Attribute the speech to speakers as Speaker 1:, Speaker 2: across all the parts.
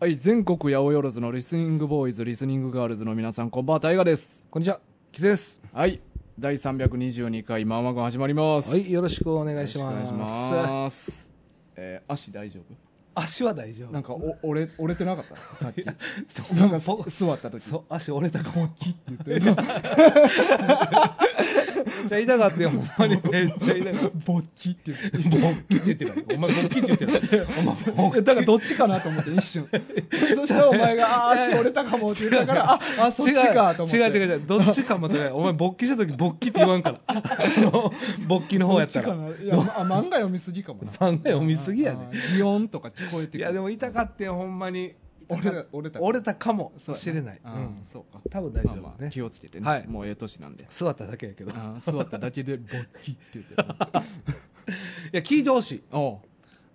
Speaker 1: はい、全国八百万のリスニングボーイズ、リスニングガールズの皆さん、こんばんは、大河です。
Speaker 2: こんにちは、キズです。
Speaker 1: はい、第322回、マンマゴン始まります。
Speaker 2: はい、よろしくお
Speaker 1: お
Speaker 2: 願
Speaker 1: 願
Speaker 2: い
Speaker 1: い
Speaker 2: し
Speaker 1: します。
Speaker 2: ます。
Speaker 1: えー足大丈夫
Speaker 2: 足は大丈夫。
Speaker 1: なんかお折れ折れてなかった さっき
Speaker 2: そう
Speaker 1: なんかそ
Speaker 2: そう
Speaker 1: 座った時
Speaker 2: そう、足折れたかも。キッて言って。めっちゃ痛かったよ、ほんまに。めっちゃ痛かった。ボッキって言って。ボッキって言ってない。お前ボッキって言ってない。お前ボッキ
Speaker 1: だからどっちかなと思って一瞬そしたらお前 が「あー足折れたかも」って言った から「ああそっちか」と思って
Speaker 2: 違う違う違う。どっちかもとない。お前勃起した時勃起って言わんから。その勃起の方やったら。
Speaker 1: どっちかないやまあ漫画読みすぎかもな
Speaker 2: 漫画読みすぎや
Speaker 1: あ
Speaker 2: ね。
Speaker 1: ー擬音とか聞こえてく
Speaker 2: い
Speaker 1: る
Speaker 2: や、でも痛かったよ、ほんまに。
Speaker 1: 折れた折れた
Speaker 2: 折れたかも
Speaker 1: そうや
Speaker 2: しれない。う
Speaker 1: あ
Speaker 2: ん
Speaker 1: ーそうか
Speaker 2: 多分大丈夫ね
Speaker 1: まあまあ気をつけてね、
Speaker 2: はい
Speaker 1: もうええ年なんで
Speaker 2: 座っただけやけど。い
Speaker 1: あー座っただけでボッキって言 ってた
Speaker 2: や、聞いてほしい。
Speaker 1: おう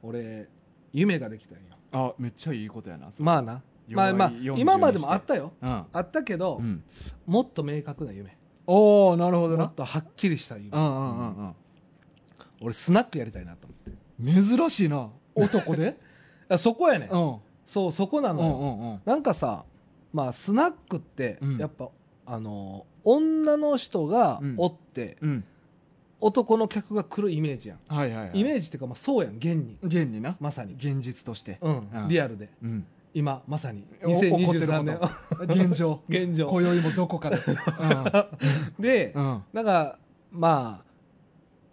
Speaker 2: 俺、夢ができたんよ。
Speaker 1: あめっちゃいいことやなそれ
Speaker 2: まあな。ま
Speaker 1: 弱
Speaker 2: あ
Speaker 1: い
Speaker 2: まあ、
Speaker 1: 42
Speaker 2: 今までもあったよ。
Speaker 1: うん
Speaker 2: あったけど、
Speaker 1: うん、
Speaker 2: もっと明確な夢。
Speaker 1: おおなるほど
Speaker 2: も
Speaker 1: な
Speaker 2: っとはっきりした夢。
Speaker 1: うんうんうん
Speaker 2: 俺、スナックやりたいなと思って。だか
Speaker 1: うん珍しいな男 で
Speaker 2: らそこやねん
Speaker 1: う。ん
Speaker 2: そう、そこな
Speaker 1: うん
Speaker 2: の
Speaker 1: う
Speaker 2: よ。
Speaker 1: んうん
Speaker 2: なんかさ、まあ、スナックって
Speaker 1: うん、
Speaker 2: やっぱ、あの、女の人が
Speaker 1: うん
Speaker 2: おって、
Speaker 1: うん
Speaker 2: 男の客が来るイメージやん。
Speaker 1: はいはいはい
Speaker 2: イメージっていうか、まあ、そうやん、現に。
Speaker 1: 現にな
Speaker 2: まさに。
Speaker 1: 現実として
Speaker 2: うん
Speaker 1: うん、
Speaker 2: リアルで。
Speaker 1: うん
Speaker 2: 今、まさに。
Speaker 1: お怒ってる
Speaker 2: 2023年。
Speaker 1: こと現状
Speaker 2: 現状。
Speaker 1: 今宵もどこ かで
Speaker 2: で
Speaker 1: う、んうん
Speaker 2: なんか、まあ、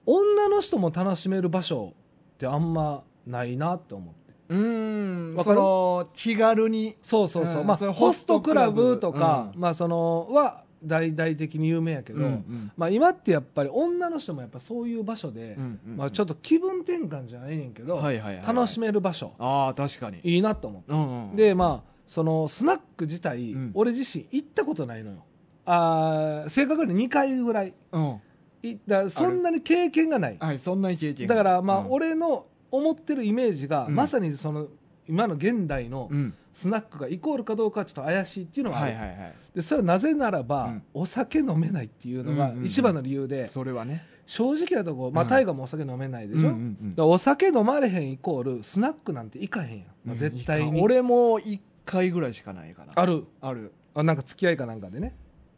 Speaker 2: 女の人も楽しめる場所ってあんまないなって思って。
Speaker 1: うーん
Speaker 2: わか
Speaker 1: そ
Speaker 2: る
Speaker 1: の気軽に
Speaker 2: そうそうそう。
Speaker 1: うん
Speaker 2: まあ、
Speaker 1: それ
Speaker 2: ホストクラブとか、
Speaker 1: う
Speaker 2: まあ、その、は、大々的に有名やけど、
Speaker 1: うん
Speaker 2: まあ、今ってやっぱり女の人もやっぱそういう場所で、
Speaker 1: うんうん
Speaker 2: まあ、ちょっと気分転換じゃないねんけど、
Speaker 1: はいはいはいはい
Speaker 2: 楽しめる場所、
Speaker 1: ああ確かに
Speaker 2: いいなと思って。
Speaker 1: うんうん
Speaker 2: で、まあ、その、スナック自体、
Speaker 1: うん
Speaker 2: 俺自身行ったことないのよ。あー正確に2回ぐらい。
Speaker 1: うん
Speaker 2: 行ったそんなに経験がない。
Speaker 1: はいそんな経験
Speaker 2: だからまあ、
Speaker 1: うん
Speaker 2: 俺の思ってるイメージが、
Speaker 1: うん
Speaker 2: まさにその今の現代の
Speaker 1: うん
Speaker 2: スナックがイコールかどうかはちょっと怪しいっていうのはあ
Speaker 1: は
Speaker 2: る、
Speaker 1: いはいはい
Speaker 2: でそれはなぜならば、
Speaker 1: うん
Speaker 2: お酒飲めないっていうの
Speaker 1: う
Speaker 2: が
Speaker 1: んうんうん
Speaker 2: 一番の理由で、
Speaker 1: それはね
Speaker 2: 正直なとこ、まあ、
Speaker 1: うん
Speaker 2: 大河もお酒飲めないでしょ、
Speaker 1: うんうんうん
Speaker 2: だからお酒飲まれへんイコールスナックなんて行かへんやん、まあ、絶対
Speaker 1: うんいい
Speaker 2: に、
Speaker 1: か俺も1回ぐらいしかないかな
Speaker 2: ある
Speaker 1: ある
Speaker 2: あなんか付き合いかなんかでね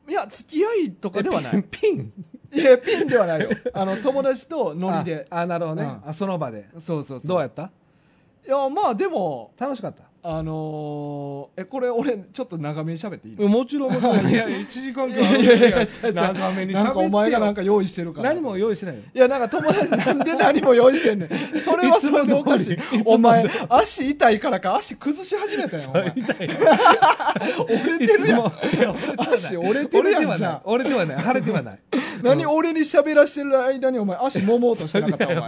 Speaker 1: いや付き合いとかではな
Speaker 2: え
Speaker 1: い
Speaker 2: ピンピン
Speaker 1: いやピンではないよあの友達とノリで
Speaker 2: ああなるほどね、
Speaker 1: うん
Speaker 2: あその場で
Speaker 1: そうそうそう
Speaker 2: どうやった
Speaker 1: いやまあでも
Speaker 2: 楽しかった
Speaker 1: あのーえこれ俺ちょっと長めに喋っていいの
Speaker 2: もちろんもちろんいや1時間
Speaker 1: いやいやいや違う違う
Speaker 2: 長めに
Speaker 1: なんかお前がなん
Speaker 2: か
Speaker 1: か用意してるから
Speaker 2: 何も用意してない よ
Speaker 1: いやなんか友達なんで何も用意してんね んそれはそれでおかしい
Speaker 2: いつも通り
Speaker 1: お前足痛いからか足崩し始めたよお前
Speaker 2: 痛い
Speaker 1: 折れて
Speaker 2: いつ
Speaker 1: るやん
Speaker 2: もいや
Speaker 1: 足折れてる
Speaker 2: 俺
Speaker 1: や
Speaker 2: で
Speaker 1: ん
Speaker 2: は
Speaker 1: じゃ
Speaker 2: ない
Speaker 1: ん
Speaker 2: 俺ではない晴れては ない
Speaker 1: 何俺に喋らしてる間にお前足揉もうとしてなかったお前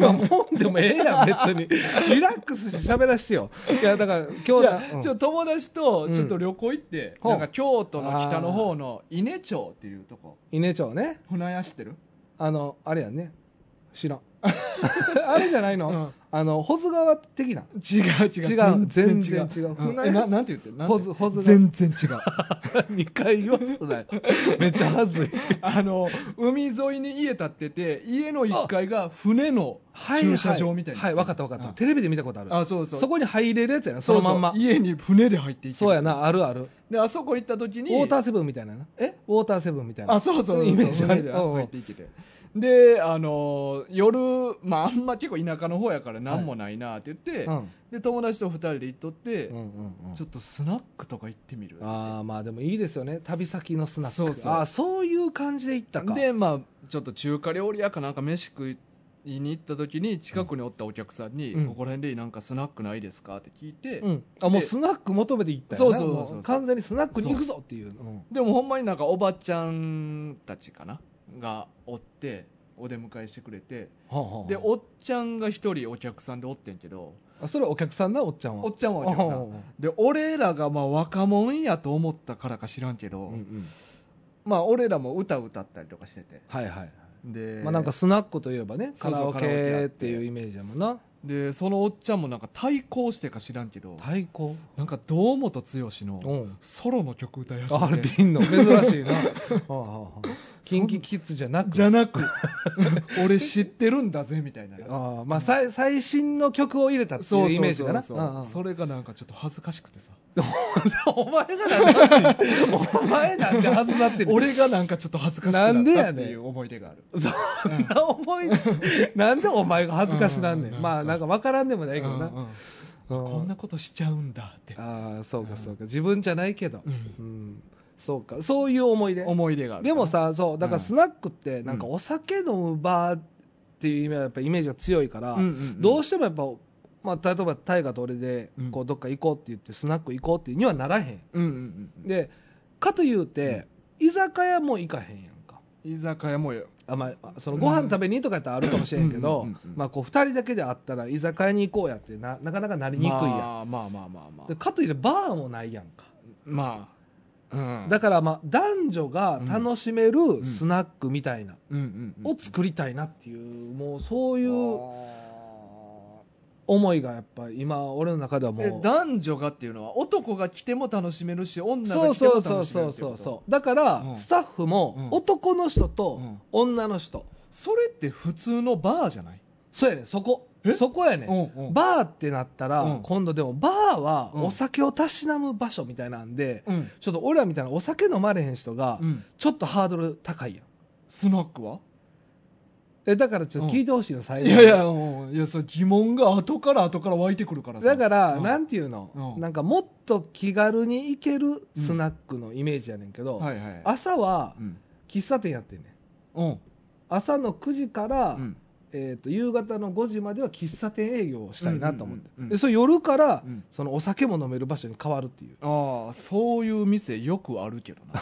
Speaker 2: まあもうでもええやん別にリラックスして喋らしてよいやだから今
Speaker 1: い
Speaker 2: 日
Speaker 1: や
Speaker 2: だ、
Speaker 1: ちょ
Speaker 2: うん
Speaker 1: っと友達とちょっと旅行行って、
Speaker 2: うん
Speaker 1: なんか京都の北の方の稲町っていうとこ
Speaker 2: 稲町ね
Speaker 1: 船屋知ってる
Speaker 2: あのあれやんね知 らんあれじゃないの、
Speaker 1: うん
Speaker 2: あの保津川的な
Speaker 1: 違う違
Speaker 2: 違う
Speaker 1: 全
Speaker 2: 全
Speaker 1: 然
Speaker 2: 然
Speaker 1: 違
Speaker 2: 違
Speaker 1: う
Speaker 2: う
Speaker 1: うん
Speaker 2: 船屋
Speaker 1: えななんて言ってるなんて
Speaker 2: ほずほずが
Speaker 1: 全然違う
Speaker 2: 2回言わすなよめっちゃは ずい
Speaker 1: あの海沿いに家建ってて家の1階が船の駐車場みたいな
Speaker 2: はい、はい分かった分かった、
Speaker 1: うん
Speaker 2: テレビで見たことある
Speaker 1: あそうそう
Speaker 2: そこに入れるやつやなそのまんま
Speaker 1: そうそう家に船で入っていって
Speaker 2: そうやなあるある
Speaker 1: であそこ行った時
Speaker 2: ウ
Speaker 1: に
Speaker 2: ォーターセブンみたいなな
Speaker 1: え
Speaker 2: ウォーターセブンみたいな
Speaker 1: あそうそうそう
Speaker 2: イメージある
Speaker 1: 船で入っていけてであの夜まああんま結構田舎の方やから何もないなって言って、
Speaker 2: うんうん
Speaker 1: で友達と2人で行っとって、
Speaker 2: うんうん
Speaker 1: ちょっとスナックとか行ってみる
Speaker 2: ああまあでもいいですよね旅先のスナック
Speaker 1: そうそう
Speaker 2: あーそういう感じで行ったか
Speaker 1: でまあちょっと中華料理屋かなんか飯食いに行った時に近くにおったお客さんに「
Speaker 2: うん
Speaker 1: ここら辺でなんかスナックないですか?」って聞いて、
Speaker 2: うん、あもうスナック求めて行った
Speaker 1: そ
Speaker 2: よ
Speaker 1: う
Speaker 2: な
Speaker 1: そうそう
Speaker 2: も
Speaker 1: そう
Speaker 2: 完全にスナックに行くぞっていううん
Speaker 1: でもほんまになんかおばちゃんたちかながおってお出迎えしてくれて
Speaker 2: はあはあ
Speaker 1: でおっちゃんが一人お客さんでおってんけど
Speaker 2: あそれはお客さんなおっちゃんは
Speaker 1: おっちゃんはお客
Speaker 2: は
Speaker 1: さ
Speaker 2: あは
Speaker 1: んで俺らがまあ若者やと思ったからか知らんけど、
Speaker 2: あうんうん
Speaker 1: まあ俺らも歌歌ったりとかしてて
Speaker 2: はいはい
Speaker 1: で、
Speaker 2: まあなんかスナックといえばね
Speaker 1: そ
Speaker 2: カ
Speaker 1: う
Speaker 2: ラ
Speaker 1: そう
Speaker 2: オケっていうイメージやもんな
Speaker 1: でそのおっちゃんもなんか対抗してか知らんけど
Speaker 2: 太鼓
Speaker 1: なんか堂本剛の
Speaker 2: うん
Speaker 1: ソロの曲歌いやし
Speaker 2: あれ
Speaker 1: てて
Speaker 2: 瓶の珍し いなキンキキッズじゃなく
Speaker 1: じゃなく 俺知ってるんだぜみたいな
Speaker 2: ああまあ最最新の曲を入れたっていうイメージかな
Speaker 1: そううそ
Speaker 2: んう
Speaker 1: うんそれがなんかちょっと恥ずかしくてさ
Speaker 2: お前がなんで恥ずかしいお前なんで恥ずなってる
Speaker 1: 俺がなんかちょっと恥ずかしくな
Speaker 2: な
Speaker 1: っ
Speaker 2: んで
Speaker 1: た
Speaker 2: や
Speaker 1: って
Speaker 2: ねん
Speaker 1: いう思い出がある
Speaker 2: そんな思い出なんでお前が恥ずかしなんね
Speaker 1: うんうん
Speaker 2: ん
Speaker 1: うん
Speaker 2: まあなんか分からんでもないけどな
Speaker 1: うんうん
Speaker 2: うん
Speaker 1: こんなことしちゃうんだって、
Speaker 2: ああそうかそうか自分じゃないけど
Speaker 1: うん
Speaker 2: うんそうかそういう思い出
Speaker 1: 思い出がある
Speaker 2: でもさそうだからスナックってなんか
Speaker 1: うん
Speaker 2: お酒飲むバーっていうイメージやっぱイメージが強いから、
Speaker 1: うんうんうん
Speaker 2: どうしてもやっぱ、まあ、例えば大河と俺で
Speaker 1: うん
Speaker 2: こうどっか行こうって言ってスナック行こうっていうにはならへん
Speaker 1: うんうんうん
Speaker 2: でかというて、居酒屋も行かへんやんか
Speaker 1: 居酒屋もよ
Speaker 2: あ、まあ、そのご飯食べにとかやったらあるかもしれんけど、
Speaker 1: うんうんうんうん
Speaker 2: まあ、こう2人だけであったら居酒屋に行こうやってななかなかなりにくいや
Speaker 1: ま
Speaker 2: ん、
Speaker 1: あまあまあまあまあ
Speaker 2: でかといってバーもないやんか
Speaker 1: まあうん
Speaker 2: だからまあ男女が楽しめるスナックみたいな、
Speaker 1: うんうんうん
Speaker 2: を作りたいなっていうもうそういう
Speaker 1: あ
Speaker 2: 思いがやっぱ今俺の中では
Speaker 1: ー
Speaker 2: も
Speaker 1: え
Speaker 2: う
Speaker 1: 男女がっていうのは男が来ても楽しめるし女
Speaker 2: そ
Speaker 1: が
Speaker 2: う
Speaker 1: 来ても
Speaker 2: そう
Speaker 1: 楽しめ
Speaker 2: そ
Speaker 1: る
Speaker 2: う
Speaker 1: ってい
Speaker 2: そうう
Speaker 1: こと
Speaker 2: そうそうだから
Speaker 1: うん
Speaker 2: スタッフも
Speaker 1: うん
Speaker 2: 男の人と
Speaker 1: うん
Speaker 2: 女の人
Speaker 1: それって普通のバーじゃない、
Speaker 2: そうやねんそこ
Speaker 1: え
Speaker 2: そこやねん
Speaker 1: うんうん
Speaker 2: バーってなった
Speaker 1: う
Speaker 2: ら
Speaker 1: ん
Speaker 2: 今度でもバーはお酒をたしなむ場所みたいなんで
Speaker 1: うん
Speaker 2: ちょっと俺らみたいなお酒飲まれへん人が
Speaker 1: うん
Speaker 2: ちょっとハードル高いやん
Speaker 1: スナックは
Speaker 2: えだからちょっと聞いてほしいの最
Speaker 1: い
Speaker 2: 後
Speaker 1: やいや、うんいや、そう疑問が後から後から湧いてくるからさ。
Speaker 2: だから、
Speaker 1: うん
Speaker 2: なんていうの、
Speaker 1: うん
Speaker 2: なんかもっと気軽に行けるスナックのイメージやねんけど、
Speaker 1: はいはい。
Speaker 2: 朝は
Speaker 1: うん。
Speaker 2: 喫茶店やってんねん
Speaker 1: うん。
Speaker 2: 朝の9時から、
Speaker 1: うん。
Speaker 2: えー、と夕方の5時までは喫茶店営業をしたいなと思って、
Speaker 1: うんうんうんうん
Speaker 2: でそれ夜から、
Speaker 1: うん
Speaker 2: そのお酒も飲める場所に変わるっていう
Speaker 1: ああ、そういう店よくあるけど な。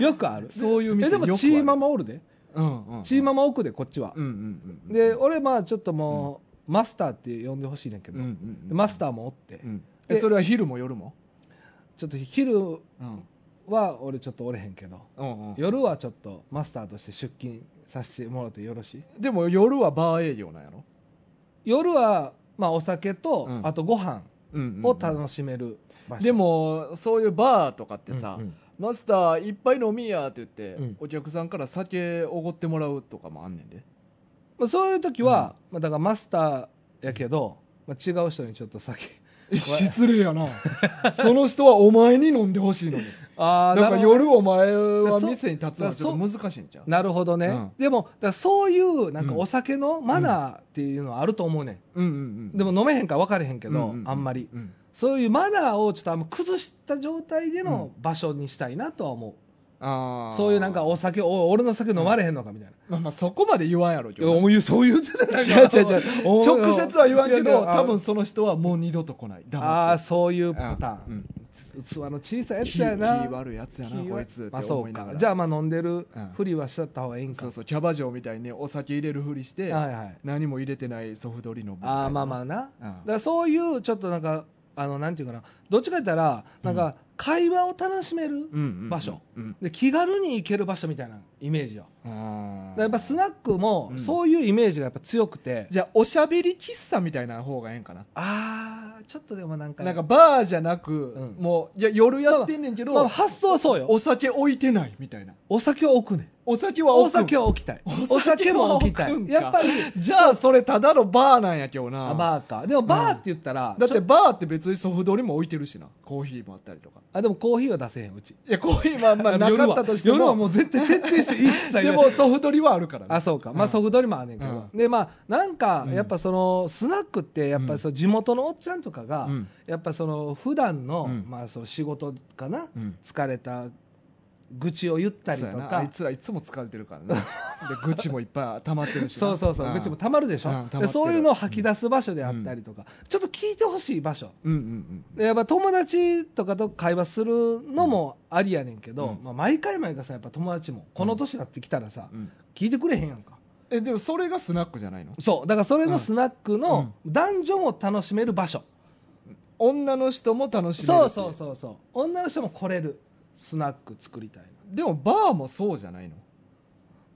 Speaker 2: よくある
Speaker 1: そういう
Speaker 2: え
Speaker 1: 店
Speaker 2: で
Speaker 1: よくある。
Speaker 2: もチーママおるで
Speaker 1: うんうん。
Speaker 2: チーママ奥でこっちは
Speaker 1: う、んうんうん。
Speaker 2: で、俺まあちょっともう、マスターって呼んでほしいねんけ
Speaker 1: うん
Speaker 2: ど、
Speaker 1: うん
Speaker 2: で
Speaker 1: うん。
Speaker 2: マスターもおって、
Speaker 1: うん。え、それは昼も夜も
Speaker 2: ちょっと昼
Speaker 1: うん。
Speaker 2: は俺ちょっとおれへんけど
Speaker 1: うんうん。
Speaker 2: 夜はちょっとマスターとして出勤させてもらってよろしい
Speaker 1: でも夜はバー営業なんやろ
Speaker 2: 夜はまあお酒と、
Speaker 1: うん
Speaker 2: あとご飯
Speaker 1: うんうん
Speaker 2: を楽しめる場所
Speaker 1: でも、そういうバーとかってさ
Speaker 2: うんうん、
Speaker 1: マスターいっぱい飲みやって言って
Speaker 2: うん、
Speaker 1: お客さんから酒おごってもらうとかもあんねんで。
Speaker 2: まあ、そういう時は、まあ、だからマスターやけど、まあ、違う人にちょっと酒
Speaker 1: え失礼やなその人はお前に飲んでほしいのに
Speaker 2: あ
Speaker 1: だ
Speaker 2: ー
Speaker 1: から夜お前は
Speaker 2: そ
Speaker 1: 店に立つのはちょっと難しいんちゃう
Speaker 2: なるほどね、
Speaker 1: うん
Speaker 2: でもだからそういうなんか
Speaker 1: うん
Speaker 2: お酒のマナーっていうのはあると思うねん、
Speaker 1: うんうんうん
Speaker 2: でも飲めへんから分かれへんけど、
Speaker 1: うう
Speaker 2: あんまり
Speaker 1: うん
Speaker 2: そういうマナーをちょっとあんま崩した状態での場所にしたいなとは思う、
Speaker 1: あー
Speaker 2: そういうなんかお酒お俺の酒飲まれへんのかみたいな、
Speaker 1: まあまあそこまで言わんやろけ
Speaker 2: いやお
Speaker 1: ど
Speaker 2: 前そう言うてた
Speaker 1: 違う違う違う
Speaker 2: お 前
Speaker 1: 直接は言わんけ
Speaker 2: いやい
Speaker 1: ど
Speaker 2: やあ
Speaker 1: 多分その人はもう二度と来ない
Speaker 2: あ
Speaker 1: 黙
Speaker 2: あ
Speaker 1: って
Speaker 2: そういうパタ
Speaker 1: う
Speaker 2: ーン
Speaker 1: ん
Speaker 2: 器の小さいや
Speaker 1: 気
Speaker 2: つやな
Speaker 1: 気悪いやつやな
Speaker 2: 気
Speaker 1: こ
Speaker 2: はい
Speaker 1: つって
Speaker 2: まあそ
Speaker 1: 思
Speaker 2: う
Speaker 1: いなが
Speaker 2: からじゃあまあ飲んでる
Speaker 1: うん
Speaker 2: ふりはしちゃった方がいいんか
Speaker 1: そうそうキャバ嬢みたいにお酒入れるふりして
Speaker 2: はいはい
Speaker 1: 何も入れてないソフトリの
Speaker 2: ああまあまあなだ
Speaker 1: うん
Speaker 2: からそういうちょっとなんかあのなんていうかなどっちか言ったらなんか会話を楽しめる場所で気軽に行ける場所みたいなイメージよだから
Speaker 1: や
Speaker 2: やっぱスナックも
Speaker 1: うん
Speaker 2: そういうイメージがやっぱ強くて
Speaker 1: じゃあおしゃべり喫茶みたいな方がええんかな
Speaker 2: ああちょっとでもなんか
Speaker 1: なんかバーじゃなく、
Speaker 2: ん
Speaker 1: もういや夜やってんねんけど、
Speaker 2: まあ発想はそうよ
Speaker 1: お酒置いてないみたいな
Speaker 2: お酒は置くねん
Speaker 1: お酒は置く
Speaker 2: お酒は置きたいお酒も置きた
Speaker 1: お酒は置くん
Speaker 2: い
Speaker 1: か
Speaker 2: やっぱり
Speaker 1: じゃあそれただのバーなんやけどな
Speaker 2: あバーかでもバーって言ったら、
Speaker 1: だっ
Speaker 2: ち
Speaker 1: て
Speaker 2: ょ
Speaker 1: バーって別にソフトリも置いてるしなコーヒーもあったりとか
Speaker 2: あでもコーヒーは出せへんうち
Speaker 1: いやコーヒーはあんまなかったとして
Speaker 2: 夜は夜は
Speaker 1: も
Speaker 2: もう絶対徹底して一切言わない
Speaker 1: でもソフトリはあるからね
Speaker 2: あそうかまあソフトリもあんねんけど、
Speaker 1: う
Speaker 2: でまあなんか
Speaker 1: うん
Speaker 2: やっぱそのスナックってやっぱその地元のおっちゃんとかが、
Speaker 1: うん
Speaker 2: やっぱその普段の、
Speaker 1: うん
Speaker 2: まあその仕事かな、
Speaker 1: うん
Speaker 2: 疲れた愚痴を言ったり
Speaker 1: そう
Speaker 2: と
Speaker 1: やなあ
Speaker 2: か
Speaker 1: いつらいつも疲れてる からねで愚痴もいっぱい溜まってるしな
Speaker 2: そうそうそう、
Speaker 1: ん
Speaker 2: 愚痴もたまるでしょ、
Speaker 1: うん溜まってる
Speaker 2: でそういうのを吐き出す場所であったりとか、ちょっと聞いてほしい場所、
Speaker 1: うんうんうん
Speaker 2: でやっぱ友達とかと会話するのもありやねんけど、
Speaker 1: うん
Speaker 2: まあ、毎回毎回さやっぱ友達もこの年になってきたらさ、
Speaker 1: うん
Speaker 2: 聞いてくれへんやんか
Speaker 1: えでもそれがスナックじゃないの
Speaker 2: そうだからそれのスナックの男女も楽しめる場所、
Speaker 1: 女の人も楽しめる
Speaker 2: そうそう
Speaker 1: う
Speaker 2: そうそう女の人も来れるスナック作りたいな
Speaker 1: でもバーもそうじゃないの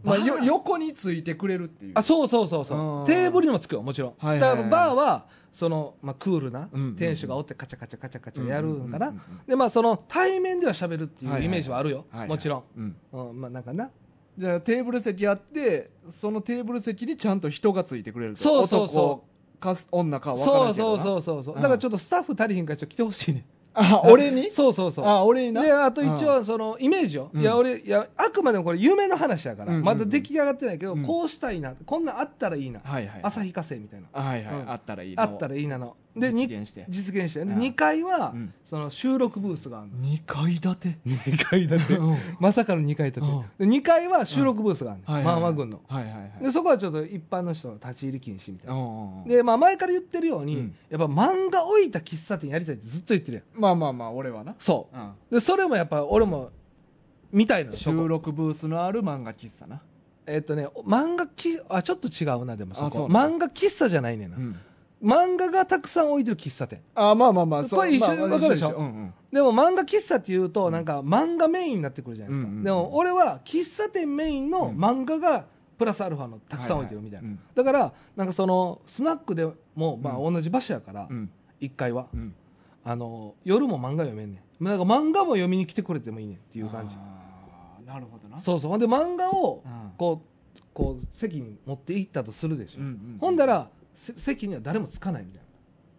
Speaker 1: まあ、
Speaker 2: バー
Speaker 1: よ横についてくれるっていう
Speaker 2: あそうそうそう
Speaker 1: う
Speaker 2: そ
Speaker 1: ん
Speaker 2: うテーブルにもつくよもちろん、
Speaker 1: はいはいはい
Speaker 2: だからバーはその、まあ、クールな
Speaker 1: うんうんうん
Speaker 2: 店主がおってカチャカチャカチャカチャやるんか
Speaker 1: うんう
Speaker 2: なん
Speaker 1: うんうん
Speaker 2: でまあその対面では喋るって
Speaker 1: はい
Speaker 2: い
Speaker 1: は
Speaker 2: う
Speaker 1: い
Speaker 2: イメージはあるよ、
Speaker 1: はいはい
Speaker 2: もちろん、
Speaker 1: うん
Speaker 2: うんまあ、なんかな
Speaker 1: じゃあテーブル席あってそのテーブル席にちゃんと人がついてくれると
Speaker 2: そうそうそう
Speaker 1: 男かす女か分から
Speaker 2: そ
Speaker 1: ん
Speaker 2: う
Speaker 1: けど
Speaker 2: そう
Speaker 1: な
Speaker 2: そう
Speaker 1: そう
Speaker 2: うそうそう、
Speaker 1: うん
Speaker 2: だからちょっとスタッフ足りひんからちょっと来てほしいね
Speaker 1: あ俺に
Speaker 2: そうそうそう
Speaker 1: あ俺にな
Speaker 2: であと一応そのイメージよ、
Speaker 1: うん
Speaker 2: いや俺いやあくまでもこれ夢の話やか
Speaker 1: う
Speaker 2: ら、
Speaker 1: んうんうん
Speaker 2: まだ出来上がってないけど、
Speaker 1: うん
Speaker 2: こうしたいなこんなんあったらいいな、
Speaker 1: はいはい
Speaker 2: 朝日課生みたいな
Speaker 1: はいはい、
Speaker 2: うん
Speaker 1: あったらいい
Speaker 2: あった
Speaker 1: ら
Speaker 2: らいいなのでに
Speaker 1: 実現して
Speaker 2: 実現して、で
Speaker 1: うん
Speaker 2: 2階は、
Speaker 1: うん
Speaker 2: その収録ブースがあるの
Speaker 1: 2階建 て
Speaker 2: 2階建て
Speaker 1: うん
Speaker 2: まさかの2階建て
Speaker 1: うん
Speaker 2: で2階は収録ブースがあるの、
Speaker 1: はいはいはい
Speaker 2: マンマ軍の
Speaker 1: はいはいはい
Speaker 2: でそこはちょっと一般の人の立ち入り禁止みたいな
Speaker 1: うんうんうん
Speaker 2: で、まあ、前から言ってるように、
Speaker 1: うん
Speaker 2: やっぱ漫画置いた喫茶店やりたいってずっと言ってるやん
Speaker 1: まあまあまあ俺はな、
Speaker 2: そううでそれもやっぱ俺も見たいの
Speaker 1: ん、
Speaker 2: よそこ
Speaker 1: 収録ブースのある漫画喫茶な、
Speaker 2: えっ、とね漫画きあちょっと違うなでもそ
Speaker 1: あそ
Speaker 2: こ
Speaker 1: うなんだ
Speaker 2: 漫画喫茶じゃないねんな、
Speaker 1: うん、
Speaker 2: 漫画がたくさん置いてる喫茶店
Speaker 1: あまあまあまあ
Speaker 2: これ一緒に
Speaker 1: まあまあ
Speaker 2: わかるでしょ
Speaker 1: 一緒一緒うん
Speaker 2: でも漫画喫茶っていうとなんか漫画メインになってくるじゃないですか、
Speaker 1: うんうんうん
Speaker 2: でも俺は喫茶店メインの
Speaker 1: うん
Speaker 2: 漫画がプラスアルファのたくさん置いてるみたいな、
Speaker 1: はいはい
Speaker 2: だからなんかそのスナックでもまあ
Speaker 1: う
Speaker 2: 同じ場所やから
Speaker 1: うんうん
Speaker 2: 1階は
Speaker 1: うん
Speaker 2: あの夜も漫画読めんねんなんか漫画も読みに来てくれてもいいねんっていう感じ
Speaker 1: あーなるほどな
Speaker 2: そうそうほんで漫画を
Speaker 1: うん
Speaker 2: こうこう席に持って行ったとするでしょ、
Speaker 1: うんうんうん
Speaker 2: ほんだらせ席には誰もつかないみたい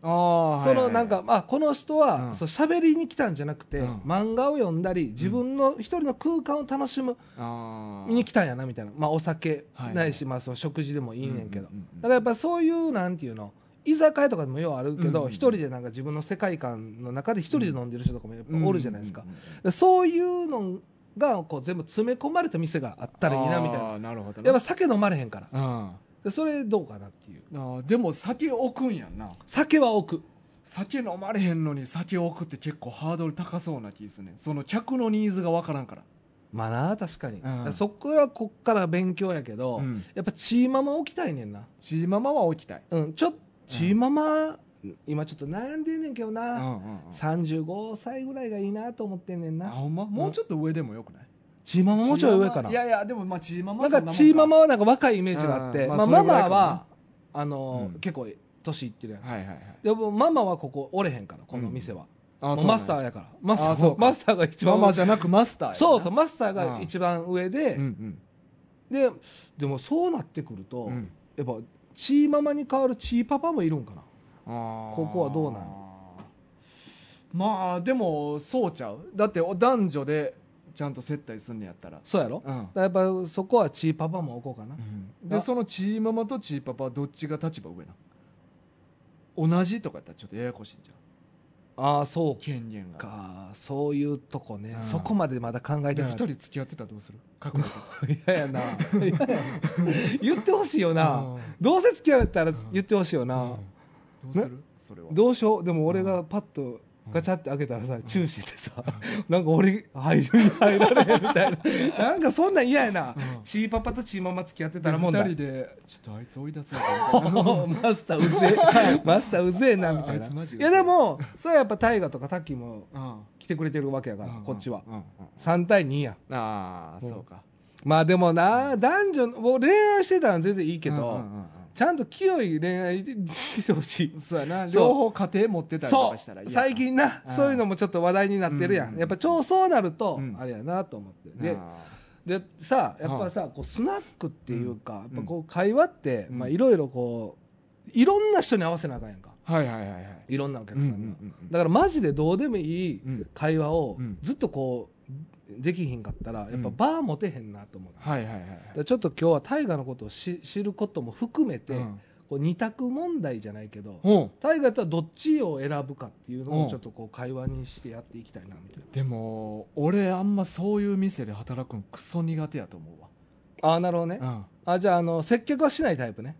Speaker 2: な
Speaker 1: あー
Speaker 2: そ
Speaker 1: はい
Speaker 2: の
Speaker 1: はい
Speaker 2: なんか、まあ、この人は、
Speaker 1: うん
Speaker 2: そう喋りに来たんじゃなくて、
Speaker 1: うん
Speaker 2: 漫画を読んだり自分の一人の空間を楽しむ、
Speaker 1: あー
Speaker 2: に来たんやなみたいな、まあ、お酒
Speaker 1: はい
Speaker 2: ないし、まあ、その食事でもいいねんけど、
Speaker 1: うんうんうんうん
Speaker 2: だからやっぱそういうなんていうの居酒屋とかでもようあるけど、
Speaker 1: うんうん
Speaker 2: 一人でなんか自分の世界観の中で一人で飲んでる人とかもやっぱおるじゃないですか、
Speaker 1: うんうんうんうん
Speaker 2: でそういうのがこう全部詰め込まれた店があったらいいなみたいな
Speaker 1: あーるほどな
Speaker 2: やっぱ酒飲まれへんから
Speaker 1: うんあ
Speaker 2: でそれどうかなっていう
Speaker 1: ーでも酒置くんやんな
Speaker 2: 酒は置く
Speaker 1: 酒飲まれへんのに酒置くって結構ハードル高そうな気ですねその客のニーズがわからんから
Speaker 2: まあな確かに、
Speaker 1: ん
Speaker 2: だからそこはこっから勉強やけど、
Speaker 1: うん
Speaker 2: やっぱチーママ置きたいねんな
Speaker 1: チーママは置きたい
Speaker 2: うんちょチーママ、今ちょっと悩んでんねんけど
Speaker 1: うんうん
Speaker 2: な、
Speaker 1: うん
Speaker 2: 35歳ぐらいがいいなと思ってんねん
Speaker 1: あ
Speaker 2: な
Speaker 1: ほんまもうちょっと上でもよくない
Speaker 2: チーママもうちょい上か
Speaker 1: チーママ
Speaker 2: ない
Speaker 1: やいやでもまあチーママは
Speaker 2: なん
Speaker 1: そ
Speaker 2: か
Speaker 1: んなもん
Speaker 2: チーママはなんか若いイメージがあって、
Speaker 1: うんまあ
Speaker 2: まあ、
Speaker 1: それ
Speaker 2: マ
Speaker 1: ぐらい
Speaker 2: マ
Speaker 1: かもな
Speaker 2: はあのー
Speaker 1: うん
Speaker 2: 結構年いってるやん、
Speaker 1: はいはいはい
Speaker 2: でもママはここおれへんからこの店は、
Speaker 1: あ
Speaker 2: も
Speaker 1: そううなん
Speaker 2: マ
Speaker 1: や
Speaker 2: スターやからマスタ
Speaker 1: あそ
Speaker 2: ー
Speaker 1: うか
Speaker 2: マスターが一番
Speaker 1: マ
Speaker 2: 上
Speaker 1: マじゃなくマスターやな
Speaker 2: そうそうマスターが一番上で、
Speaker 1: うんうん
Speaker 2: ででもそうなってくると、
Speaker 1: うん
Speaker 2: やっぱチーママに代わるチーパパもいるんかなこ
Speaker 1: こ
Speaker 2: こはどうな
Speaker 1: まあでもそうちゃうだってお男女でちゃんと接待すんねやったら、
Speaker 2: そうやろ、
Speaker 1: う
Speaker 2: だからやっぱそこはチーパパも置こうかな、
Speaker 1: ん、
Speaker 2: あ
Speaker 1: でそのチーママとチーパパはどっちが立場上な同じとかやったらちょっとややこしいんじゃん
Speaker 2: ああそう
Speaker 1: 権限が
Speaker 2: かそういうとこね、
Speaker 1: うん
Speaker 2: そこまでまだ考え
Speaker 1: で
Speaker 2: てな
Speaker 1: 2
Speaker 2: かった
Speaker 1: 人付き合ってたらどうする隠れて
Speaker 2: 嫌やな嫌やな言ってほしいよな、
Speaker 1: うん
Speaker 2: どうせ付き合ったら言ってほしいよな、
Speaker 1: うんどうするそれは
Speaker 2: どうしようでも俺がパッとガチャって開けたらさ、チューしててさ、 なんか俺入る入られへんみたいな なんかそんなん嫌やな、
Speaker 1: うん
Speaker 2: チーパパとチーママ付き合ってたらもう
Speaker 1: 2
Speaker 2: な
Speaker 1: 人でちょっとあいつ追い出そうかみたいな
Speaker 2: マスターうぜ えマスターうぜえなみたいな
Speaker 1: あいつマジ
Speaker 2: いう
Speaker 1: ぜえ
Speaker 2: やでもそれはやっぱ大河とかタッキーも
Speaker 1: うん
Speaker 2: 来てくれてるわけやから、
Speaker 1: うん
Speaker 2: こっちは、
Speaker 1: うんうん
Speaker 2: 3対2や
Speaker 1: ああそうか
Speaker 2: まあでもな男女もう恋愛してたら全然いいけど、
Speaker 1: うんうんうんうん
Speaker 2: ちゃんと清い恋愛 してほしい
Speaker 1: そうやな
Speaker 2: そう
Speaker 1: 両方家庭持ってたりと
Speaker 2: そ
Speaker 1: かしたら
Speaker 2: う
Speaker 1: 嫌か
Speaker 2: 最近な
Speaker 1: うん
Speaker 2: そういうのもちょっと話題になってるや、
Speaker 1: うんんうん
Speaker 2: やっぱ超そうなると、
Speaker 1: うん
Speaker 2: あれやなと思って
Speaker 1: で
Speaker 2: ででさやっぱさこうスナックっていうか、
Speaker 1: うん
Speaker 2: やっぱこう会話って
Speaker 1: うん
Speaker 2: まあいろいろこういろんな人に合わせなあかんやんか
Speaker 1: はいはいはいはい
Speaker 2: いろんなお客さんが、
Speaker 1: うんうんうんうん
Speaker 2: だからマジでどうでもいい
Speaker 1: うん
Speaker 2: 会話を
Speaker 1: うん
Speaker 2: ずっとこうできひんかったらやっぱ
Speaker 1: うん
Speaker 2: バー持てへんなと思う、だか
Speaker 1: はいはいはい
Speaker 2: らちょっと今日は大河のことをし知ることも含めて、
Speaker 1: うん
Speaker 2: こう二択問題じゃないけど
Speaker 1: ほう
Speaker 2: 大河とはどっちを選ぶかっていうの
Speaker 1: う
Speaker 2: を
Speaker 1: ん
Speaker 2: ちょっとこう会話にしてやっていきたいなみたいな、
Speaker 1: でも俺あんまそういう店で働くのクソ苦手やと思うわ
Speaker 2: ああなるほどね、
Speaker 1: うん
Speaker 2: あじゃああの接客はしないタイプね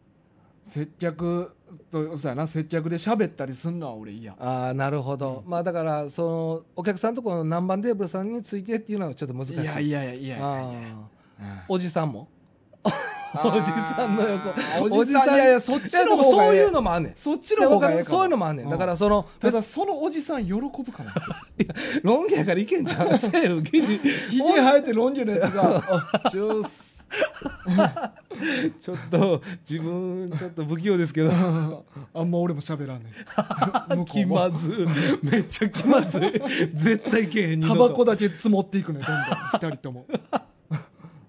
Speaker 1: 接客とそうやな接客で喋ったりすんのは俺嫌
Speaker 2: ああなるほど、まあだからそのお客さんとこの南蛮テーブルさんについてっていうのはちょっと難しい
Speaker 1: いやいやいやいやいや
Speaker 2: あ
Speaker 1: うん
Speaker 2: ーおじさんもおじさんの横
Speaker 1: おじさんいやいやそっ
Speaker 2: い
Speaker 1: ち
Speaker 2: やで
Speaker 1: の
Speaker 2: も
Speaker 1: 方が
Speaker 2: そう
Speaker 1: ええ
Speaker 2: いうのもあんねん
Speaker 1: そっちの方がええ
Speaker 2: だ
Speaker 1: か
Speaker 2: からそういうのもあんねんだからその
Speaker 1: ただそのおじさん喜ぶか な
Speaker 2: ロン毛やからいけんちゃうセーフギリ
Speaker 1: ひげ生えてロン毛のやつがあジュース
Speaker 2: ちょっと自分ちょっと不器用ですけど
Speaker 1: あんま俺も喋らんね ん
Speaker 2: 気まずいめっちゃ気まずい絶対けえへん
Speaker 1: タ
Speaker 2: 二度と
Speaker 1: バコだけ積もっていくねどんどん2人とも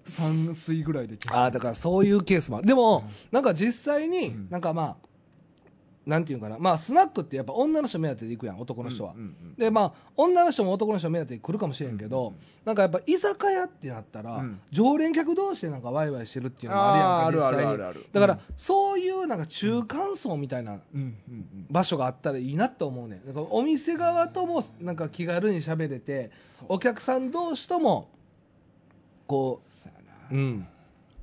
Speaker 1: 3水ぐらいで消して
Speaker 2: ああだからそういうケースもあるでも、なんか実際に、なんかまあなんていうかなまあスナックってやっぱ女の人目当てで行くやん男の人は、
Speaker 1: うんうんうん
Speaker 2: でまあ女の人も男の人も目当てに来るかもしれんけど、なんかやっぱ居酒屋ってなったら、
Speaker 1: うん
Speaker 2: 常連客同士でなんかワイワイしてるっていうのもあるやんか
Speaker 1: あー
Speaker 2: 実際に
Speaker 1: あるあるあるある
Speaker 2: だから、そういうなんか中間層みたいな
Speaker 1: うんうん
Speaker 2: 場所があったらいいなと思うねんなんかお店側ともなんか気軽に喋れて
Speaker 1: そう
Speaker 2: お客さん同士ともこ
Speaker 1: うんそうやな
Speaker 2: う、うん、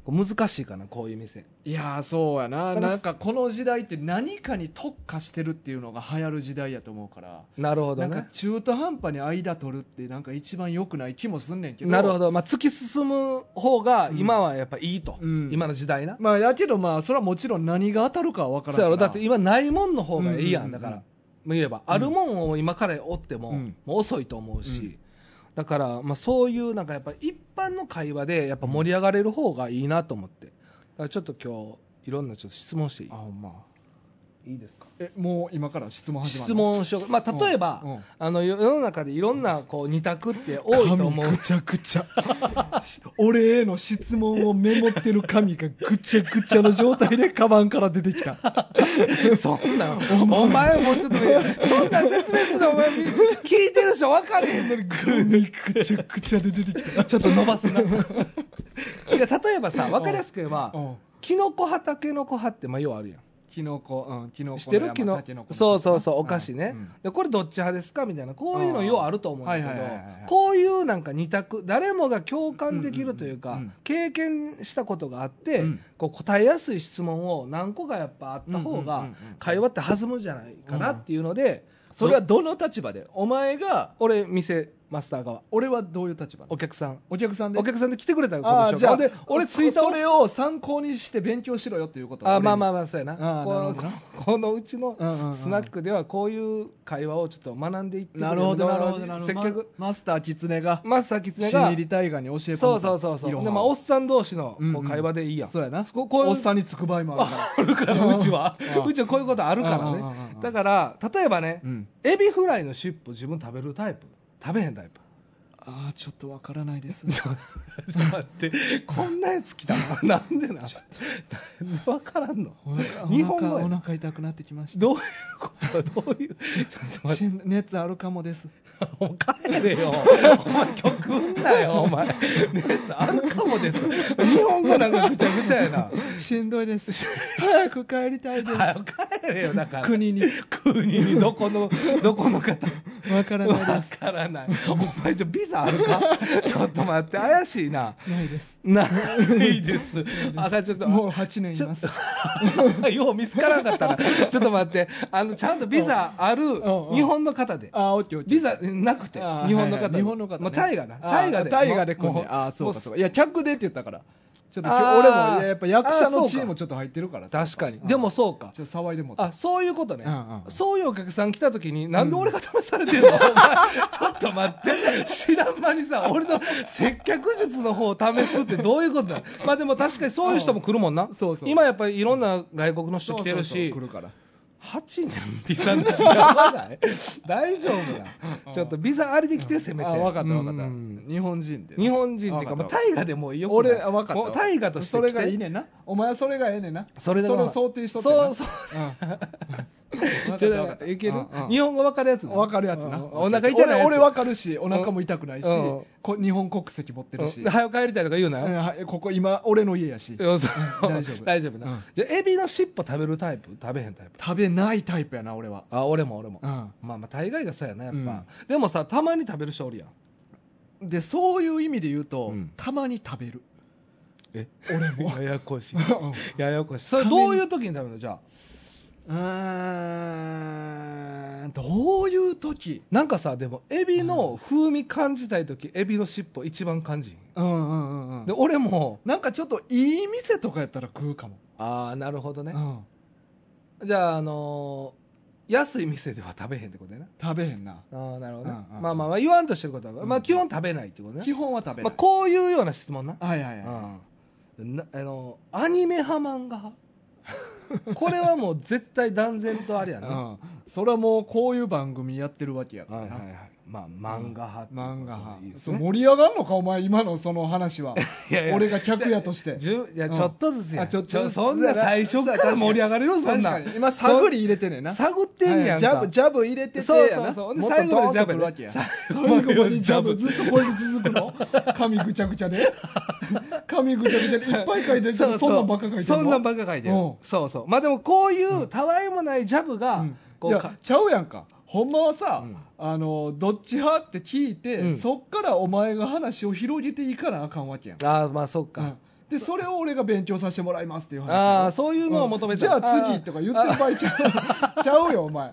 Speaker 2: こう難しいかなこういう店
Speaker 1: いやーそうやな
Speaker 2: だから
Speaker 1: なんかこの時代って何かに特化してるっていうのが流行る時代やと思うから
Speaker 2: なるほど
Speaker 1: なんか
Speaker 2: ね
Speaker 1: 中途半端に間取るってなんか一番良くない気もすんねんけど
Speaker 2: なるほど、まあ、突き進む方が今はやっぱいいと、
Speaker 1: うん
Speaker 2: 今の時代な、
Speaker 1: まあやけどまあそれはもちろん何が当たるかは分からんか
Speaker 2: そうや
Speaker 1: ら
Speaker 2: ろだって今ないもんの方がいいやん、
Speaker 1: うんうんうん
Speaker 2: だから言えば、あるもんを今から追っても,、
Speaker 1: うん
Speaker 2: もう遅いと思うし、
Speaker 1: うん
Speaker 2: だから、まあ、そういうなんかやっぱ一般の会話でやっぱ盛り上がれる方がいいなと思ってだからちょっと今日いろんなちょっと質問してい
Speaker 1: あほんま
Speaker 2: いいいですか
Speaker 1: えもう今から質問始まる
Speaker 2: 質問しようか、まあ、例えば、
Speaker 1: うんうん
Speaker 2: あの世の中でいろんなこう二択って多いと思う
Speaker 1: 神ぐちゃぐちゃし俺への質問をメモってる神がぐちゃぐちゃの状態でカバンから出てきた
Speaker 2: そんなん、お前もちょっとね、そんなん説明するの、お前、み聞いてる人分かれへんのに、
Speaker 1: 神ぐちゃぐちゃで出てきた
Speaker 2: ちょっと伸ばす な。いや、例えばさ、分かりやすく言えば
Speaker 1: う、ん
Speaker 2: キノコ派、タケノコ派って、まあ、要はあるやん。
Speaker 1: キノコうんキノコの山
Speaker 2: 知ってるキノ
Speaker 1: タケノコの
Speaker 2: そうそう
Speaker 1: 山
Speaker 2: そう、お菓子ね
Speaker 1: うん。
Speaker 2: で、これどっち派ですかみたいな、こういうの、
Speaker 1: うん
Speaker 2: ようあると思うんだけど
Speaker 1: はいはいはいはい、
Speaker 2: こういうなんか二択、誰もが共感できるという
Speaker 1: うん
Speaker 2: か
Speaker 1: うんうん、
Speaker 2: 経験したことがあって
Speaker 1: うん、
Speaker 2: こう答えやすい質問を何個かやっぱあった方
Speaker 1: うんう
Speaker 2: が
Speaker 1: んうんうん、
Speaker 2: 会話って弾むじゃないかなっていうので、
Speaker 1: それはどの立場でお前が
Speaker 2: 俺店マスター側
Speaker 1: 俺はどういう立場なの
Speaker 2: お客さん
Speaker 1: お客さんで
Speaker 2: お客さんで来てくれたこ
Speaker 1: あ
Speaker 2: と
Speaker 1: あ
Speaker 2: で
Speaker 1: じ
Speaker 2: し
Speaker 1: ゃ
Speaker 2: ょほ
Speaker 1: あ
Speaker 2: んで俺ツイッター
Speaker 1: そそれを参考にして勉強しろよっていうこと
Speaker 2: あまあまあ
Speaker 1: あ
Speaker 2: まあそうやな
Speaker 1: ああなるほ
Speaker 2: こ
Speaker 1: ど
Speaker 2: の
Speaker 1: な
Speaker 2: このうちの
Speaker 1: うんうんうん
Speaker 2: スナックではこういう会話をちょっと学んでいってくれ
Speaker 1: なるほどなるほどなるほど
Speaker 2: 接客
Speaker 1: ママスターキツネが
Speaker 2: マスターキツネ
Speaker 1: シ
Speaker 2: が
Speaker 1: ニリタイガーに教え込む
Speaker 2: そうそうそうそうでまあおっさん同士の
Speaker 1: うん
Speaker 2: こ
Speaker 1: う
Speaker 2: うん会話でいいやん
Speaker 1: そうやな
Speaker 2: ここういう
Speaker 1: おっさんにつく場合もあるから
Speaker 2: あ るからうちは
Speaker 1: うん
Speaker 2: うちはこういうことあるから
Speaker 1: うんうんうんう
Speaker 2: ね
Speaker 1: ん
Speaker 2: だから例えばね
Speaker 1: うん
Speaker 2: エビフライの尻尾自分食べるタイプ食べへ んタイプ
Speaker 1: ああちょっとわからない です
Speaker 2: ちょっと待ってこんなやつ来た ななんでななんで分からんの
Speaker 1: お腹
Speaker 2: 日本語
Speaker 1: お
Speaker 2: や
Speaker 1: 腹お腹痛くなってきまし
Speaker 2: どういうことどういう。ちょっと
Speaker 1: た
Speaker 2: 待って
Speaker 1: し熱あるかも です
Speaker 2: お前帰れよ。お前曲んなよ、お前。熱あるかもです。日本語なんかぐちゃぐちゃやな。
Speaker 1: しんどいです 早く帰りたいです
Speaker 2: 早く帰れよ、だから。
Speaker 1: 国に
Speaker 2: 国にどこの、どこの方。
Speaker 1: わからない
Speaker 2: わ
Speaker 1: です
Speaker 2: からない。お前ちょ、ビザあるかちょっと待って、怪しいな。
Speaker 1: ないです
Speaker 2: ないです。赤ちょっと。
Speaker 1: もう8年います
Speaker 2: あよう見つからなかったな。ちょっと待って、あの、ちゃんとビザある
Speaker 1: んうん
Speaker 2: 日本の方で。
Speaker 1: ああオッケーオッケー
Speaker 2: ビザなくて、日
Speaker 1: あー
Speaker 2: 本の
Speaker 1: はいは
Speaker 2: 方
Speaker 1: い
Speaker 2: で。
Speaker 1: 日本の方ね
Speaker 2: もうタイガだ。
Speaker 1: あー
Speaker 2: タイガで。
Speaker 1: タイガで組ん
Speaker 2: も
Speaker 1: で。ああ、そうか、そうか。いや、客でって言ったから。ちょっと今日
Speaker 2: あー
Speaker 1: 俺も、いややっぱ役者
Speaker 2: あーそう
Speaker 1: の
Speaker 2: か
Speaker 1: チームちょっと入ってるから。
Speaker 2: 確かに。
Speaker 1: うん
Speaker 2: でも、そうか
Speaker 1: ち。ょっと騒いでもうた。
Speaker 2: あ、そういうことね
Speaker 1: うんうんう。ん
Speaker 2: そういうお客さん来た時に、なんで俺が試されてんの お前ちょっと待って。知らん間にさ、俺の接客術の方を試すってどういうことだまあでも確かにそういう人も来るもんな。
Speaker 1: そうそう
Speaker 2: 今やっぱりいろんな外国の人
Speaker 1: そう
Speaker 2: 来てるし
Speaker 1: そうそう来。るから。
Speaker 2: 8年ビザなしやばない 大丈夫だちょっとビザありで来てせめて
Speaker 1: あ、分かった分かっ
Speaker 2: うん
Speaker 1: た。日本人で。
Speaker 2: 日本人っていうか
Speaker 1: わ
Speaker 2: もう
Speaker 1: かった
Speaker 2: 大河でもうよくない
Speaker 1: 俺、あ分か
Speaker 2: も
Speaker 1: っ
Speaker 2: う
Speaker 1: た。
Speaker 2: 大河として
Speaker 1: そ
Speaker 2: 来て
Speaker 1: れがいいねんな。お前はそれがええねんな。
Speaker 2: それだ
Speaker 1: そ
Speaker 2: な
Speaker 1: れを想定しとってな。
Speaker 2: そうそう
Speaker 1: うん。分
Speaker 2: ちょっ
Speaker 1: か
Speaker 2: と
Speaker 1: っ
Speaker 2: 待ったていける
Speaker 1: うんうん
Speaker 2: 日本語分かるやつな
Speaker 1: 分かるやつな。
Speaker 2: うんお腹痛いやつ
Speaker 1: 俺俺分かるし、お腹も痛くないし
Speaker 2: うんうん、
Speaker 1: こ日本国籍持ってるし。
Speaker 2: うん早く帰りたいとか言うな
Speaker 1: うん
Speaker 2: よ
Speaker 1: はいここ今、俺の家やし。
Speaker 2: うんそう
Speaker 1: 大丈夫
Speaker 2: 大丈夫
Speaker 1: う
Speaker 2: なんじゃあエビの尻尾食べるタイプ食べへんタイプ
Speaker 1: 食べないタイプやな、俺は。
Speaker 2: あ俺も俺も
Speaker 1: うん。
Speaker 2: まあまあ大概がそうやなやっぱでもさたまに食べる人おるやん
Speaker 1: でそういう意味で言うと、
Speaker 2: うん
Speaker 1: たまに食べる
Speaker 2: え
Speaker 1: 俺も
Speaker 2: ややこしい
Speaker 1: うん
Speaker 2: ややこしいそれどういう時に食べるのじゃあ
Speaker 1: うーんどういう時
Speaker 2: なんかさでもエビの風味感じたい時、エビの尻尾一番感じひ
Speaker 1: う
Speaker 2: ん
Speaker 1: んうんうんうん
Speaker 2: で俺も
Speaker 1: なんかちょっといい店とかやったら食うかも、
Speaker 2: ああなるほどね
Speaker 1: うん、
Speaker 2: じゃああのー安い店では食べへんってことやな
Speaker 1: 食べへんな
Speaker 2: ああなるほどね、
Speaker 1: うんうん
Speaker 2: まあまあまあ言わんとしてることは、
Speaker 1: ん
Speaker 2: まあ基本食べないってことね
Speaker 1: 基本は食べな
Speaker 2: まあ
Speaker 1: い、
Speaker 2: こういうような質問な、
Speaker 1: はいはいうはい、
Speaker 2: んなあのアニメ派漫画 派これはもう絶対断然とあれやね、
Speaker 1: うん、それはもうこういう番組やってるわけやから
Speaker 2: はいはい
Speaker 1: な、
Speaker 2: はいまあ漫画派っていうこと
Speaker 1: 漫画派
Speaker 2: でいいです
Speaker 1: そう
Speaker 2: ね
Speaker 1: 盛り上がんのかお前今のその話は
Speaker 2: いやいや
Speaker 1: 俺が客やとして
Speaker 2: じゅいや
Speaker 1: うん
Speaker 2: ちょっとずつや、
Speaker 1: あちょっとずつ
Speaker 2: そんな最初から盛り上がれるそん
Speaker 1: 確
Speaker 2: な
Speaker 1: かに今探り入れてんねんな
Speaker 2: 探ってんねやんか、
Speaker 1: はいジャブジャブ入れてて
Speaker 2: そう
Speaker 1: や
Speaker 2: そう
Speaker 1: な
Speaker 2: そ
Speaker 1: も
Speaker 2: うで
Speaker 1: っ
Speaker 2: 最
Speaker 1: とド
Speaker 2: 後
Speaker 1: ー
Speaker 2: まで
Speaker 1: ン
Speaker 2: ジ
Speaker 1: と
Speaker 2: ャブ
Speaker 1: く
Speaker 2: や
Speaker 1: るわけや
Speaker 2: 最
Speaker 1: 最後までジャブ
Speaker 2: ジ
Speaker 1: ずっとこれで続くの髪ぐちゃぐちゃで髪ぐちゃぐちゃでいっぱい書いてるけどそんなんばっか書いてる
Speaker 2: そんなん
Speaker 1: ばっ
Speaker 2: ばっか書いてる
Speaker 1: うん
Speaker 2: そうそうまあでもこういうたわいもないジャブが、こ
Speaker 1: いう
Speaker 2: か
Speaker 1: やちゃうやんかほんまはさ、
Speaker 2: うん
Speaker 1: あのどっち派って聞いて、
Speaker 2: うん
Speaker 1: そっからお前が話を広げていかなあかんわけやん、
Speaker 2: ああまあそっか、
Speaker 1: うんでそれを俺が勉強させてもらいますっていう話
Speaker 2: ああそういうのを求めて
Speaker 1: じゃあ次とか言ってる場合ちゃうちゃうよお前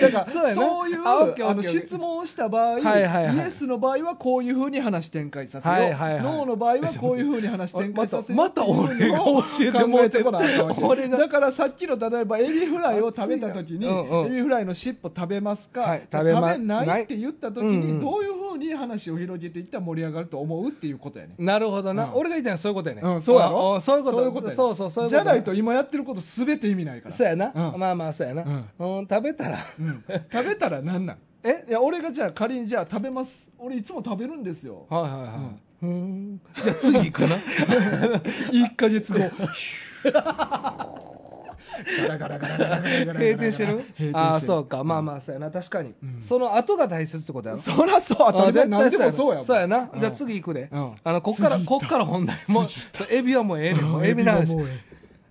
Speaker 1: だから
Speaker 2: そうやな
Speaker 1: そういう
Speaker 2: あオッケー
Speaker 1: あの
Speaker 2: オッケーオッケー
Speaker 1: 質問をした場合、
Speaker 2: はいはいはい
Speaker 1: イエスの場合はこういうふうに話展開させよう、
Speaker 2: はいはいはい
Speaker 1: ノーの場合はこういうふうに話展開させよう
Speaker 2: またまた俺が教えても
Speaker 1: う
Speaker 2: うてる俺が
Speaker 1: だからさっきの例えばエビフライを食べた時に、
Speaker 2: うんうん
Speaker 1: エビフライの尻尾食べますか、
Speaker 2: はい食べま
Speaker 1: 食べないって言った時に、
Speaker 2: ないうんうん
Speaker 1: どういうふうに話を広げていったら盛り上がると思うっていうことやね
Speaker 2: なるほどな、
Speaker 1: うん
Speaker 2: 俺が言いたいのはそういうことやね、
Speaker 1: うん、そうや
Speaker 2: あ
Speaker 1: ろ
Speaker 2: あそういうこと
Speaker 1: そういうことや
Speaker 2: そうそうそういうこと
Speaker 1: じゃないと今やってることすべて意味ないから。
Speaker 2: そうやな、
Speaker 1: うん
Speaker 2: まあまあそうやな、うん食べたら
Speaker 1: うん食べたらなんなん
Speaker 2: え
Speaker 1: いや、俺がじゃあ仮にじゃあ食べます。俺いつも食べるんですよ。
Speaker 2: はいはいはい、うん、じゃあ次行くな一ヶ月後
Speaker 1: ガラガラガラガラガラガラガラ
Speaker 2: 閉店してる
Speaker 1: 閉店してる。
Speaker 2: ああそうかまあまあそうやな確かに、
Speaker 1: ん
Speaker 2: その後が大切ってことやろ
Speaker 1: そらそう。当たり前何でもそうやもん
Speaker 2: そうやな、
Speaker 1: ん
Speaker 2: じゃあ次行くで、
Speaker 1: うん
Speaker 2: あのこっからこっから本題もうエビはもうええねんもうエビの話
Speaker 1: もうえ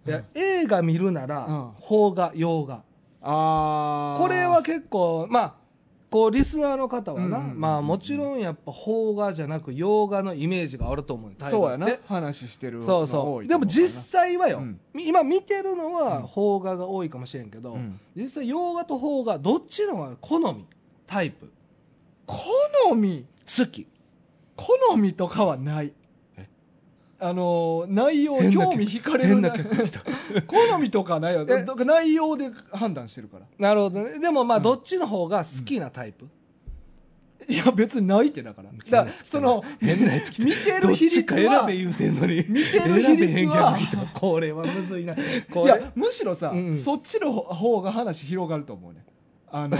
Speaker 2: いや映画見るなら、
Speaker 1: うん
Speaker 2: 邦画洋画
Speaker 1: えあー
Speaker 2: これは、結構まあこうリスナーの方はな、
Speaker 1: うんうんうん
Speaker 2: まあもちろんやっぱ邦画じゃなく洋画のイメージがあると思う
Speaker 1: そうやな
Speaker 2: タイガーって。
Speaker 1: 話してる。
Speaker 2: そうそうでも実、際はよ、
Speaker 1: うん
Speaker 2: み今見てるのは邦画が多いかもしれんけど、
Speaker 1: うん
Speaker 2: 実際洋画と邦画どっちの方が好みタイプ
Speaker 1: 好み、
Speaker 2: 好き
Speaker 1: 好みとかはない。あのー、内容、
Speaker 2: 変な
Speaker 1: 興
Speaker 2: 曲
Speaker 1: 味惹かれる
Speaker 2: 変
Speaker 1: な
Speaker 2: な曲来た
Speaker 1: 好みとかないよ。
Speaker 2: え
Speaker 1: だから内容で判断してるから。
Speaker 2: なるほどねでもまあどっちの方が好きなタイプ、
Speaker 1: いや、別にないってだから。だから、その、
Speaker 2: 変なやつ来た
Speaker 1: 見てる比率
Speaker 2: どっちか選
Speaker 1: は、
Speaker 2: べ
Speaker 1: い
Speaker 2: 言うてんのに
Speaker 1: 見てる比率は
Speaker 2: 選べへん客来た これはむずいなこれ
Speaker 1: や、むしろさ、
Speaker 2: うん
Speaker 1: そっちの方が話広がると思うね。あ の、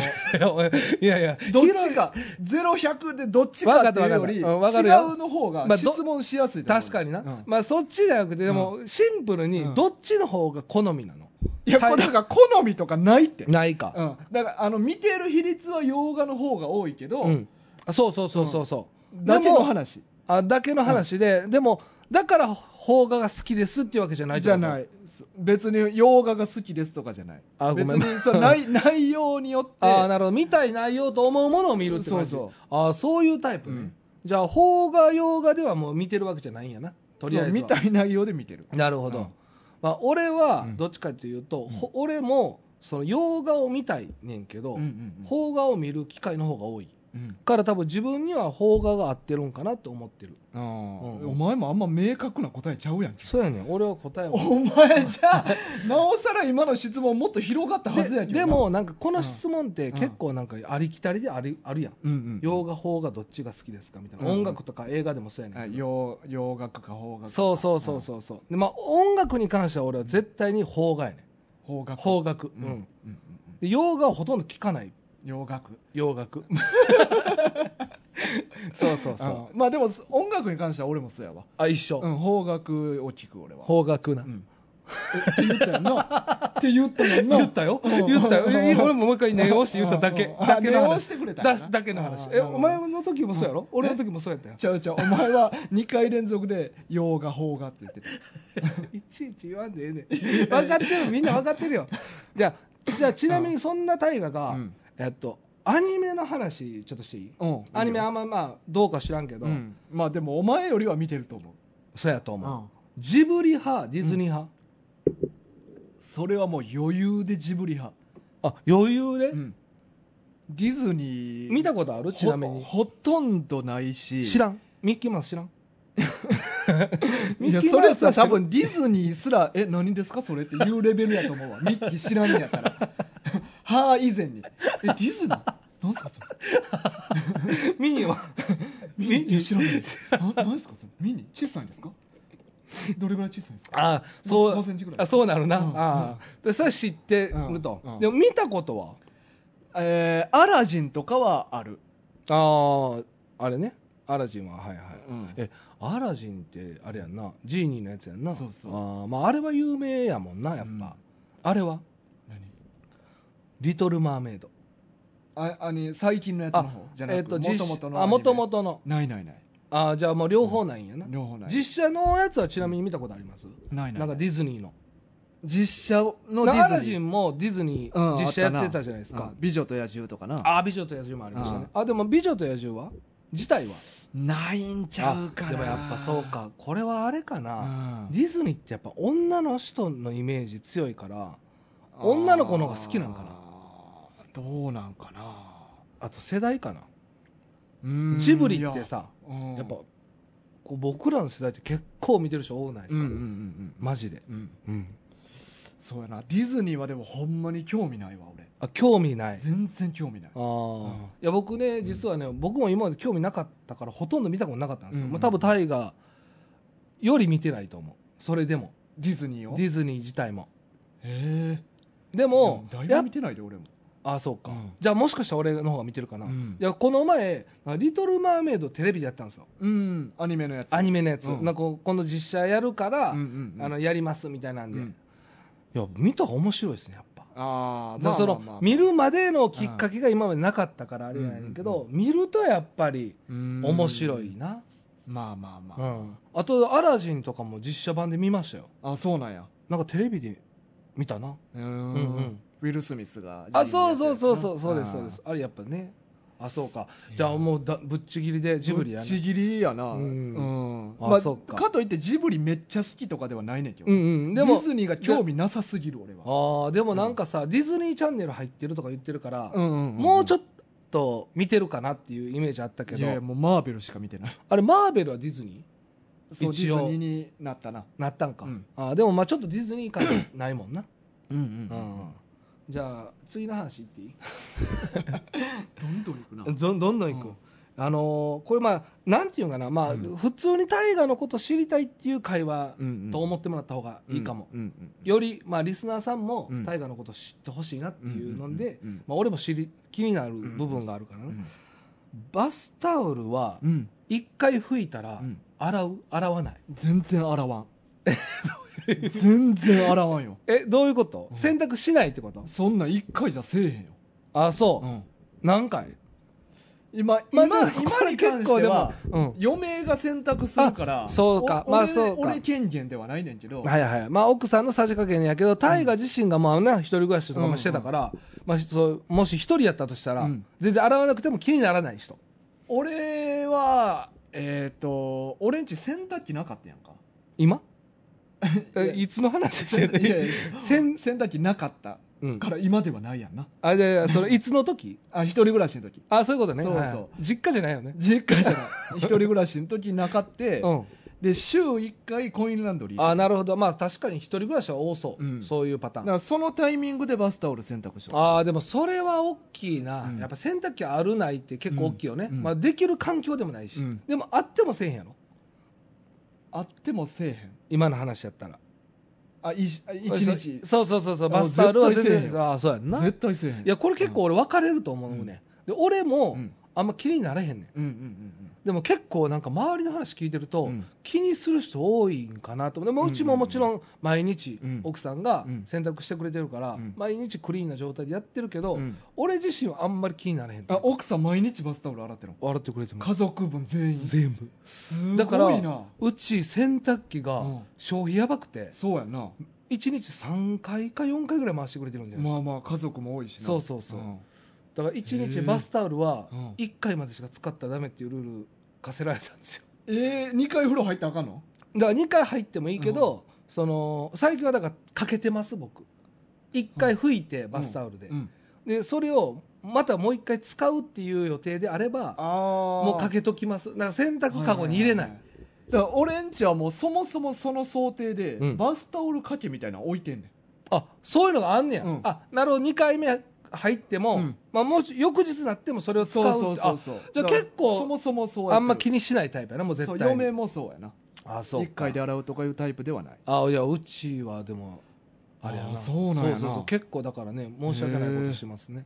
Speaker 2: いやいや
Speaker 1: どっちか、0、100でどっちかっていうより、違う
Speaker 2: わかったわかったうんわかるよ
Speaker 1: の方
Speaker 2: ま
Speaker 1: が
Speaker 2: あ
Speaker 1: 質
Speaker 2: ど
Speaker 1: 問しやすいと思う
Speaker 2: 確かにな、
Speaker 1: うん
Speaker 2: まあそっちじゃなくてでもシンプル
Speaker 1: う
Speaker 2: に
Speaker 1: ん
Speaker 2: どっちの方が好みなの、
Speaker 1: いや、これだから好みとかないって。うん。
Speaker 2: ないか、
Speaker 1: だから、あの、見てる比率は洋画の方が多いけど、
Speaker 2: うんあそうそうそうそうそう、
Speaker 1: だけの
Speaker 2: でも
Speaker 1: 話
Speaker 2: あだけの話で、でもだから邦画が好きですっていうわけじゃない
Speaker 1: じゃないい。別に洋画が好きですとかじゃない。
Speaker 2: あごめん
Speaker 1: 別に、そう、 内内容によって、
Speaker 2: ああなるほど見たい内容と思うものを見るって感じ
Speaker 1: そう
Speaker 2: ああそういうタイプね、
Speaker 1: うん
Speaker 2: じゃあ邦画洋画ではもう見てるわけじゃないんやなとりあえず
Speaker 1: そう
Speaker 2: は
Speaker 1: 見たい内容で見てる。
Speaker 2: なるほど、
Speaker 1: うん
Speaker 2: まあ、俺は
Speaker 1: うん
Speaker 2: どっちかというと、ほ俺もその洋画を見たいねんけど、
Speaker 1: うんうん
Speaker 2: 邦画を見る機会の方が多い
Speaker 1: うんうん
Speaker 2: から多分自分には邦画が合ってるんかなと思ってる
Speaker 1: あー
Speaker 2: うんうん
Speaker 1: お前もあんま明確な答えちゃうやんけ
Speaker 2: そうやねん俺は答えを
Speaker 1: お前じ ゃあなおさら今の質問もっと広がったはずや
Speaker 2: で
Speaker 1: けどな
Speaker 2: でもなんかこの質問って結構なんかありきたりでありあるやん
Speaker 1: うんうん
Speaker 2: 洋画邦画どっちが好きですかみたいな、
Speaker 1: うん
Speaker 2: 音楽とか映画でもそうやね
Speaker 1: あ
Speaker 2: んけど、
Speaker 1: 洋洋楽か邦楽か
Speaker 2: そうそうそうそうそうでまあ音楽に関しては俺は絶対に邦画やね
Speaker 1: うん邦
Speaker 2: ん
Speaker 1: 楽
Speaker 2: 邦楽うん、
Speaker 1: うんうんうん
Speaker 2: で洋画はほとんど聞かない
Speaker 1: 洋楽
Speaker 2: 洋 楽そうそうそう
Speaker 1: うんまあでも音楽に関しては俺もそうやわ
Speaker 2: あ一緒、
Speaker 1: うん邦楽を聞く俺は
Speaker 2: 邦楽な、
Speaker 1: うんえって言ったやんなって言ったやんな
Speaker 2: 言ったよ
Speaker 1: うん
Speaker 2: 言ったよ
Speaker 1: うん
Speaker 2: え俺ももう一回念押して言っただ
Speaker 1: うん
Speaker 2: け
Speaker 1: うん
Speaker 2: だ
Speaker 1: 念
Speaker 2: けの
Speaker 1: 押
Speaker 2: 話
Speaker 1: してくれたんや
Speaker 2: だ
Speaker 1: な
Speaker 2: だけの話
Speaker 1: うん
Speaker 2: え
Speaker 1: なるほど
Speaker 2: お前の時もそうやろ俺の時もそうやったよ
Speaker 1: ちゃうちゃうお前は2回連続で洋画邦画って言ってた
Speaker 2: いちいち言わんでええねん分かってるみんな分かってる よじゃあじゃあちなみにそんな大河が、
Speaker 1: うん
Speaker 2: えっとアニメの話ちょっとしていい
Speaker 1: うん
Speaker 2: アニメ
Speaker 1: いい
Speaker 2: あ
Speaker 1: よ
Speaker 2: んままあどうか知らんけど、
Speaker 1: うんまあでもお前よりは見てると思う
Speaker 2: そうやと思う、ジブリ派ディズニー派、
Speaker 1: それはもう余裕でジブリ派、
Speaker 2: あ余裕で、
Speaker 1: ディズニー
Speaker 2: 見た
Speaker 1: こ
Speaker 2: ことあるちなみに
Speaker 1: ほほとんどないし
Speaker 2: 知らんミッキーマウス知 らん
Speaker 1: いやそれさ多
Speaker 2: 知
Speaker 1: 分ディズニーすらえ何ですかそれっていうレベルやと思うわミッキー知らんねやから はあ以前にえディズニー何すかそれ
Speaker 2: らんミニは
Speaker 1: ミニ知らないです何ですかそれミニ小さいんですか
Speaker 3: どれぐらい小さいんですか
Speaker 2: あそう
Speaker 3: 5センチぐらい
Speaker 2: あそうなるな、
Speaker 3: うん
Speaker 2: あでそれは知ってると、
Speaker 3: うんうん
Speaker 2: でも見たことは
Speaker 1: えー、アラジンとかはある。
Speaker 2: あああれねアラジンははいはい、
Speaker 1: うん
Speaker 2: えアラジンってあれやんなジーニーのやつやんな
Speaker 1: そうそう
Speaker 2: あー、まあ、あれは有名やもんなやっぱ、
Speaker 1: うん
Speaker 2: あれは
Speaker 1: 何
Speaker 2: 「リトル・マーメイド
Speaker 1: あ、あの、最近のやつの方じゃなく
Speaker 2: えっと
Speaker 1: 元
Speaker 2: 実
Speaker 1: 々の
Speaker 2: あ
Speaker 1: アニメ
Speaker 2: 元々の
Speaker 1: ないないない。
Speaker 2: あーじゃあもう両方ないんやな、
Speaker 1: 両方ない。
Speaker 2: 実写のやつはちなみに見たことあります、
Speaker 1: ないない
Speaker 2: なんかディズニーの
Speaker 1: 実写のデ
Speaker 2: なア
Speaker 1: ィ
Speaker 2: ラ
Speaker 1: ズ
Speaker 2: ジ
Speaker 1: ニー。
Speaker 2: ンもディズニ
Speaker 1: うん
Speaker 2: ー実写やってたじゃないです
Speaker 1: あった
Speaker 2: か
Speaker 1: なうん美女と野獣とかな。
Speaker 2: ああ美女と野獣もありましたねあでも美女と野獣は自体は
Speaker 1: ないんちゃうかな。
Speaker 2: あでもやっぱそう。かこれはあれか
Speaker 1: う
Speaker 2: な、
Speaker 1: ん。
Speaker 2: ディズニーってやっぱ女の人のイメージ強いから女の子の方が好きなんかな
Speaker 1: あーどうなんかな
Speaker 2: あと世代かな、
Speaker 1: うーん
Speaker 2: ジブリってさ
Speaker 1: いや,うん、
Speaker 2: やっぱこう僕らの世代って結構見てる人多ないで
Speaker 1: うん
Speaker 2: す
Speaker 1: うん
Speaker 2: か、
Speaker 1: うんうん、
Speaker 2: マジで、
Speaker 1: うん、
Speaker 2: うん
Speaker 1: そうやなディズニーはでもほんまに興味ないわ俺
Speaker 2: あ興味ない
Speaker 1: 全然興味ない
Speaker 2: あ
Speaker 1: うん
Speaker 2: ーいや僕ね実はね、僕も今まで興味なかったからほとんど見たことなかったんですよ、
Speaker 1: うん
Speaker 2: まあ、多分タイガーより見てないと思うそれでも
Speaker 1: ディズニーを
Speaker 2: デ
Speaker 1: へ
Speaker 2: ィズニー自体も
Speaker 1: え
Speaker 2: でも
Speaker 1: だい
Speaker 2: や
Speaker 1: ぶ
Speaker 2: っ
Speaker 1: 見てないで俺も
Speaker 2: あそうか、
Speaker 1: うん
Speaker 2: じゃあもしかしたら俺の方が見てるかな、
Speaker 1: うん
Speaker 2: いやこの前「リトル・マーメイド」テレビでやったんですよ
Speaker 1: うんアニメのやつ
Speaker 2: アニメのやつ、
Speaker 1: うん
Speaker 2: なんかこの実写やるから、
Speaker 1: うんうんうん
Speaker 2: あのやりますみたいなんで、
Speaker 1: うん
Speaker 2: いや見たら面白いですねやっぱ
Speaker 1: あー
Speaker 2: その見るまでのきっかけが今までなかったからあれやねんけど、見るとやっぱり面
Speaker 1: 面
Speaker 2: 白いな、
Speaker 1: まあまあま
Speaker 2: う
Speaker 1: あ、
Speaker 2: んあと「アラジン」とかも実写版で見ましたよ
Speaker 1: あそうなんや
Speaker 2: なんかテレビで見たな
Speaker 1: うーん
Speaker 2: うんうん
Speaker 1: ウィル・スミスが
Speaker 2: あそうそうそうそうそうです
Speaker 1: あー
Speaker 2: そうですあれやっぱねあそうかじゃあもうだぶっちぎりでジブリや
Speaker 1: ぶっ
Speaker 2: ね
Speaker 1: ちぎりやな
Speaker 2: う
Speaker 1: うんん、
Speaker 2: あそっか
Speaker 1: といってジブリめっちゃ好きとかではないねんけど、
Speaker 2: うんうんで
Speaker 1: デ
Speaker 2: も
Speaker 1: ィズニーが興味なさすぎる俺は
Speaker 2: ああでもなんかさ、ディズニーチャンネル入ってるとか言ってるから、
Speaker 1: うんうんん
Speaker 2: もうちょっと見てるかなっていうイメージあったけ
Speaker 1: い
Speaker 2: ど
Speaker 1: やいやもうマーベルしか見てない
Speaker 2: あれマーベルはディズニ
Speaker 1: そうデ
Speaker 2: 一
Speaker 1: ィ
Speaker 2: 応
Speaker 1: ズニーになったな
Speaker 2: ーなったんか、
Speaker 1: うん
Speaker 2: あーでもまあちょっとディズニー感ないもんな、
Speaker 1: うんう
Speaker 2: うんじゃあ次の話いっていい
Speaker 1: ど んどんいくな
Speaker 2: どんどんどん行く、
Speaker 1: うん
Speaker 2: あのーこれまあなんていうかな、まあ
Speaker 1: うん
Speaker 2: 普通に大河のこと知りたいっていう会話
Speaker 1: うんうん
Speaker 2: と思ってもらった方がいいかも、
Speaker 1: うんうん
Speaker 2: より、まあ、リスナーさんも
Speaker 1: うん
Speaker 2: 大河のこと知ってほしいなっていうので、
Speaker 1: うんうんうんうん
Speaker 2: まあ、俺も知り気になる部分があるからね、
Speaker 1: うん
Speaker 2: バスタオルは
Speaker 1: うん
Speaker 2: 一回拭いたら
Speaker 1: うん
Speaker 2: 洗う洗わない
Speaker 1: 全然洗 わん全然洗わんよ
Speaker 2: えどういうこと、
Speaker 1: うん
Speaker 2: 洗濯しないってこと
Speaker 1: そんなん一回じゃせえへんよ、
Speaker 2: あそう、
Speaker 1: うん、
Speaker 2: 何回
Speaker 1: 今
Speaker 2: ま
Speaker 1: 今,、
Speaker 2: あまあこ
Speaker 1: 今
Speaker 2: れ
Speaker 1: に関
Speaker 2: 結
Speaker 1: し
Speaker 2: 構
Speaker 1: て
Speaker 2: でも
Speaker 1: は、
Speaker 2: うん、
Speaker 1: 余命が選択するから
Speaker 2: あそうか
Speaker 1: お
Speaker 2: まあ
Speaker 1: 俺
Speaker 2: そうか
Speaker 1: 俺権限ではないねんけど、
Speaker 2: はいはいまあ奥さんのさじ加減やけど大河自身がまあね一人暮らしとかもしてたから、まあ、そうもし一人やったとしたら、
Speaker 1: うん
Speaker 2: 全然洗わなくても気にならない人
Speaker 1: 俺はえっ、と俺んち洗濯機なかったやん か
Speaker 2: 今
Speaker 1: いや
Speaker 2: えいつの話して
Speaker 1: いやい
Speaker 2: る
Speaker 1: や
Speaker 2: 洗
Speaker 1: 洗濯機なかった
Speaker 2: うん
Speaker 1: から今ではないやんな
Speaker 2: あいやいやそれいつの時
Speaker 1: あ一人暮らしの時
Speaker 2: あそういうことね
Speaker 1: そうそう
Speaker 2: はい実家じゃないよね
Speaker 1: 実家じゃない 一人暮らしの時なかって、
Speaker 2: うん
Speaker 1: で週1回コインランドリー
Speaker 2: あなるほどまあ確かに一人暮らしは多そう、
Speaker 1: うん
Speaker 2: そういうパタ
Speaker 1: だ
Speaker 2: ー
Speaker 1: か
Speaker 2: ン
Speaker 1: らそのタイミングでバスタオル洗濯しよ
Speaker 2: ああでもそれは大きいな、
Speaker 1: うん
Speaker 2: やっぱ洗濯機あるないって結構大きいよね、
Speaker 1: うんうん
Speaker 2: まあ、できる環境でもないし、
Speaker 1: うん
Speaker 2: でもあってもせえへんやろ
Speaker 1: あってもせえへん
Speaker 2: 今の話やったら
Speaker 1: あいしあ一日
Speaker 2: そうそうそうそう
Speaker 1: あ
Speaker 2: バスタオルは全
Speaker 1: 絶対せえへ
Speaker 2: 然
Speaker 1: ん
Speaker 2: ああそうやんない
Speaker 1: 絶対せえへん
Speaker 2: やこれ結構俺分かれると思うね、ん、で俺も
Speaker 1: うん
Speaker 2: あんま気になれへんねん
Speaker 1: うんうんうん
Speaker 2: でも結構なんか周りの話聞いてると、
Speaker 1: うん
Speaker 2: 気にする人多いんかなと思うでもうちももちろん毎日
Speaker 1: うん
Speaker 2: 奥さんが
Speaker 1: うん
Speaker 2: 洗濯してくれてるから、
Speaker 1: うん
Speaker 2: 毎日クリーンな状態でやってるけど、
Speaker 1: うん
Speaker 2: 俺自身はあんまり気になれへん
Speaker 1: あ奥さん毎日バスタオル洗ってるの
Speaker 2: 笑ってくれてます
Speaker 1: 家族分全員
Speaker 2: 全部
Speaker 1: す
Speaker 2: だか
Speaker 1: ごい
Speaker 2: ら
Speaker 1: な
Speaker 2: うち洗濯機が
Speaker 1: うん
Speaker 2: 消費やばくて
Speaker 1: そうやな
Speaker 2: 1日3回か4回ぐらい回してくれてるんじゃないですか、
Speaker 1: まあまあ家族も多いしな
Speaker 2: そうそうそうんだから1日バスタオルは
Speaker 1: うん
Speaker 2: 1回までしか使ったらダメっていうルール課せられたんですよ
Speaker 1: えー、2回風呂入ったらあかんの
Speaker 2: だから2回入ってもいいけど、その最近はだからかけてます僕1回拭いてバスタオルで、
Speaker 1: うん
Speaker 2: でそれをまたもう1回使うっていう予定であれば
Speaker 1: ああ
Speaker 2: もうかけときますだから洗濯かごに入れない,、
Speaker 1: だから俺んちはもうそもそもその想定で、
Speaker 2: うん
Speaker 1: バスタオルかけみたいなの置いてんね
Speaker 2: あそういうのがあんねや、
Speaker 1: うん
Speaker 2: あなるほど2回目入っても、
Speaker 1: うん
Speaker 2: まあ、もうちょ翌日になってもそれを
Speaker 1: ん
Speaker 2: 使う
Speaker 1: そうそうそう
Speaker 2: あ
Speaker 1: そう
Speaker 2: じゃあ
Speaker 1: だから
Speaker 2: 結構
Speaker 1: そもそもそうやってる
Speaker 2: あんま気にしないタイプやなもう絶
Speaker 1: そう
Speaker 2: 対に
Speaker 1: 嫁もそうやな
Speaker 2: あそう
Speaker 1: 一
Speaker 2: か
Speaker 1: 回で洗うとかいうタイプではない
Speaker 2: あいやうちはでもあれや
Speaker 1: あ
Speaker 2: な
Speaker 1: ーそうなんやな
Speaker 2: そうそうそう結構だからね申し訳ないことしますね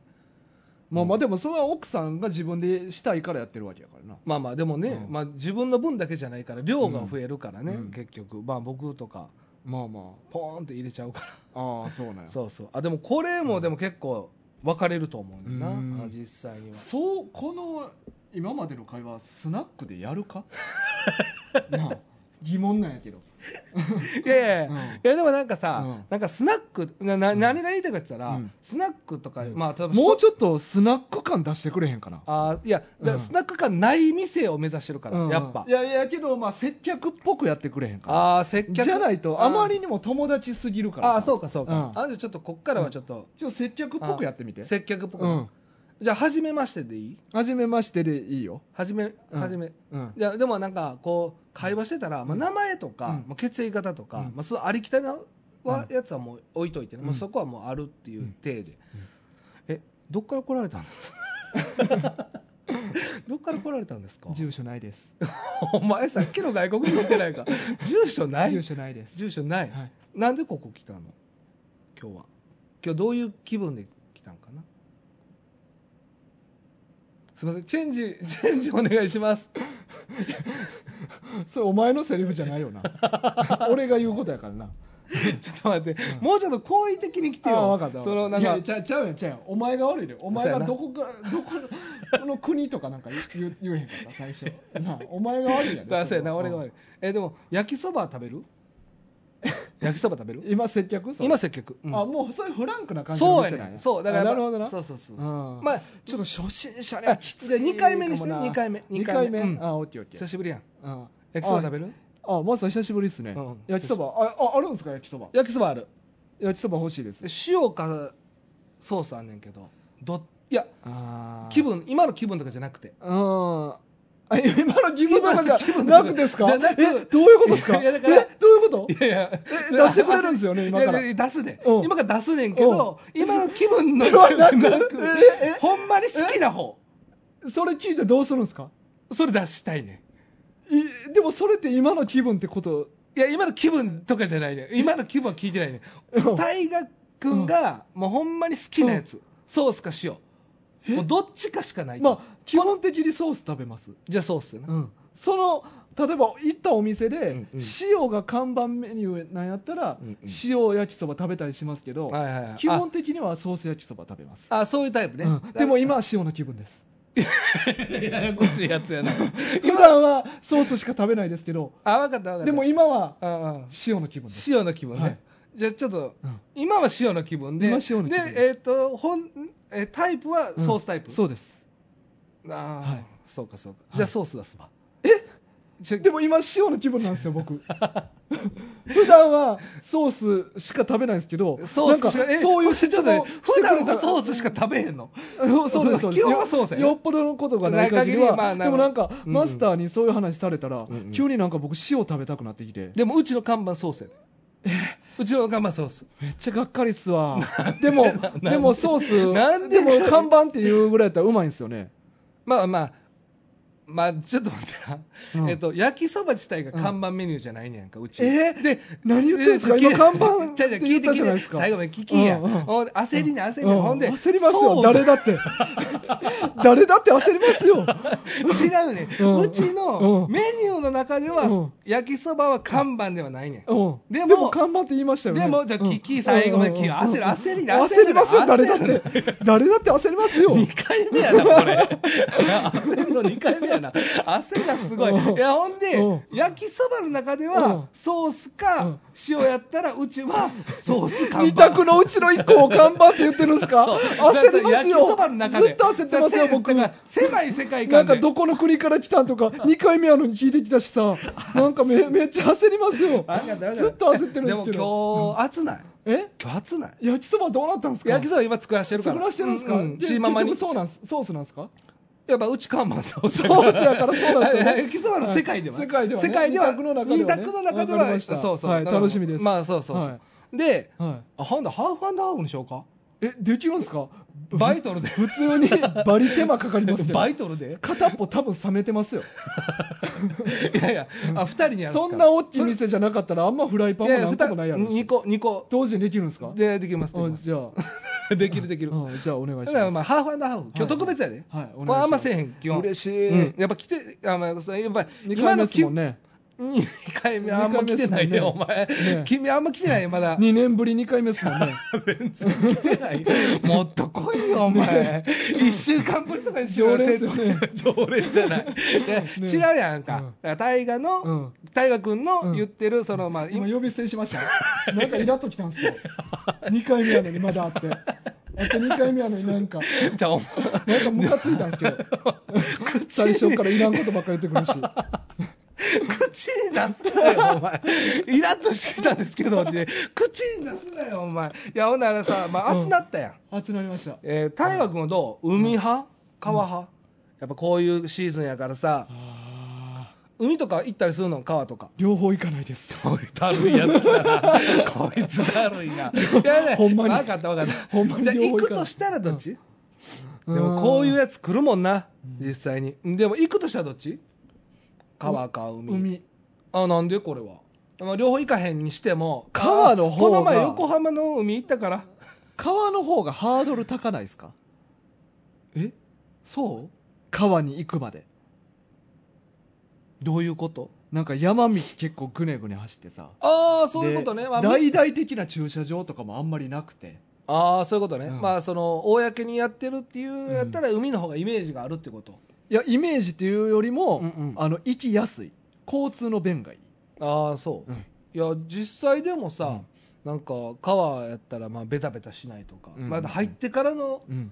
Speaker 1: まあまあでもそれは奥さんが自分でしたいからやってるわけやからな
Speaker 2: まあまあでもね、
Speaker 1: うん
Speaker 2: まあ、自分の分だけじゃないから量が増えるからね、
Speaker 1: うん
Speaker 2: 結局まあ僕とか
Speaker 1: まあま
Speaker 2: ポーンって入れちゃうから
Speaker 1: あああそうなんや
Speaker 2: そうそうあでもこれもでも結構分かれると思うねんだな、
Speaker 1: うん
Speaker 2: あ実際 には
Speaker 1: そうこの今までの会話スナックでやる かなあ疑問なんやけど、
Speaker 2: いやいやいや
Speaker 1: うん
Speaker 2: いやでもなんかさ、
Speaker 1: うん
Speaker 2: なんかスナックなな、何が言いたいかって言ったら、
Speaker 1: うん
Speaker 2: スナックとか、
Speaker 1: うん
Speaker 2: まあ例えば
Speaker 1: もうちょっとスナック感出してくれへんかな
Speaker 2: あーいや、だ
Speaker 1: うん
Speaker 2: スナック感ない店を目指してるから、
Speaker 1: うん
Speaker 2: やっぱ
Speaker 1: いやいやけどまあ接客っぽくやってくれへんか
Speaker 2: ああ接客
Speaker 1: なじゃないとあまり
Speaker 2: に
Speaker 1: にも友達すぎるから
Speaker 2: あ
Speaker 1: さ
Speaker 2: あそうかそうか、
Speaker 1: うん
Speaker 2: あじゃあちょっとこっからはちょっと、
Speaker 1: ちょっと接客っぽくやってみて
Speaker 2: 接客っぽく、
Speaker 1: うん
Speaker 2: じゃあ初めましてでいい
Speaker 1: はじめましてでいいよ
Speaker 2: 初め
Speaker 1: うん
Speaker 2: 初め、
Speaker 1: うん
Speaker 2: いやでもなんかこう会話してたら、まあ、
Speaker 1: うん
Speaker 2: 名前とか、
Speaker 1: うん
Speaker 2: まあ、血液型とか、
Speaker 1: うん
Speaker 2: まあ、そうありきたりなは
Speaker 1: う
Speaker 2: やつはもう置いといてね、
Speaker 1: うん
Speaker 2: もうそこはもうあるっていう体で、えどっから来られたん ですかどっから来られたんですか
Speaker 1: 住所ないです
Speaker 2: お前さっきの外国人見 てないか住所ない
Speaker 1: 住所ないです
Speaker 2: 住所ない、
Speaker 1: はい
Speaker 2: なんでここ来たの今日は今日どういう気分で来たんかなすいませんチェンジチェンジお願いします
Speaker 1: それお前のセリフじゃないよ な俺が言うことやからな
Speaker 2: ちょっと待って、もうちょっと好意的に来てよ。
Speaker 1: あ分かった
Speaker 2: そのなん
Speaker 1: いや
Speaker 2: か
Speaker 1: いや、ちゃちゃうやんちゃうやんお前が悪いでお前
Speaker 2: そうや
Speaker 1: が
Speaker 2: な
Speaker 1: どこかどこのこの国とかなんか言う言えへんかった最初なあお前が悪い やん
Speaker 2: だそうやな、俺が悪い。え、でも、焼きそば食べ る焼きそば食べる
Speaker 1: 今接客それ
Speaker 2: 今、接客。うん
Speaker 1: あもうそういうフランクな感じ
Speaker 2: そう
Speaker 1: の
Speaker 2: や
Speaker 1: 店なん
Speaker 2: ねん。そう、だか
Speaker 1: あな
Speaker 2: らやっぱ、
Speaker 1: るほどな
Speaker 2: そうそうそう。
Speaker 1: うん
Speaker 2: まあ、ちょっと初心者ね
Speaker 1: あ、
Speaker 2: きつい。2回目にしてね、
Speaker 1: きついかもな
Speaker 2: 2回目。
Speaker 1: 二回目
Speaker 2: うん
Speaker 1: あオッケーオッケ
Speaker 2: 久
Speaker 1: ー
Speaker 2: しぶりやん。
Speaker 1: あ
Speaker 2: 焼きそば食べる
Speaker 1: あまずは久しぶりですね
Speaker 2: うん
Speaker 1: 焼きそばあああるんですか焼きそば
Speaker 2: 焼きそばある。
Speaker 1: 焼きそば欲しいです
Speaker 2: で塩かソースあんねんけど、ど、いや、
Speaker 1: あー
Speaker 2: 気分、今の気分とかじゃなくて。
Speaker 1: うんあ今の自分とかじ
Speaker 2: 気
Speaker 1: ゃ
Speaker 2: 分
Speaker 1: なくですか
Speaker 2: じゃなく
Speaker 1: えどういうことですか
Speaker 2: いやだから
Speaker 1: えどういうこと
Speaker 2: いやいや、
Speaker 1: 出してくれるんですよね今から
Speaker 2: いやいや出すね、
Speaker 1: うん
Speaker 2: 今から出すねんけど、今の気 分の
Speaker 1: ええ
Speaker 2: ほんまに好きな方
Speaker 1: それ聞いてどうするんですか
Speaker 2: それ出したいね
Speaker 1: いでもそれって今の気分ってこと
Speaker 2: んいや今の気分とかじゃないねん今の気分は聞いてないね
Speaker 1: うん
Speaker 2: ん大河君が、もうほんまに好きなやつ、ソースか塩もうどっちかしかない、
Speaker 1: まあ基本的にソース食べます、
Speaker 2: じゃあソースな、
Speaker 1: その例えば行ったお店で、
Speaker 2: うんうん
Speaker 1: 塩が看板メニューなんやったら、
Speaker 2: うんうん
Speaker 1: 塩焼きそば食べたりしますけど、
Speaker 2: はいはいはい
Speaker 1: 基本的にはソース焼きそば食べます、
Speaker 2: ああそういうタイプ ね、
Speaker 1: うんでも今は塩の気分 です
Speaker 2: ややこしいやつやな
Speaker 1: 普段はソースしか食べないですけど
Speaker 2: あ分かった分かった
Speaker 1: でも今は
Speaker 2: ああ
Speaker 1: 塩の気分です、
Speaker 2: 塩の気分ね、
Speaker 1: はい
Speaker 2: じゃあちょっと、
Speaker 1: うん
Speaker 2: 今は塩の気分で
Speaker 1: 今塩の気分です
Speaker 2: で、えっとほんえータイプは
Speaker 1: うん
Speaker 2: ソースタイプ、
Speaker 1: そうです
Speaker 2: ああ、
Speaker 1: はい
Speaker 2: そうかそうか、
Speaker 1: い
Speaker 2: じゃあソース出すわえ
Speaker 1: でも今塩の気分なんですよ 僕普段はソースしか食べないんですけど
Speaker 2: ソースし
Speaker 1: な
Speaker 2: か
Speaker 1: んかそういう
Speaker 2: ち
Speaker 1: 質
Speaker 2: ょっと
Speaker 1: 問
Speaker 2: ね
Speaker 1: して
Speaker 2: 普
Speaker 1: くれた
Speaker 2: 段はソースしか食べへんの
Speaker 1: うんそうですそうです
Speaker 2: 基本はそうですよね
Speaker 1: よよっぽどのことがない限りは
Speaker 2: ない限りまあな
Speaker 1: でもなんか、
Speaker 2: うん
Speaker 1: マスターにそういう話されたら、
Speaker 2: んうん
Speaker 1: 急になんか僕塩食べたくなってきて
Speaker 2: でもうちの看板ソースやねうちの看板ソース
Speaker 1: めっちゃがっかりっすわでも
Speaker 2: で
Speaker 1: でもソース
Speaker 2: なんで
Speaker 1: も看板っていうぐらいやったらうまいんですよね
Speaker 2: まあまあまあちょっと待ってな、
Speaker 1: うん
Speaker 2: えっと焼きそば自体が看板メニューじゃないねやんかうち、
Speaker 1: え
Speaker 2: で
Speaker 1: 何言ってんすか
Speaker 2: で
Speaker 1: 今看板っ
Speaker 2: ちゃうち
Speaker 1: て
Speaker 2: ゃう聞
Speaker 1: 言
Speaker 2: い
Speaker 1: って
Speaker 2: 聞
Speaker 1: た
Speaker 2: い
Speaker 1: じゃない
Speaker 2: て
Speaker 1: ですか
Speaker 2: 最後まで聞きや、
Speaker 1: うんうん
Speaker 2: ほんで焦りな焦りな、
Speaker 1: うん
Speaker 2: ほんで
Speaker 1: 焦りますよ
Speaker 2: ソース
Speaker 1: 誰だって 誰だって焦りますよ
Speaker 2: 違うね、う
Speaker 1: うん
Speaker 2: ちの
Speaker 1: うん
Speaker 2: メニューの中では、
Speaker 1: うん
Speaker 2: 焼きそばは看板ではないねん、
Speaker 1: うん
Speaker 2: でも
Speaker 1: でも看板って言いましたよね
Speaker 2: でもじゃあ
Speaker 1: うん
Speaker 2: 聞き最後まで聞き
Speaker 1: うんうんうん
Speaker 2: 焦る焦りな
Speaker 1: 焦りますよ
Speaker 2: 焦
Speaker 1: 誰
Speaker 2: るな
Speaker 1: だって誰だって焦ります よ
Speaker 2: 2回目やなこれ焦るの2回目やな焦りがすごい
Speaker 1: うん
Speaker 2: いやほんで
Speaker 1: うん
Speaker 2: 焼きそばの中で
Speaker 1: う
Speaker 2: は
Speaker 1: ん
Speaker 2: ソース
Speaker 1: う
Speaker 2: か
Speaker 1: ん
Speaker 2: 塩やったらうちはソース看
Speaker 1: 二
Speaker 2: 板
Speaker 1: 択のうちの一個を看板って言ってるんですか
Speaker 2: そう
Speaker 1: 焦ります
Speaker 2: 焼き
Speaker 1: よ
Speaker 2: そばの中で
Speaker 1: ずっと焦ってますよ
Speaker 2: だ から
Speaker 1: 僕
Speaker 2: だから狭い世界
Speaker 1: な
Speaker 2: 観
Speaker 1: ん
Speaker 2: で
Speaker 1: かどこの国から来たんとか2 回目やのに聞いてきたしさなんかめめっちゃ焦りますよ
Speaker 2: わかったわかた
Speaker 1: ずっと焦ってるんですけ
Speaker 2: で
Speaker 1: ど
Speaker 2: も今日暑ない
Speaker 1: え
Speaker 2: 今日暑ない
Speaker 1: 焼きそばどうなったんですか
Speaker 2: 焼きそば今作らしてるから
Speaker 1: 作らしてるんですか、
Speaker 2: う
Speaker 1: う
Speaker 2: うんちーママに
Speaker 1: そうなんすソースなんですか
Speaker 2: やっぱうち看板ソース
Speaker 1: ソースやからそうなんですよね
Speaker 2: 焼きそばの世界では、
Speaker 1: 世界ではね
Speaker 2: 世界では
Speaker 1: 二択の中ではね
Speaker 2: 二択の中で
Speaker 1: わか
Speaker 2: は
Speaker 1: りました
Speaker 2: そうそう、
Speaker 1: はい
Speaker 2: だから
Speaker 1: 楽しみです
Speaker 2: まあそうそうそう、
Speaker 1: は
Speaker 2: で
Speaker 1: は
Speaker 2: あほんでハーフハーフにしようか
Speaker 3: え、できるんですか
Speaker 2: バイトルで。
Speaker 3: 普通にバリ手間かかりますけど
Speaker 2: バ。イトルで
Speaker 3: 片っぽ多分冷めてますよ。
Speaker 2: いやいや、あ、二人にやる
Speaker 3: そんな大きい店じゃなかったらあんまフライパン
Speaker 2: い
Speaker 3: も
Speaker 2: やいや、
Speaker 3: 何個もないやろ
Speaker 2: 二
Speaker 3: し。
Speaker 2: 個、二個。
Speaker 3: 同時にできるんですか
Speaker 2: で、できます。でき
Speaker 3: あ
Speaker 2: ます
Speaker 3: じゃあ、
Speaker 2: できるできる。
Speaker 3: うんじゃあお願い
Speaker 2: だ
Speaker 3: し
Speaker 2: から
Speaker 3: ます。
Speaker 2: まあ、ハーフハーフ。今日特別やで。
Speaker 1: はい、お願いし
Speaker 2: これ
Speaker 1: ます。
Speaker 2: あんませえへん、基本。
Speaker 3: 嬉し
Speaker 2: う
Speaker 3: い
Speaker 2: ん。やっぱ来て、あまあ、そうやっぱり、
Speaker 3: 二
Speaker 2: 今
Speaker 3: 回目で
Speaker 2: の
Speaker 3: すも
Speaker 2: 君
Speaker 3: ん、ね。
Speaker 2: 2回目あんま来てない
Speaker 3: 二
Speaker 2: ね、
Speaker 3: 回
Speaker 2: お前
Speaker 3: ね。
Speaker 2: 君あんま来てないね、まだ。
Speaker 3: 2年ぶり2回目ですもんね。
Speaker 2: 全然来てない。もっと来いよ、お前。一週間ぶりとかにして
Speaker 3: 常連ですよね。
Speaker 2: 常連じゃない。いや違うやんか。
Speaker 3: うん
Speaker 2: だから大河
Speaker 3: う
Speaker 2: の、
Speaker 3: ん。
Speaker 2: 大河君
Speaker 3: うん
Speaker 2: の言ってる、その、まあ、
Speaker 3: 今呼び捨てにしました。なんかイラっときたんですよ。2回目やのにまだあって。あと2回目やのになんか、
Speaker 2: じゃあ、お前
Speaker 3: なんかムカついたんですけど。
Speaker 2: 口
Speaker 3: 最
Speaker 2: に、
Speaker 3: 初からいらんことばっかり言ってくるし。
Speaker 2: 口に出すなよ、お前。イラッとしてきたんですけ ど、って。口に出すなよ、お前。いや、ほんならさ、まあ、
Speaker 3: うん
Speaker 2: 熱なったやん。
Speaker 3: 集まりました。
Speaker 2: えー、大河君はどう海派川派、やっぱこういうシーズンやからさ、海とか行ったりするの川とか。
Speaker 3: 両方行かない です。
Speaker 2: こいつだるいやつだな。こいつだるいな。いやね、
Speaker 3: ほんまに
Speaker 2: 分かった分かった。
Speaker 3: ほんまに
Speaker 2: じゃあ
Speaker 3: 両方
Speaker 2: 行
Speaker 3: 行
Speaker 2: く
Speaker 3: かない
Speaker 2: としたらどっち、
Speaker 3: うん
Speaker 2: でもこういうやつ来るもんな、実際に。でも行くとしたらどっち川か海。
Speaker 3: 海。
Speaker 2: あ、なんでこれは。まあ、両方行かへんにしても。
Speaker 1: 川の方が
Speaker 2: この前横浜の海行ったから。
Speaker 1: 川の方がハードル高ないですか
Speaker 2: えそう
Speaker 1: 川に行くまで。
Speaker 2: どういうこと
Speaker 1: なんか山道結構ぐねぐね走ってさ。
Speaker 2: ああ、そういうことね。
Speaker 1: で
Speaker 2: まあ、
Speaker 1: 大々的な駐車場とかもあんまりなくて。
Speaker 2: ああ、そういうことね。
Speaker 1: うん
Speaker 2: まあ、その、公にやってるっていうやったら、海の方がイメージがあるってこと。
Speaker 1: いや、イメージっていうよりも、
Speaker 2: うんうん
Speaker 1: あの、行きやすい。交通の便がいい。
Speaker 2: ああ、そう。
Speaker 1: うん
Speaker 2: いや、実際でもさ、
Speaker 1: うん
Speaker 2: なんか、川やったら、まあ、ベタベタしないとか、
Speaker 1: うんうんうん
Speaker 2: まだ入ってからの
Speaker 1: うん。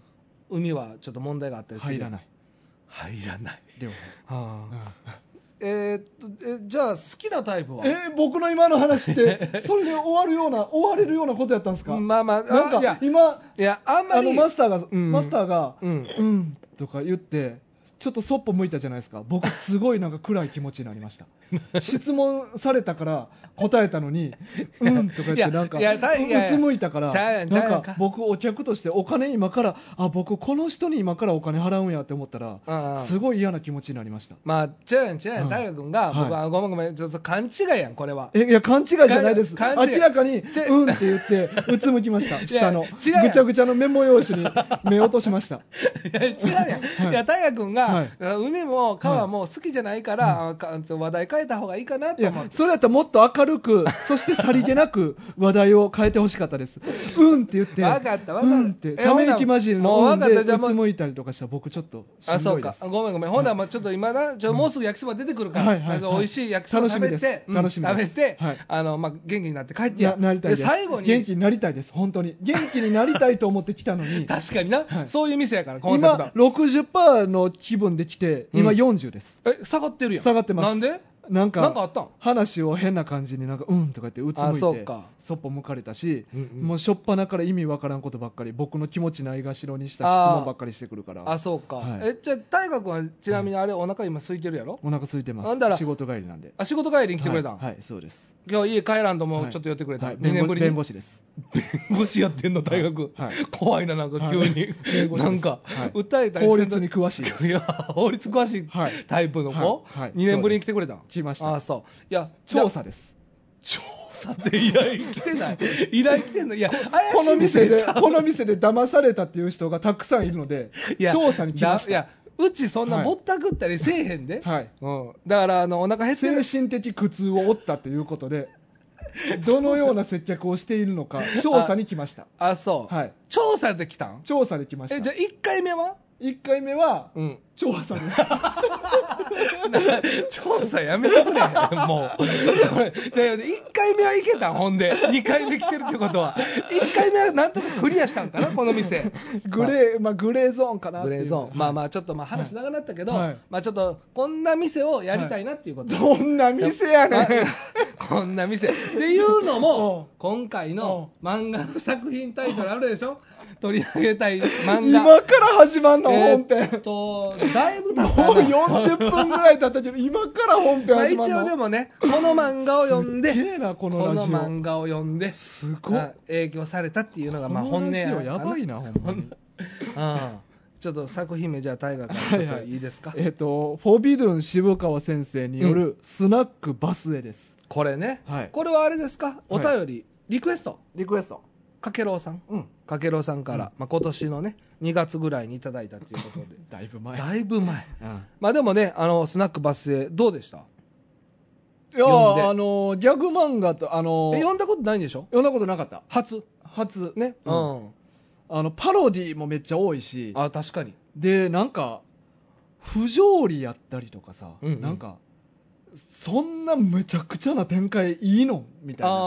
Speaker 2: 海はちょっと問題があったりする。。
Speaker 1: 入らないい。
Speaker 2: 入らない。
Speaker 1: 両方。
Speaker 2: あ
Speaker 1: うん
Speaker 2: えーっと、え、じゃあ、好きなタイプは
Speaker 3: えー僕の今の話って、それで終わるような、終われるようなことやったんですか
Speaker 2: まあまあ、あ
Speaker 3: なん
Speaker 2: い
Speaker 3: か
Speaker 2: や、、
Speaker 3: 今、
Speaker 2: いや、あんま
Speaker 3: あ
Speaker 2: り、
Speaker 3: の、マスターが、
Speaker 2: うん
Speaker 3: マスターが、
Speaker 2: うん。
Speaker 1: うんとか言ってちょっとそっぽ向いたじゃないですか僕すごいなんか暗い気持ちになりま した質問されたから答えたのに「うん」とか言ってなんか
Speaker 2: いやいや大
Speaker 1: う
Speaker 2: いやいや
Speaker 1: うつむいたから
Speaker 2: ちゃう
Speaker 1: な
Speaker 2: や
Speaker 1: んん
Speaker 2: ちゃうやんか
Speaker 1: か僕お客としてお金今からあ僕この人に今からお金払うんやって思ったら
Speaker 2: うんうん
Speaker 1: すごい嫌な気持ちになりました
Speaker 2: まあ、違うやん、違うや、
Speaker 1: うんん
Speaker 2: 大河君が、
Speaker 1: はい
Speaker 2: 僕は、ごめんごめん、ちょっと勘違いやん、これは。
Speaker 3: え、いや、勘違いじゃないです。
Speaker 2: 勘勘違い
Speaker 3: 明らかに、
Speaker 2: ちょ
Speaker 3: うんって言って、うつむきました。下の。
Speaker 2: 違うやん
Speaker 3: ぐちゃぐちゃのメモ用紙に目落としました。
Speaker 2: いや違うやん、 い、や大河君が、
Speaker 1: はい
Speaker 2: 海も川も好きじゃないから、あかちょ話題変えた方がいいかないと思っ
Speaker 1: や
Speaker 2: て、
Speaker 1: それやったらもっと明る く、そしてさりげなく話題を変えてほしかったです。うんって言って、
Speaker 2: 分かった分かった、
Speaker 1: うんって、
Speaker 2: え
Speaker 1: ため息混じりの
Speaker 2: ほ
Speaker 1: う
Speaker 2: なもうん分
Speaker 1: で
Speaker 2: かったじゃあ
Speaker 1: う
Speaker 2: も
Speaker 1: つ
Speaker 2: う
Speaker 1: むいたりとかしたら僕ちょっとし
Speaker 2: あ
Speaker 1: ん
Speaker 2: そ
Speaker 1: ど
Speaker 2: う
Speaker 1: いで
Speaker 2: か
Speaker 1: す。
Speaker 2: ごめんごめんほんならもうちょっと今なちょもうすぐ焼きそば出てくるから、
Speaker 1: はいはいはい
Speaker 2: 美味しい焼きそば食べ
Speaker 1: 楽しみです
Speaker 2: てうん
Speaker 1: 楽しみ
Speaker 2: 食べ
Speaker 1: です
Speaker 2: て、
Speaker 1: はい
Speaker 2: あのまあ、元気になって帰ってや
Speaker 1: ななりたいです。
Speaker 2: 最後に、
Speaker 1: 元気になりたいです、本当に。元気になりたいと思って来たのに
Speaker 2: 確かにな、
Speaker 1: はい
Speaker 2: そういう店やからコンセプ
Speaker 1: 今
Speaker 2: ト
Speaker 1: 60%の気分で来て、今
Speaker 2: うん
Speaker 1: 40です。
Speaker 2: え下がってるやん
Speaker 1: 下がってます
Speaker 2: なんで
Speaker 1: なん
Speaker 2: なんかあ
Speaker 1: か、
Speaker 2: ったん
Speaker 1: 話を変な感じになんか、うんとか言ってうつ
Speaker 2: あ
Speaker 1: む
Speaker 2: そ
Speaker 1: いうて
Speaker 2: か、
Speaker 1: そっぽ向かれたし、
Speaker 2: うんうん
Speaker 1: もうしょっぱなから意味わからんことばっかり、僕の気持ちないがしろにした質問ばっかりしてくるから
Speaker 2: あ、そうか、
Speaker 1: はい
Speaker 2: えじゃあ大河君はちなみにあれ、お腹今空いてるやろ
Speaker 1: お腹空いてま
Speaker 2: なんだら
Speaker 1: す。仕事帰りなんで。
Speaker 2: あ仕事帰りに来てくれたん、
Speaker 1: はい、はいそうです。
Speaker 2: 今日家帰らんとも
Speaker 1: は
Speaker 2: う
Speaker 1: い
Speaker 2: ちょっと寄ってくれた、
Speaker 1: はい
Speaker 2: 2
Speaker 1: 弁
Speaker 2: 年
Speaker 1: 護
Speaker 2: ぶり
Speaker 1: 弁
Speaker 2: に
Speaker 1: 護士です。
Speaker 2: 弁護士やってんの大学、
Speaker 1: はい
Speaker 2: 怖いななんか 急に、
Speaker 1: 弁護士です
Speaker 2: なんか、
Speaker 1: はい
Speaker 2: 訴えたり
Speaker 1: 法
Speaker 2: せん
Speaker 1: 律
Speaker 2: と
Speaker 1: に詳しいです。
Speaker 2: い や法律詳しい
Speaker 1: はい
Speaker 2: タイプの子、
Speaker 1: はいはい
Speaker 2: 2年ぶりに来てくれたん
Speaker 1: 来まし
Speaker 2: あ
Speaker 1: た。
Speaker 2: そういや
Speaker 1: 調査です。
Speaker 2: じゃ調査で依頼来 てない依頼来てんのいや怪しい
Speaker 3: この店 で、
Speaker 2: ちゃう
Speaker 3: この店で騙されたっていう人がたくさんいるので
Speaker 2: いや、
Speaker 3: 調査に来まし
Speaker 2: だい
Speaker 3: た。
Speaker 2: やうちそんな
Speaker 1: はい
Speaker 2: ぼったくったりせえへんで、
Speaker 1: はい。
Speaker 2: うん、だからあのお腹減ってる
Speaker 3: 精神的苦痛を負ったということで、どのような接客をしているの か、調査に来ました。
Speaker 2: あそう、
Speaker 1: はい。
Speaker 2: 調査で来たん
Speaker 3: 調査で来まし
Speaker 2: えじゃ
Speaker 3: た。
Speaker 2: あ1回目は
Speaker 3: 1回目は、
Speaker 2: うん
Speaker 3: 調査 です。
Speaker 2: 調査やめてくれもうそれだけど1回目はいけたんほんで2回目来てるってことは1回目はなんとかクリアしたんかなこの店
Speaker 3: グレー、まあグレーゾーンかなって
Speaker 2: グ
Speaker 3: いう。
Speaker 2: レーゾーンまあまあちょっとまあ話長くなったけど、
Speaker 3: はい
Speaker 2: まあちょっとこんな店をやりたいなっていうこと、
Speaker 3: どんな店やねん。
Speaker 2: こんな店っていうのも
Speaker 3: うん
Speaker 2: 今回の漫画の作品タイトルあるでしょ取り上げたい漫
Speaker 3: 今
Speaker 2: 画。
Speaker 3: から始まんの、
Speaker 2: え
Speaker 3: 本
Speaker 2: ーっ
Speaker 3: 編。
Speaker 2: と、だいぶ経
Speaker 3: もう
Speaker 2: ったな
Speaker 3: 40分ぐらい経ったけど、今から本編
Speaker 2: まあ
Speaker 3: 始
Speaker 2: 一
Speaker 3: まんの。
Speaker 2: 応でもね、この漫画を読ん
Speaker 3: すっげ
Speaker 2: で、
Speaker 3: えな、こ
Speaker 2: こ
Speaker 3: のラ
Speaker 2: の
Speaker 3: ジオ。
Speaker 2: 漫画を読んで、
Speaker 3: すご
Speaker 2: あ
Speaker 3: い。
Speaker 2: 影響されたっていうのが、まあ
Speaker 1: この
Speaker 2: 本音
Speaker 1: ラ
Speaker 2: や
Speaker 1: ジオ
Speaker 2: か
Speaker 1: やば いな、ほんまに。
Speaker 2: な。うんちょっと作品名じゃあ大河からちょっといいですか
Speaker 1: えっ、と、フォビドゥン渋川先生によるスナックバスへです。
Speaker 2: これね。
Speaker 1: はい。
Speaker 2: これはあれですかお便り、リクエスト
Speaker 1: リクエスト。
Speaker 2: かけろうさん。
Speaker 1: うん。
Speaker 2: かけろうさんから、まあ今年のね、2月ぐらいにいただいたということで。
Speaker 1: だいぶ前。
Speaker 2: だいぶ前。
Speaker 1: うん
Speaker 2: まあでもね、あの、スナックバスへどうでした
Speaker 1: いや
Speaker 2: 読んで
Speaker 1: ーあのーギャグ漫画と、あのー
Speaker 2: え、読んだことないんでしょ
Speaker 1: 読んだことなかった。
Speaker 2: 初。
Speaker 1: 初。
Speaker 2: ね。う。
Speaker 1: うんあの、パロディもめっちゃ多いし、
Speaker 2: あ、確かに。
Speaker 1: で、なんか、不条理やったりとかさ、
Speaker 2: うんうん
Speaker 1: なんか、そんなめちゃくちゃな展開いいのみたいな
Speaker 2: あ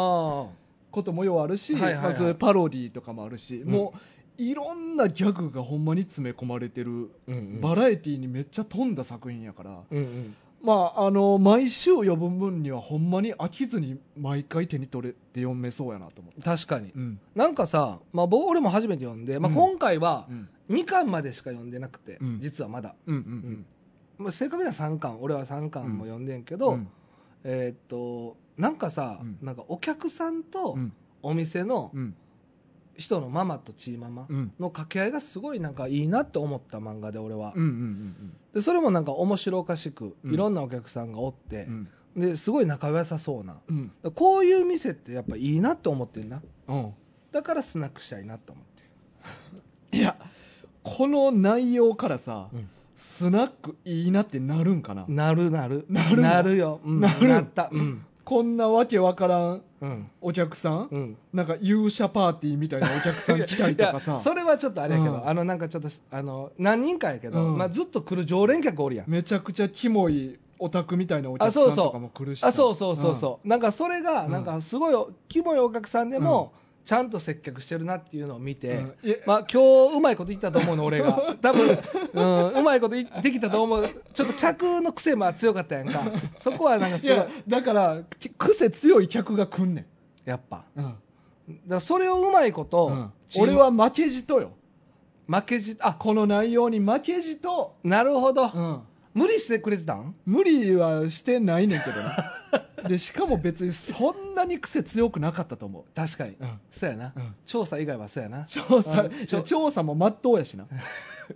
Speaker 1: こともようあるし、
Speaker 2: はいはいはい
Speaker 1: まあそういうパロディとかもあるし、
Speaker 2: うん
Speaker 1: もう、いろんなギャグがほんまに詰め込まれてる、
Speaker 2: あ。うん
Speaker 1: バラエティにめっちゃ富んだ作品やから、
Speaker 2: うんうん。
Speaker 1: まあ、あの、毎週読む分にはほんまに飽きずに毎回手に取れて読めそうやなと思って。
Speaker 2: 確かに。
Speaker 1: うん。
Speaker 2: なんかさ、まあ、僕俺も初めて読んで、まあ、
Speaker 1: うん
Speaker 2: 今回は
Speaker 1: うん。
Speaker 2: 2巻までしか読んでなくて、
Speaker 1: うん
Speaker 2: 実はまだ、
Speaker 1: うん。う。
Speaker 2: うんんまあ、正確には3巻俺は3巻も読んでんけど、
Speaker 1: うん
Speaker 2: えーっとなんかさ、
Speaker 1: うん
Speaker 2: なんかお客さんと
Speaker 1: うん
Speaker 2: お店の
Speaker 1: うん。
Speaker 2: 人のママとチーママ
Speaker 1: うん。
Speaker 2: の掛け合いがすごいなんかいいなって思った漫画で俺は、
Speaker 1: うん。うん。
Speaker 2: でそれもなんか面白おかしく
Speaker 1: うん
Speaker 2: いろんなお客さんがおって
Speaker 1: う、ん。
Speaker 2: ですごい仲良さそうな
Speaker 1: うん。
Speaker 2: だこういう店ってやっぱいいなって思ってんな
Speaker 1: うん。
Speaker 2: だからスナックしたいなって思って
Speaker 1: いや、この内容からさ、
Speaker 2: うん
Speaker 1: スナックいいなってなるんかな。
Speaker 2: なるなる
Speaker 1: なる
Speaker 2: なるよ、うん
Speaker 1: なる
Speaker 2: なったうん
Speaker 1: こんなわけわからん
Speaker 2: うん
Speaker 1: お客さん、
Speaker 2: うん
Speaker 1: なんか勇者パーティーみたいなお客さん来たり
Speaker 2: い
Speaker 1: とか
Speaker 2: や
Speaker 1: さ、
Speaker 2: それはちょっとあれやけど、
Speaker 1: うん
Speaker 2: あのなんかちょっとあの何人かやけど、
Speaker 1: うん
Speaker 2: まあ、ずっと来る常連客おるやん、
Speaker 1: めちゃくちゃキモいオタクみたいなお客さ
Speaker 2: あそうんそう
Speaker 1: とかも来るしさ
Speaker 2: あそうそうそうそう、なんかそれが
Speaker 1: うん
Speaker 2: なんかすごいキモいお客さんでも、ちゃんと接客してるなっていうのを見て、
Speaker 1: うんいや
Speaker 2: まあ、今日うまいこと言ったと思うの 俺が多分、うん、うまいこといできたと思うちょっと客の癖も強かったやんかそこはなん か
Speaker 1: い
Speaker 2: すごい
Speaker 1: や、だから、き癖強い客が来んねん。
Speaker 2: やっぱ
Speaker 1: うん
Speaker 2: だからそれをうまいこと、チーム
Speaker 1: 俺は負けじとよ
Speaker 2: 負けじあ
Speaker 1: この内容に負けじと、
Speaker 2: なるほど、
Speaker 1: うん、
Speaker 2: 無理してくれてたん
Speaker 1: 無理はしてないねんけどな でしかも別にそんなに癖強くなかったと思
Speaker 2: 確かに、
Speaker 1: う、うん
Speaker 2: そうやな、
Speaker 1: うん
Speaker 2: 調査以外はそうやな
Speaker 1: 調査
Speaker 2: あ
Speaker 1: い
Speaker 2: ちょ
Speaker 1: や調査もまっとうやしな、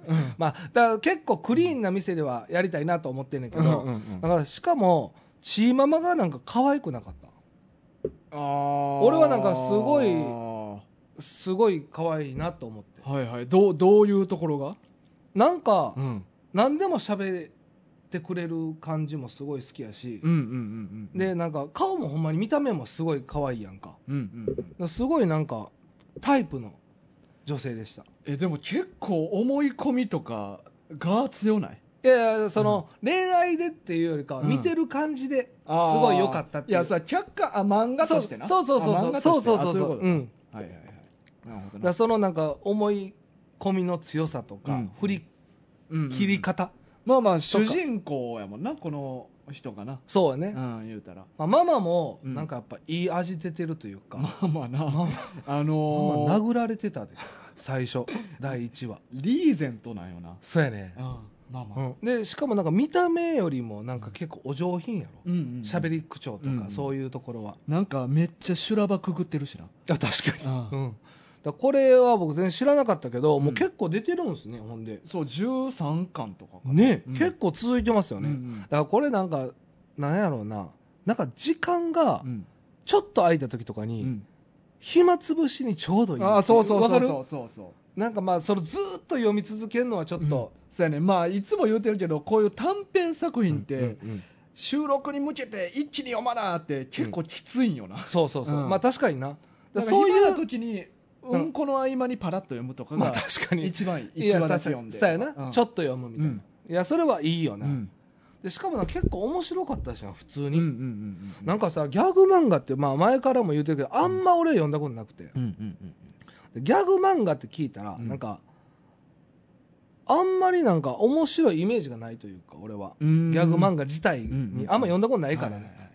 Speaker 1: うん
Speaker 2: まあ、だから結構クリーンな店ではやりたいなと思ってんねんけど、
Speaker 1: うんうんうん
Speaker 2: だからしかもチーママがなんか可愛くなかった俺
Speaker 1: 俺
Speaker 2: はなんかすごい
Speaker 1: は
Speaker 2: すごい可愛いなと思って
Speaker 1: いはいどうどういうところが、
Speaker 2: なんか、
Speaker 1: ん、うん
Speaker 2: 何でも喋ってくれる感じもすごい好きやし
Speaker 1: う、んうんうん
Speaker 2: でなんか顔もほんまに見た目もすごい可愛いやんか
Speaker 1: うんうんうん
Speaker 2: だからすごいなんかタイプの女性でした
Speaker 1: えでも結構思い込みとかが強ない
Speaker 2: いやいやその、恋愛でっていうよりかは
Speaker 1: うん
Speaker 2: 見てる感じですごい良かったって
Speaker 1: い
Speaker 2: いう
Speaker 1: やさ却下あ漫画としてな
Speaker 2: そうそうそう
Speaker 1: あ漫
Speaker 2: そう
Speaker 1: 画
Speaker 2: そ
Speaker 1: と
Speaker 2: う
Speaker 1: して
Speaker 2: そ
Speaker 1: あ
Speaker 2: うそうそう
Speaker 1: いう
Speaker 2: う
Speaker 1: こと
Speaker 2: ん
Speaker 1: はいはいはい。なるほ
Speaker 2: だから。そのなんか思い込みの強さとか、
Speaker 1: うん
Speaker 2: 振り
Speaker 1: うんうん
Speaker 2: 切り方、
Speaker 1: まあまあ、主人公やもんな、この人かな。
Speaker 2: そうや
Speaker 1: う
Speaker 2: ね、
Speaker 1: ん、言うたら。
Speaker 2: まあ、ママも
Speaker 1: うん
Speaker 2: なんかやっぱいい味出てるというか、
Speaker 1: まあまあ
Speaker 2: マ
Speaker 1: な
Speaker 2: マ、
Speaker 1: あ
Speaker 2: マ
Speaker 1: の
Speaker 2: マ
Speaker 1: ー、
Speaker 2: 殴られてた で最初第1話
Speaker 1: リーゼントなんよな。
Speaker 2: そうやね
Speaker 1: うん、まあま
Speaker 2: う
Speaker 1: あ。
Speaker 2: ん、でしかもなんか見た目よりもなんか結構お上品やろ
Speaker 1: うんうん。
Speaker 2: 喋、り口調とか、
Speaker 1: うん
Speaker 2: そういうところは
Speaker 1: なんかめっちゃ修羅場くぐってるしな。
Speaker 2: あ確かに
Speaker 1: ああ
Speaker 2: うん、だからこれは僕全然知らなかったけど、もううん結構出てるんですねほんで
Speaker 1: そう、13巻とかかな
Speaker 2: ね、
Speaker 1: うん
Speaker 2: 結構続いてますよね、
Speaker 1: うんう
Speaker 2: だ
Speaker 1: ん
Speaker 2: からこれなんかなんやろうななんか時間が
Speaker 1: うん。
Speaker 2: ちょっと空いた時とかに、
Speaker 1: うん
Speaker 2: 暇つぶしにちょうどいい
Speaker 1: ああ、そうそうそ
Speaker 2: わ
Speaker 1: う
Speaker 2: か
Speaker 1: そ
Speaker 2: る
Speaker 1: うそうそう。
Speaker 2: なんかまあそれずーっと読み続けるのはちょっと、
Speaker 1: そうやね。まあ、いつも言うてるけど、こういう短編作品って、
Speaker 2: うんうん
Speaker 1: 収録に向けて一気に読まなーって結構きついんよな。
Speaker 2: そうそうそう、
Speaker 1: うん
Speaker 2: まあ確かになだから
Speaker 1: そ
Speaker 2: そ
Speaker 1: う
Speaker 2: うい
Speaker 1: いうう時に
Speaker 2: う
Speaker 1: うんんこの合間にパラッと読むとか
Speaker 2: まあ
Speaker 1: が
Speaker 2: 確かに
Speaker 1: 一番いい
Speaker 2: い
Speaker 1: 一
Speaker 2: や
Speaker 1: 番だけ読
Speaker 2: 確か
Speaker 1: ん
Speaker 2: に
Speaker 1: で
Speaker 2: そうやな、ちょっ
Speaker 1: と
Speaker 2: と読むみたいな、
Speaker 1: うん
Speaker 2: いやそれはいいよな、
Speaker 1: うん
Speaker 2: でしかもなんか結構面白かったじゃん普通
Speaker 1: うん
Speaker 2: に、
Speaker 1: うんうんうん
Speaker 2: なんかさギャグ漫画ってまあ前からも言うてるけどあんま俺読んだことなくて、
Speaker 1: うんうんうん
Speaker 2: でギャグ漫画って聞いたら
Speaker 1: うん
Speaker 2: なんか、あんまりなんか面白いイメージがないというか俺は、
Speaker 1: うん
Speaker 2: ギャグ漫画自体
Speaker 1: うんうんう
Speaker 2: に
Speaker 1: ん
Speaker 2: あんま読んだことないからね、
Speaker 1: はいはいはい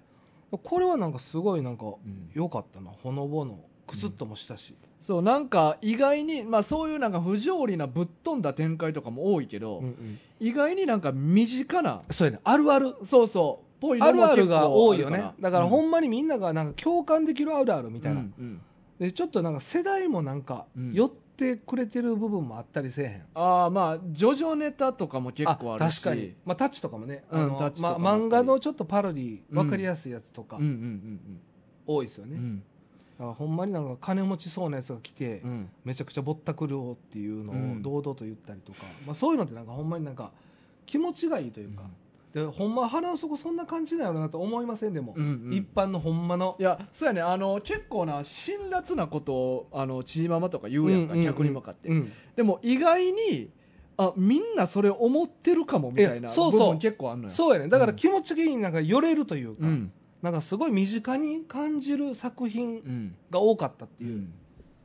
Speaker 2: これはなんかすごいなんか
Speaker 1: うん
Speaker 2: 良かったなほのぼのくすっともしたし、
Speaker 1: そうなんか意外に、まあ、そういうなんか不条理なぶっ飛んだ展開とかも多いけど、意外になんか身近な
Speaker 2: そうやねあるある
Speaker 1: そうそうぽいの
Speaker 2: あ
Speaker 1: も
Speaker 2: るあ
Speaker 1: 結
Speaker 2: る
Speaker 1: 構
Speaker 2: が多いよねだからほ
Speaker 1: み
Speaker 2: んまにみんながなんか共感できるあるあるみたいな、でちょっとなんか世代もなんか
Speaker 1: うん
Speaker 2: 寄ってくれてる部分もあったりせえへん、
Speaker 1: ああまあジョジョネタとかも結構あるし
Speaker 2: 確かに、まあ、タッチとかもね、
Speaker 1: うん
Speaker 2: あの
Speaker 1: タッチとかも
Speaker 2: ま
Speaker 1: あったり
Speaker 2: 漫画のちょっとパロディ分かりやすいやつとか
Speaker 1: うんうん
Speaker 2: 多いですよ
Speaker 1: うんう
Speaker 2: ね、
Speaker 1: んうん
Speaker 2: だからほんまになんか金持ちそうなやつが来て、
Speaker 1: うん
Speaker 2: めちゃくちゃぼったくるおっていうの
Speaker 1: う
Speaker 2: を
Speaker 1: ん
Speaker 2: 堂々と言ったりとか、まあ、そういうのってなんかほんまになんか気持ちがいいというか、でほんま腹の底そんな感じだよなと思いませんでも、
Speaker 1: うんうん
Speaker 2: 一般のほんまの
Speaker 1: いやそうやねあの結構な辛辣なことをあのチーママとか言うやんか、
Speaker 2: うんうんうん
Speaker 1: 客に向かって、
Speaker 2: うん
Speaker 1: でも意外にあみんなそれ思ってるかもみたい
Speaker 2: いや
Speaker 1: な
Speaker 2: そう
Speaker 1: 部
Speaker 2: そう
Speaker 1: 分結構あるのよ
Speaker 2: そうやねだから気持ち的になんか寄れるというか、
Speaker 1: うん
Speaker 2: なんかすごい身近に感じる作
Speaker 1: う
Speaker 2: 品
Speaker 1: ん
Speaker 2: が多かったって
Speaker 1: う
Speaker 2: いう、
Speaker 1: ん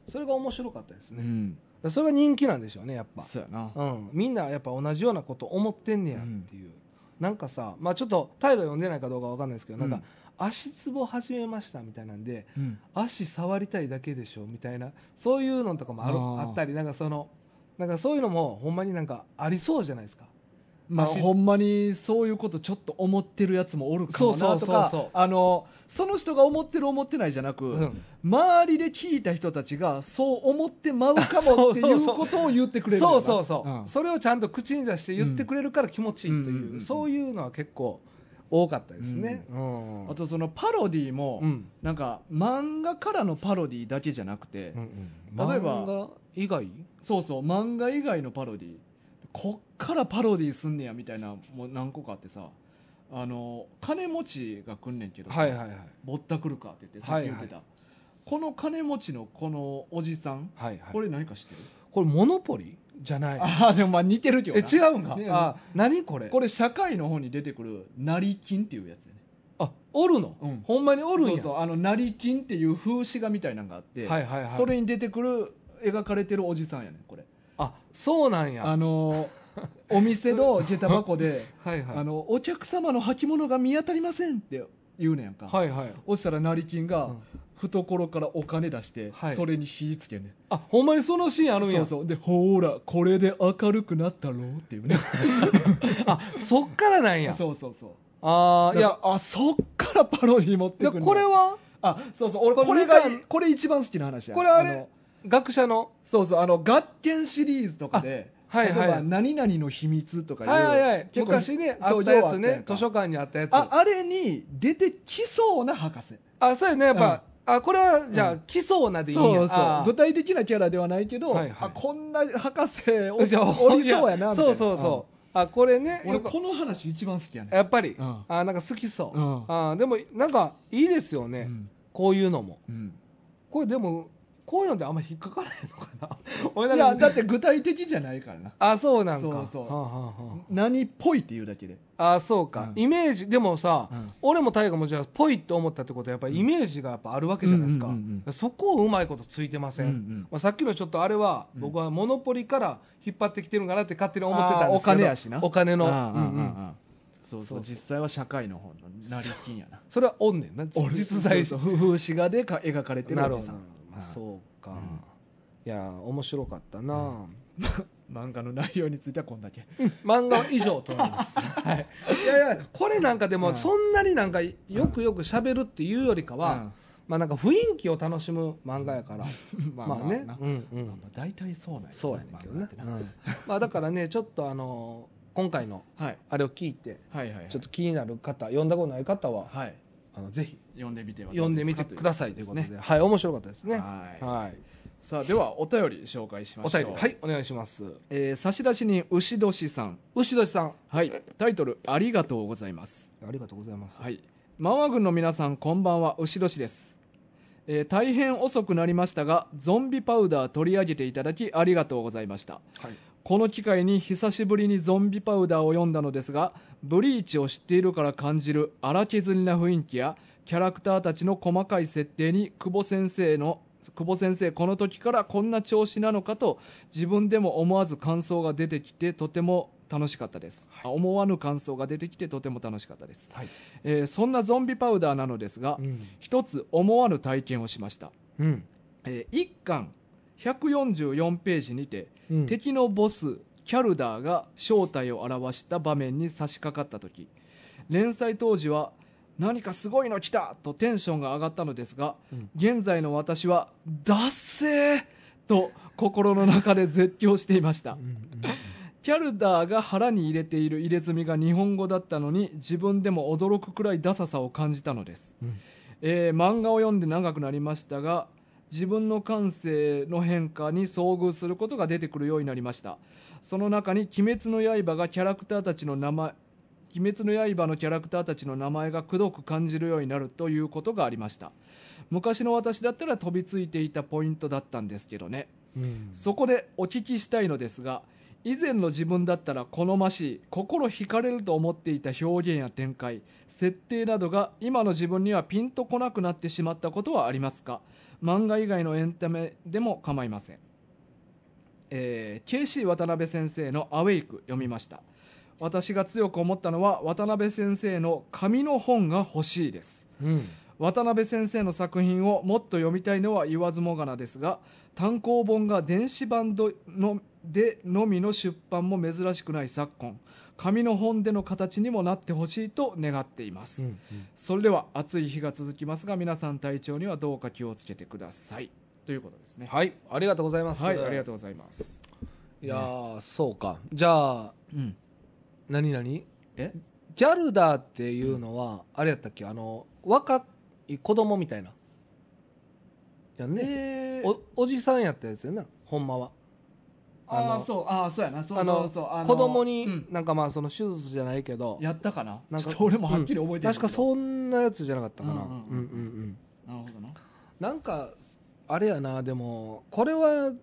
Speaker 2: それが面白かったです
Speaker 1: う
Speaker 2: ね、だか
Speaker 1: ん
Speaker 2: らそれが人気なんでしょうねやっぱ
Speaker 1: そうやな
Speaker 2: うん、みんなやっぱ同じようなこと思ってんねやっていう、なんかさ、まあ、ちょっと大河読んでないかどうかわかんないですけど、なん
Speaker 1: う
Speaker 2: か足つぼ始めましたみたいなんで
Speaker 1: うん
Speaker 2: 足触りたいだけでしょみたいなそういうのとかもある
Speaker 1: あー
Speaker 2: あったりなんかそのなんかそういうのもほんまになんかありそうじゃないですか
Speaker 1: まあ、
Speaker 2: 足
Speaker 1: ほんまにそういうことちょっと思ってるやつもおるかも
Speaker 2: そ
Speaker 1: な
Speaker 2: うそ
Speaker 1: と
Speaker 2: うそう
Speaker 1: か
Speaker 2: そう
Speaker 1: あのその人が思ってる思ってないじゃなく、
Speaker 2: うん
Speaker 1: 周りで聞いた人たちがそう思ってまうかもってい
Speaker 2: そう
Speaker 1: う
Speaker 2: そう
Speaker 1: ことを言ってくれるよ
Speaker 2: そ
Speaker 1: な
Speaker 2: うそうそう、
Speaker 1: うん
Speaker 2: それをちゃんと口に出して言ってくれるから気持ちいいと
Speaker 1: うんうん
Speaker 2: い
Speaker 1: うん
Speaker 2: う、
Speaker 1: うん
Speaker 2: そういうのは結構多かったですね、うん
Speaker 1: あとそのパロディも、
Speaker 2: うん
Speaker 1: なんか漫画からのパロディだけじゃなくて、例えば
Speaker 2: 漫画以外
Speaker 1: そうそう漫画以外のパロディこっからパロディすんねやみたいなもう何個かあってさあの金持ちが来んねんけどさ
Speaker 2: はいはいはい
Speaker 1: ぼったくるかって言ってさっき言ってた、この金持ちのこのおじさん
Speaker 2: はいはい
Speaker 1: これ何か知ってる、
Speaker 2: これモノポリじゃない。
Speaker 1: ああでもまあ似てるけど
Speaker 2: え、
Speaker 1: な
Speaker 2: 違うんか。
Speaker 1: ね
Speaker 2: あ、何これ。
Speaker 1: これ社会の方に出てくる成金っていうやつやね
Speaker 2: あ、おるの
Speaker 1: うん。
Speaker 2: ほんまにおるん
Speaker 1: そう
Speaker 2: や。
Speaker 1: そ
Speaker 2: は
Speaker 1: うあの成金っていう風刺画みたいなのがあって、
Speaker 2: いはいはい。
Speaker 1: それに出てくる描かれてるおじさんやねんこれ
Speaker 2: あ、そうなん
Speaker 1: あ
Speaker 2: や。
Speaker 1: のーお店の下駄箱 で
Speaker 2: はい
Speaker 1: あ
Speaker 2: は
Speaker 1: のお客様の履物が見当たりませんって言うねやんか、
Speaker 2: い。はいはい。
Speaker 1: おしたら成金
Speaker 2: う
Speaker 1: が
Speaker 2: ん
Speaker 1: 懐からお金出して、
Speaker 2: はい
Speaker 1: それに火つけんねん
Speaker 2: あ、ほんまにそのシーンあるん
Speaker 1: そ
Speaker 2: や
Speaker 1: う。そうでほーらこれで明るくなったろうっていうね
Speaker 2: あ、そっからなん や。
Speaker 1: そうそうそう
Speaker 2: あー、い
Speaker 1: い
Speaker 2: や
Speaker 1: や、あそっからパロディ持って
Speaker 2: い
Speaker 1: く
Speaker 2: や
Speaker 1: る
Speaker 2: これは
Speaker 1: あそうそう俺これ
Speaker 2: こ
Speaker 1: が
Speaker 2: れみかん
Speaker 1: これ一番好きな話や
Speaker 2: これあれ
Speaker 1: の
Speaker 2: 学者の。
Speaker 1: そうそうあの学研シリーズとかで
Speaker 2: あはいはい
Speaker 1: 例えば何々の秘密とかいう、
Speaker 2: はいはいはい。
Speaker 1: 結構
Speaker 2: 昔ね、あ
Speaker 1: そう
Speaker 2: ったや
Speaker 1: よう
Speaker 2: つ
Speaker 1: あったや
Speaker 2: ね
Speaker 1: ん。か
Speaker 2: 図書館にあったやつ。
Speaker 1: ああれに出てきそうな博士
Speaker 2: あ、そうやね。やっぱ、あ、これは、じゃ
Speaker 1: う
Speaker 2: あ、来そうなでいいん
Speaker 1: そ
Speaker 2: や。
Speaker 1: うそう
Speaker 2: あー
Speaker 1: 具体的なキャラではないけど、
Speaker 2: はいはい
Speaker 1: あこんな博士お
Speaker 2: じゃあ
Speaker 1: おりそうやなみたいな
Speaker 2: そうそうそう。あ、これね。
Speaker 1: うん俺この話一番好きやね
Speaker 2: やっぱり、
Speaker 1: うん
Speaker 2: あなんか好きそう、
Speaker 1: うん
Speaker 2: あでもなんかいいですよね、
Speaker 1: うん
Speaker 2: こういうのも
Speaker 1: うん
Speaker 2: これでもこういうのであんま引っかからないのかな 俺
Speaker 1: い
Speaker 2: な
Speaker 1: や
Speaker 2: んか
Speaker 1: だって具体的じゃないからな
Speaker 2: あそうなんか
Speaker 1: そうそう
Speaker 2: はあはあは
Speaker 1: 何っぽいっていうだけで
Speaker 2: ああそうか、
Speaker 1: うん
Speaker 2: イメージでもさ、
Speaker 1: うん
Speaker 2: 俺も大河もじゃあぽいって思ったってことはやっぱりイメージがやっぱあるわけじゃないですか、
Speaker 1: うんうんうん
Speaker 2: そこをうまいことついてません、
Speaker 1: うんうん
Speaker 2: まあ、さっきのちょっとあれは
Speaker 1: うん
Speaker 2: 僕はモノポリから引っ張ってきてるんかなって勝手に思ってたん
Speaker 1: あーお
Speaker 2: ですけど
Speaker 1: 金やしな
Speaker 2: お金の
Speaker 1: ああ
Speaker 2: うんうん
Speaker 1: ああああそうそう
Speaker 2: そうそう
Speaker 1: 実際は社会の方の成金やな
Speaker 2: それはおんねんな実在し
Speaker 1: そうそう風刺画でか描かれてる
Speaker 2: な
Speaker 1: お
Speaker 2: るほ
Speaker 1: じ
Speaker 2: ど
Speaker 1: さん、
Speaker 2: まあ、そうか、
Speaker 1: うん
Speaker 2: いや面白かったな、
Speaker 1: 漫画の内容についてはこんだけ
Speaker 2: 漫画は以上となりま す、はい、いやいやこれなんかで
Speaker 1: う
Speaker 2: も
Speaker 1: ん
Speaker 2: そんなになんかよくよく喋るっていうよりかは、まあなんか雰囲気を楽しむ漫画やから、
Speaker 1: うんまあ
Speaker 2: まあね、
Speaker 1: まあ
Speaker 2: うんう
Speaker 1: まあ
Speaker 2: ん、
Speaker 1: まあ大体そうなんや
Speaker 2: そうやねんけどね
Speaker 1: 漫画って、
Speaker 2: うんまあだからねちょっとあのー今回の
Speaker 1: はい
Speaker 2: あれを聞いて
Speaker 1: はいはいはい
Speaker 2: ちょっと気になる方読んだことない方は
Speaker 1: はい
Speaker 2: あのぜひ
Speaker 1: 読んでみてはど
Speaker 2: 読
Speaker 1: うんで
Speaker 2: で
Speaker 1: す
Speaker 2: み
Speaker 1: か
Speaker 2: てくださいということで
Speaker 1: というこ
Speaker 2: はい面白かったです
Speaker 1: とで
Speaker 2: ね
Speaker 1: すね
Speaker 2: はい、
Speaker 1: はいさあではお便り紹介しま
Speaker 2: お
Speaker 1: しょう
Speaker 2: 便りはいお願いします
Speaker 1: えー差出人牛年さん
Speaker 2: 牛年さん
Speaker 1: はいタイトルありがとうございます
Speaker 2: ありがとうございます
Speaker 1: はい。マンワ軍の皆さん、こんばんは、牛年です。えー大変遅くなりましたが、ゾンビパウダー取り上げていただきありがとうございました。
Speaker 2: はい
Speaker 1: この機会に久しぶりにゾンビパウダーを読んだのですが、ブリーチを知っているから感じる荒削りな雰囲気や、キャラクターたちの細かい設定に、久保先生の、久保先生、この時からこんな調子なのかと、自分でも思わず感想が出てきて、とても楽しかったです。あ思わぬ感想が出てきて、とても楽しかったです。
Speaker 2: はい
Speaker 1: えーそんなゾンビパウダーなのですが、
Speaker 2: うん
Speaker 1: 一つ思わぬ体験をしました、
Speaker 2: うん
Speaker 1: えー一巻144ページにて、
Speaker 4: うん
Speaker 1: 敵のボスキャルダーが正体を表した場面に差し掛かった時連載当時は何かすごいの来たとテンションが上がったのですが、
Speaker 4: うん
Speaker 1: 現在の私は「ダッセー!」と心の中で絶叫していました、キャルダーが腹に入れている入れ墨が日本語だったのに自分でも驚くくらいダサさを感じたのです、
Speaker 4: うん
Speaker 1: えー漫画を読んで長くなりましたが自分の感性の変化に遭遇することが出てくるようになりましたその中に「鬼滅の刃」がキャラクターたちの名前鬼滅の刃のキャラクターたちの名前がくどく感じるようになるということがありました昔の私だったら飛びついていたポイントだったんですけどね
Speaker 4: うん
Speaker 1: そこでお聞きしたいのですが以前の自分だったら好ましい心惹かれると思っていた表現や展開設定などが今の自分にはピンとこなくなってしまったことはありますか漫画以外のエンタメでも構いません、えー、KC 渡辺先生の「アウェイク」読みました私が強く思ったのは渡辺先生の紙の本が欲しいです
Speaker 4: うん
Speaker 1: 渡辺先生の作品をもっと読みたいのは言わずもがなですが単行本が電子版どのでのみの出版も珍しくない昨今紙の本での形にもなってほしいと願っています、
Speaker 4: うん
Speaker 1: それでは暑い日が続きますが皆さん体調にはどうか気をつけてくださいということですね
Speaker 3: はい、ありがとうございます。
Speaker 1: はい、ありがとうございます
Speaker 3: いやー、そうか。じゃあ、
Speaker 1: うん
Speaker 3: 何々
Speaker 1: え
Speaker 3: ギャルダーっていうのは、あれやったっけあの、若い子供みたいな。やんね。
Speaker 1: え
Speaker 3: お、おじさんやったやつやんな、ほんまは。
Speaker 1: あ
Speaker 3: あ
Speaker 1: あ
Speaker 3: の
Speaker 1: そうああそうやなそう
Speaker 3: あ
Speaker 1: そ
Speaker 3: の
Speaker 1: うそうあの
Speaker 3: 子供
Speaker 1: う
Speaker 3: に
Speaker 1: ん、
Speaker 3: なんかまあ、その手術じゃないけど、
Speaker 1: やったかな
Speaker 3: なんか
Speaker 1: ちょっと俺もはっきり覚えてない、
Speaker 3: 確かそんなやつじゃなかったかな。
Speaker 1: う
Speaker 3: うんん
Speaker 1: うんう
Speaker 3: うんん
Speaker 1: う
Speaker 3: うんん。
Speaker 1: なるほどな
Speaker 3: なんか、あれやな、でも、これは、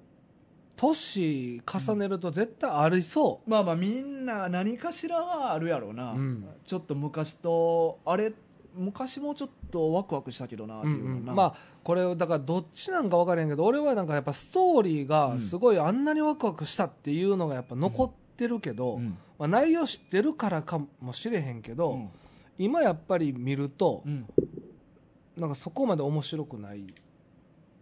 Speaker 3: 年重ねると絶対ありそ
Speaker 1: まあまあみんな何かしらはあるやろうな、
Speaker 3: うん
Speaker 1: ちょっと昔とあれ昔もちょっとワクワクしたけどなって
Speaker 3: う。う
Speaker 1: い
Speaker 3: ん
Speaker 1: うの
Speaker 3: うん
Speaker 1: な、
Speaker 3: まあ、これ、だからどっちなんか分からへんけど、俺はなんかやっぱストーリーがすごいあんなにワクワクしたっていうのがやっぱ残ってるけど、
Speaker 1: うん
Speaker 3: まあ、内容知ってるからかもしれへんけど、
Speaker 1: うん
Speaker 3: 今やっぱり見ると
Speaker 1: う、ん
Speaker 3: なんかそこまで面白くないっ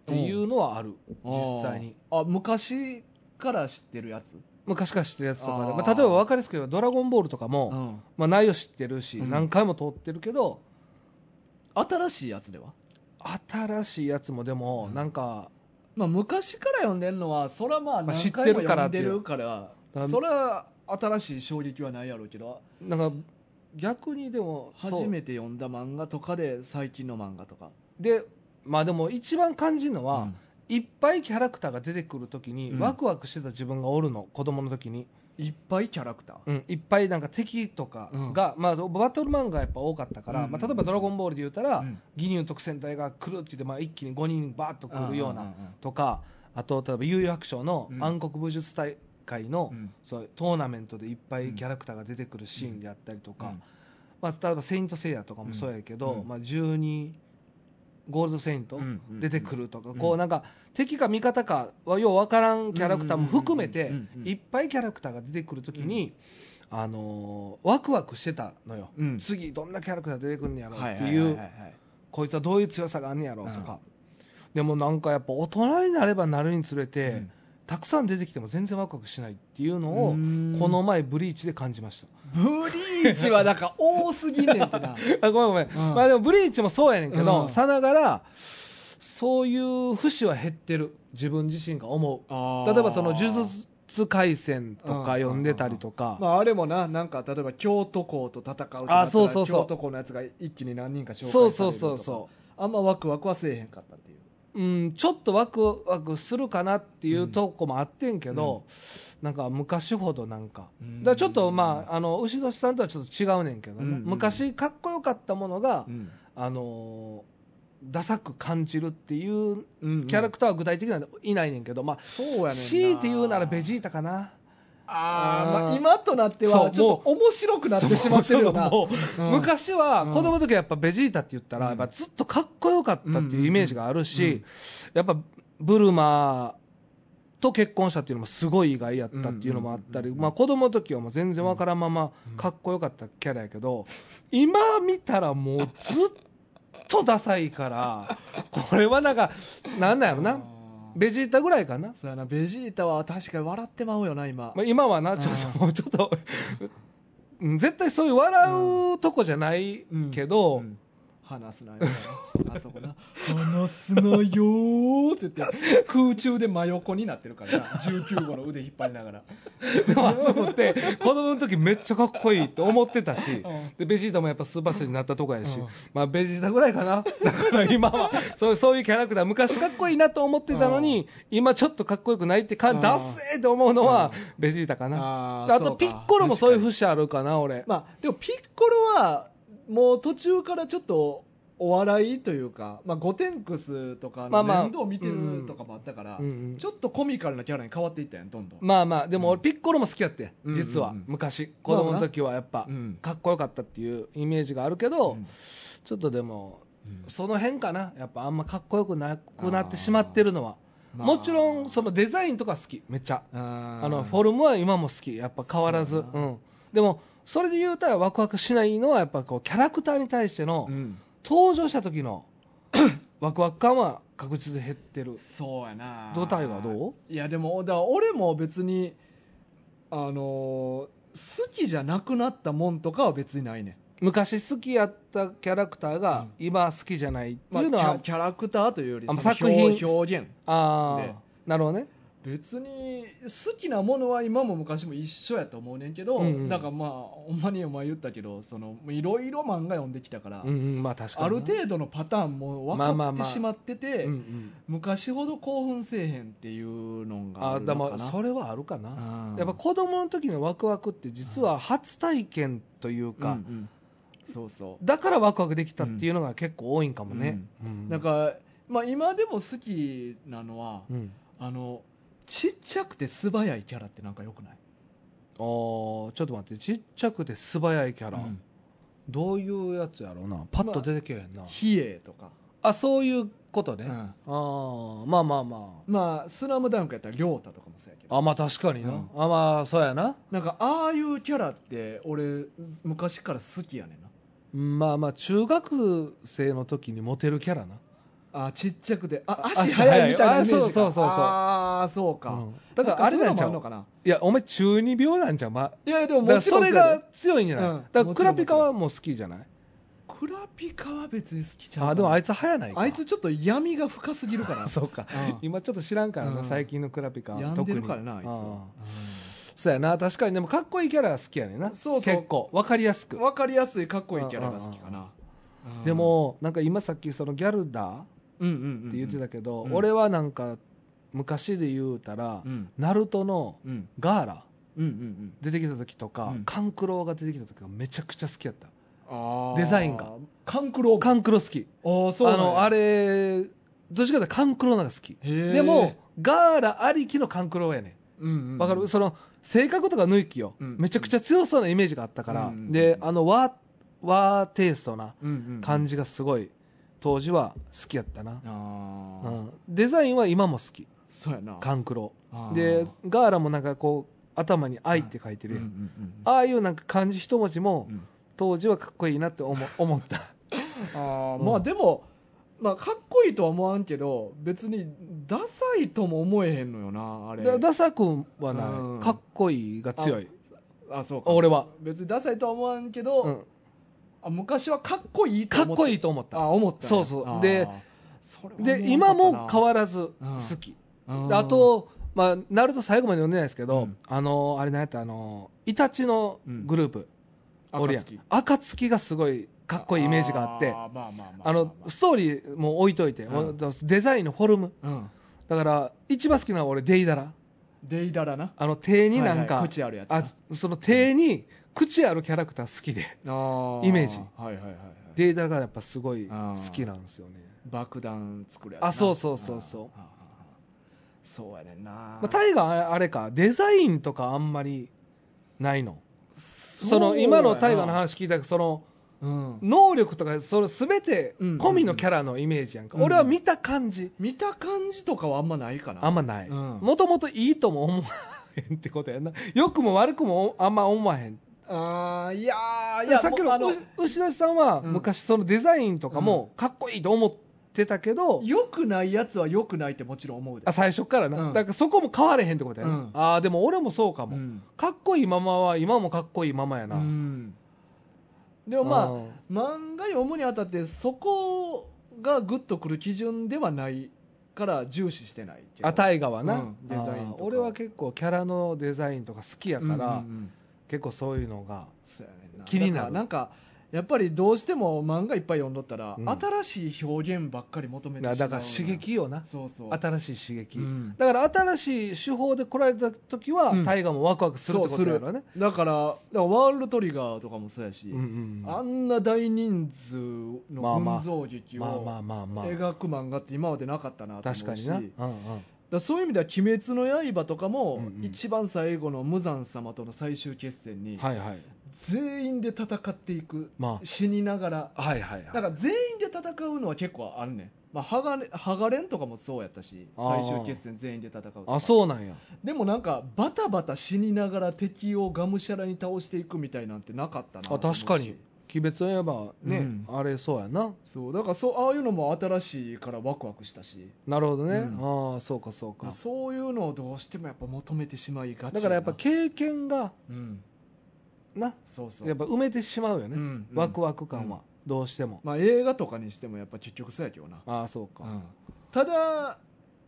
Speaker 3: ていうのはある、実際に。
Speaker 1: あーあ昔から知ってるやつ、
Speaker 3: 昔から知ってるやつとかで。
Speaker 1: あー
Speaker 3: まあ、例えば分かりやすく言えば、ドラゴンボールとかも、
Speaker 1: うん、
Speaker 3: まあ、内容知ってるし、
Speaker 1: うん
Speaker 3: 何回も通ってるけど
Speaker 1: 新しいやつでは
Speaker 3: 新しいやつもでも
Speaker 1: うん
Speaker 3: なんか、
Speaker 1: まあ昔から読んでるのはそらまあ
Speaker 3: まあ
Speaker 1: 何回も
Speaker 3: 知ってるから
Speaker 1: 読ん
Speaker 3: ってい
Speaker 1: で
Speaker 3: う
Speaker 1: るから
Speaker 3: なん
Speaker 1: そら新しい衝撃はないやろうけど
Speaker 3: なんか逆にでもそう
Speaker 1: 初めて読んだ漫画とかで最近の漫画とか
Speaker 3: でまあでも一番感じるのは、
Speaker 1: うん
Speaker 3: いっぱいキャラクターが出てくるときに、
Speaker 1: うん
Speaker 3: ワクワクしてた自分がおるの子供の時に、
Speaker 1: いっぱいキャラクター
Speaker 3: うん、いっぱいなんか敵とかが、まあ、バトル漫画やっぱ多かったから、
Speaker 1: うん
Speaker 3: まあ、例えば「ドラゴンボール」で言ったら、
Speaker 1: うん
Speaker 3: 義乳特戦隊が来るって言って、まあ、一気に5人バーッと来るよう
Speaker 1: うん
Speaker 3: な
Speaker 1: うんうんうん
Speaker 3: とかあと例えば「悠々白書」の
Speaker 1: うん
Speaker 3: 暗黒武術大会の、
Speaker 1: うん
Speaker 3: そうトーナメントでいっぱいキャラクターが出てくるシーンであったりとか、
Speaker 1: うん
Speaker 3: まあ、例えば「セイント・セイヤ」とかもそうやけど、
Speaker 1: うん
Speaker 3: まあ、12ゴールド・セイント
Speaker 1: うんうん
Speaker 3: 出てくるとか、
Speaker 1: うん
Speaker 3: こうなんか敵か味方かはようわからんキャラクターも含めて
Speaker 1: うんうんうんうん
Speaker 3: いっぱいキャラクターが出てくるときに、あのーワクワクしてたのよ、
Speaker 1: うん
Speaker 3: 次どんなキャラクター出てくるんやろう
Speaker 1: はい
Speaker 3: って
Speaker 1: はい
Speaker 3: い
Speaker 1: は
Speaker 3: う、
Speaker 1: いはいはい
Speaker 3: こいつはどういう強さがあんねやろうとか、でもなんかやっぱ大人になればなるにつれて、
Speaker 1: うん
Speaker 3: たくさん出てきても全然ワクワクしないっていうの
Speaker 1: う
Speaker 3: を
Speaker 1: ーん
Speaker 3: この前ブリーチで感じま した
Speaker 1: ブリーチはだから多すぎんねんってな
Speaker 3: あごめんごめん、
Speaker 1: うん
Speaker 3: まあでもブリーチもそうやねんけど、
Speaker 1: うん
Speaker 3: さながらそういう節は減ってる自分自身が思う例えばその呪術廻戦とか読んでたりとか、
Speaker 1: まああれもななんか例えば京都校と戦うとか
Speaker 3: あそうそうそう
Speaker 1: 京都校のやつが一気に何人か紹介され
Speaker 3: そ
Speaker 1: る
Speaker 3: う
Speaker 1: とか
Speaker 3: そうそうそう
Speaker 1: あんまワクワクはせえへんかったっていう
Speaker 3: うん、ちょっとワクワクするかなっていうとこもあってんけど、なんか昔ほどなんか、
Speaker 1: うん
Speaker 3: だからちょっとまああの牛年さんとはちょっと違うねんけどね、
Speaker 1: うんうん
Speaker 3: 昔かっこよかったものが、
Speaker 1: うん
Speaker 3: あのーダサく感じるっていう
Speaker 1: うんうん
Speaker 3: キャラクターは具体的にはいないねんけど、まあ
Speaker 1: そうやねんな
Speaker 3: 強いて言うならベジータかな
Speaker 1: あーま
Speaker 3: あー
Speaker 1: あ今となって
Speaker 3: そう
Speaker 1: は
Speaker 3: もう
Speaker 1: ちょっと面白くなってしまってるよな
Speaker 3: そうそう
Speaker 1: うん
Speaker 3: 昔は子供の時はやっぱベジータって言ったら
Speaker 1: うん
Speaker 3: やっぱずっとかっこよかったっていうイメージがあ
Speaker 1: うんうん
Speaker 3: る
Speaker 1: うん
Speaker 3: しやっぱブルマと結婚したっていうのもすごい意外やったっていうのもあったり
Speaker 1: うんうんうんうん
Speaker 3: まあ子供の時はもう全然わからんまま
Speaker 1: うん
Speaker 3: かっこよかったキャラやけど今見たらもう ずっとダサいからこれはなんかなんだろうなベジータぐらいかな、
Speaker 1: そうやな、ベジータは確かに笑ってまうよな、今。
Speaker 3: まあ、今はなちょっともうちょっとうん絶対そういう笑うとこじゃないけど、
Speaker 1: うん話 すなよ。あそこな。話すなよーって言って、空中で真横になってるからな。19号の腕引っ張りながら。
Speaker 3: でもあそこって子供の時めっちゃかっこいいと思ってたし
Speaker 1: ん
Speaker 3: でベジータもやっぱスーパースになったとこやし、
Speaker 1: うん
Speaker 3: まあ、ベジータぐらいかなだから今はそうそういうキャラクター昔かっこいいなと思ってたのに今ちょっとかっこよくないって感
Speaker 1: うん
Speaker 3: ダッセーって思うのはベジータか
Speaker 1: あ
Speaker 3: な
Speaker 1: ー
Speaker 3: あ
Speaker 1: そ
Speaker 3: と
Speaker 1: うか
Speaker 3: ピッコロもそういう節あるかな俺
Speaker 1: まあ、でもピッコロは、もう途中からちょっと、お笑いというか、まあ、ゴテンクスとか
Speaker 3: ま
Speaker 1: の
Speaker 3: あまあ
Speaker 1: 面倒を見てるとかもあったから、
Speaker 3: うんうん
Speaker 1: ちょっとコミカルなキャラに変わっていったやん、どんどん。
Speaker 3: まあまあでも俺ピッコロも好きやって
Speaker 1: うん
Speaker 3: 実は
Speaker 1: うんうん
Speaker 3: 昔子供の時はやっぱ
Speaker 1: うん
Speaker 3: かっこよかったっていうイメージがあるけど
Speaker 1: うん
Speaker 3: ちょっとでも
Speaker 1: うん
Speaker 3: その辺かなやっぱあんまかっこよくなくなってしまってるのは、
Speaker 1: まあ
Speaker 3: もちろんそのデザインとか好きめっちゃ
Speaker 1: あー
Speaker 3: あのフォルムは今も好きやっぱ変わらず
Speaker 1: そううやなん
Speaker 3: でもそれで言うたらワクワクしないのはやっぱこうキャラクターに対しての
Speaker 1: うん
Speaker 3: 登場した時の ワクワク感は確実に減ってる
Speaker 1: そうやな
Speaker 3: ドタイはどう
Speaker 1: いやでもだから俺も別にあのー好きじゃなくなったもんとかは別にないね
Speaker 3: 昔好きやったキャラクターが今好きじゃないって
Speaker 1: ん、ま
Speaker 3: い
Speaker 1: あ、キ
Speaker 3: うのは、
Speaker 1: ャキャラクターというより
Speaker 3: あ
Speaker 1: その
Speaker 3: 作品
Speaker 1: 表表現
Speaker 3: あ
Speaker 1: で
Speaker 3: あなるほどね
Speaker 1: 別に好きなものは今も昔も一緒やと思うねんけど、
Speaker 3: うんうん
Speaker 1: だからまあほんまにお前言ったけどそのいろいろ漫画読んできたから、
Speaker 3: うんうんまあ確かに
Speaker 1: ある
Speaker 3: 度、
Speaker 1: 程度のパターンも分
Speaker 3: ま
Speaker 1: か
Speaker 3: あ
Speaker 1: っ
Speaker 3: まあ
Speaker 1: て
Speaker 3: まあ
Speaker 1: しまってて、
Speaker 3: うんうん、
Speaker 1: 昔ほど興奮せえへんっていうのが
Speaker 3: あ
Speaker 1: あ
Speaker 3: あ
Speaker 1: る
Speaker 3: で
Speaker 1: のかな
Speaker 3: もそれはあるかな、
Speaker 1: うん
Speaker 3: やっぱ子供の時のワクワクって実は初体験というか、
Speaker 1: うんうんそうそう
Speaker 3: だからワクワクできたっていうのが結構多いんかもね、うん
Speaker 1: なんか、まあ、今でも好きなのは、
Speaker 3: うん
Speaker 1: あのちっちゃくて素早いキャラってなんかよくない
Speaker 3: あーちょっと待ってちっちゃくて素早いキャラ、
Speaker 1: うん
Speaker 3: どういうやつやろうなパッと出てけえへんな、
Speaker 1: 比叡とか、
Speaker 3: あそういうことね、
Speaker 1: う
Speaker 3: あ
Speaker 1: ん
Speaker 3: あまあまあま
Speaker 1: まあ「スラムダンクやったら亮太とかもそうやけ
Speaker 3: あ
Speaker 1: ど
Speaker 3: あまあ確かにな、
Speaker 1: うん
Speaker 3: あまあそうやな
Speaker 1: なんかああいうキャラって俺昔から好きやねんな
Speaker 3: まあまあ中学生の時にモテるキャラな
Speaker 1: あちっちゃくてあ
Speaker 3: 足
Speaker 1: 足速いみたいなイメージ
Speaker 3: 速いあそうそうそうそう
Speaker 1: ああそうか、
Speaker 3: うんだからあれなんち
Speaker 1: そういのもあ
Speaker 3: ゃ
Speaker 1: るのかない
Speaker 3: やお前中二病なんじゃんま
Speaker 1: いやいやでも
Speaker 3: だから
Speaker 1: もちろん
Speaker 3: それ
Speaker 1: うやで
Speaker 3: が強いんじゃない、
Speaker 1: うん
Speaker 3: だか
Speaker 1: も
Speaker 3: ら
Speaker 1: ち
Speaker 3: ク
Speaker 1: ろん
Speaker 3: ラピカはもう好きじゃない
Speaker 1: クラピカは別に好きちゃう
Speaker 3: あ
Speaker 1: かな
Speaker 3: ーでもあいつ早ないか
Speaker 1: あいつちょっと闇が深すぎるから
Speaker 3: そうか、
Speaker 1: うん
Speaker 3: 今ちょっと知らんからな、
Speaker 1: うん
Speaker 3: 最近のクラピカは
Speaker 1: 病んでるからなあいつ
Speaker 3: 特に
Speaker 1: は
Speaker 3: あーそうやな確かにでもかっこいいキャラは好きやねんな
Speaker 1: そうそう
Speaker 3: 結構わかりやすく
Speaker 1: 分かりやすいかっこいいキャラが好きかなうん
Speaker 3: でもなんか今さっきそのギャルダーっ
Speaker 1: うんうんうんうん
Speaker 3: て言ってたけど、
Speaker 1: うん
Speaker 3: 俺はなんか昔で言うたら、
Speaker 1: うん
Speaker 3: ナルトの
Speaker 1: うん
Speaker 3: ガーラ
Speaker 1: うんうんうん
Speaker 3: 出てきた時とか、
Speaker 1: うん
Speaker 3: カンクロが出てきた時がめちゃくちゃ好きやった
Speaker 1: あー
Speaker 3: デザインが
Speaker 1: カンクロ
Speaker 3: カンクロ好き
Speaker 1: ああそう
Speaker 3: あ
Speaker 1: なんや
Speaker 3: のあれどっちかというとカンクロの方が好き
Speaker 1: へー
Speaker 3: でもガーラありきのカンクロやねん
Speaker 1: うんうんうん
Speaker 3: わかるその性格とか抜きよ、
Speaker 1: うん
Speaker 3: めちゃくちゃ強そうなイメージがあったから、
Speaker 1: うん
Speaker 3: であの和和テイストな
Speaker 1: うんうん
Speaker 3: 感じがすごい当時は好きやったな、
Speaker 1: あ
Speaker 3: う
Speaker 1: あ
Speaker 3: ん、デザインは今も好き
Speaker 1: そうやな
Speaker 3: カンクロ
Speaker 1: あー
Speaker 3: でガーラもなんかこう頭に「愛」って書いて
Speaker 1: うん
Speaker 3: る
Speaker 1: う
Speaker 3: やん、
Speaker 1: んうん
Speaker 3: ああいうなんか漢字一文字も
Speaker 1: うん
Speaker 3: 当時はかっこいいなって思思った
Speaker 1: あー
Speaker 3: うん
Speaker 1: まあでもまあかっこいいとは思わんけど別にダサいとも思えへんのよなあれ
Speaker 3: だダサくはない、
Speaker 1: うん
Speaker 3: かっこいいが強い
Speaker 1: あそうか
Speaker 3: 俺は、
Speaker 1: 別にダサいとは思わんけど、
Speaker 3: うん、
Speaker 1: あ昔はかっこいいと
Speaker 3: かっ
Speaker 1: 思
Speaker 3: こ
Speaker 1: い
Speaker 3: いいと思った
Speaker 1: あ思ったんや
Speaker 3: そうそう
Speaker 1: あー
Speaker 3: で
Speaker 1: それは
Speaker 3: で
Speaker 1: 思わ
Speaker 3: 今
Speaker 1: んかったな
Speaker 3: も変わらず好
Speaker 1: う
Speaker 3: き、
Speaker 1: ん
Speaker 3: であと、まあ、ナルト最後まで読んでないですけど、
Speaker 1: うん
Speaker 3: あの、あれ何やった、あの、イタチのグループ、おるやん
Speaker 1: 暁。
Speaker 3: 暁がすごいかっこいいイメージがあって、
Speaker 1: ーまあまあまあまあ
Speaker 3: あの、ストーリーも置いといて、
Speaker 1: うん
Speaker 3: デザインのフォルム。
Speaker 1: うん
Speaker 3: だから、一番好きなのは俺、デイダラ。
Speaker 1: デイダラな
Speaker 3: あの、手になんか、
Speaker 1: はいはい口あるやつな
Speaker 3: あその手に、口あるキャラクター好きで、
Speaker 1: あー
Speaker 3: イメージ
Speaker 1: はいはいはいはい
Speaker 3: デイダラがやっぱすごい
Speaker 1: あー
Speaker 3: 好きなんですよね。
Speaker 1: 爆弾作るやつな
Speaker 3: あそうそうそう
Speaker 1: あーあ
Speaker 3: そう
Speaker 1: ーあーそうやねんな、ま
Speaker 3: まあ、タイガーあれか、デザインとかあんまりないの。
Speaker 1: そ
Speaker 3: その、今のタイガー
Speaker 1: ー
Speaker 3: の、話聞いたけど、その、
Speaker 1: うん、
Speaker 3: 能力とかそれ全て込みのキャラのイメージやんか、
Speaker 1: うんうんうん
Speaker 3: 俺は見た感じ
Speaker 1: 見た感じとかはあんまないかな
Speaker 3: あんまない
Speaker 1: うん
Speaker 3: もともといいとも思わへんってことやんな 良くも悪くもあんま思わへん
Speaker 1: あーいやーいや
Speaker 3: さっき
Speaker 1: もうあ
Speaker 3: のう牛田さんは
Speaker 1: うん
Speaker 3: 昔そのデザインとかもかっこいいと思っってたけど、
Speaker 1: 良くないやつは良くないってもちろん思うで
Speaker 3: あ。最初からな、
Speaker 1: うん
Speaker 3: だからそこも変われへんってことやな、
Speaker 1: うん
Speaker 3: ああでも俺もそうかも、
Speaker 1: うん
Speaker 3: かっこいいままは今もかっこいいままやな、
Speaker 1: うんでもまあ、
Speaker 3: うん
Speaker 1: 漫画読むにあたってそこがグッとくる基準ではないから重視してないけど
Speaker 3: あ大河はな、
Speaker 1: うんデザインとか
Speaker 3: あー俺は結構キャラのデザインとか好きや
Speaker 1: うん
Speaker 3: から、
Speaker 1: うんうん
Speaker 3: 結構そういうのが
Speaker 1: そうやねん
Speaker 3: 気になる
Speaker 1: だからなんかやっぱりどうしても漫画いっぱい読んどったら、
Speaker 3: うん
Speaker 1: 新しい表現ばっかり求めてしま
Speaker 3: な
Speaker 1: うな
Speaker 3: だから刺激よな
Speaker 1: そうそう
Speaker 3: 新しい刺激、
Speaker 1: うん
Speaker 3: だから新しい手法で来られた時は、
Speaker 1: うん
Speaker 3: 大河もワクワクするってことやろね
Speaker 1: だからだからワールドトリガーとかもそうやし、
Speaker 3: うんうん
Speaker 1: あんな大人数
Speaker 3: まあ
Speaker 1: の
Speaker 3: まあ
Speaker 1: 群像劇
Speaker 3: まあま
Speaker 1: を
Speaker 3: あまあまあ、
Speaker 1: 描く漫画って今までなかったなと思うし
Speaker 3: 確かにな、うん
Speaker 1: だか
Speaker 3: うん、
Speaker 1: らそういう意味では「鬼滅の刃」とかも、
Speaker 3: うんうん
Speaker 1: 一番最後の無惨様との最終決戦に、
Speaker 3: はいはい
Speaker 1: 全員で戦っていく、
Speaker 3: ま
Speaker 1: 死にながら
Speaker 3: あはいはい
Speaker 1: な
Speaker 3: は
Speaker 1: ん
Speaker 3: い
Speaker 1: か全員で戦うのは結構あるねん、まあ、ハガレハガレンとかもそうやったし
Speaker 3: あー
Speaker 1: 最終決戦全員で戦うとか
Speaker 3: あそうなんや
Speaker 1: でもなんかバタバタ死にながら敵をがむしゃらに倒していくみたいなんてなかったなと
Speaker 3: あ
Speaker 1: 思う
Speaker 3: 確
Speaker 1: し
Speaker 3: かに「鬼滅の刃ね」あれそうやな
Speaker 1: そうだからそうああいうのも新しいからワクワクしたし
Speaker 3: なるほどね、
Speaker 1: う
Speaker 3: ああそうかそうか
Speaker 1: そういうのをどうしてもやっぱ求めてしまいがち
Speaker 3: だからやっぱ経験が
Speaker 1: うん
Speaker 3: な
Speaker 1: そうそう
Speaker 3: やっぱ埋めてしまうよ
Speaker 1: う
Speaker 3: ね、
Speaker 1: んうん
Speaker 3: ワクワク感は、どうしても、
Speaker 1: まあ映画とかにしてもやっぱ結局そうやけどな
Speaker 3: ああそうか、
Speaker 1: うんただ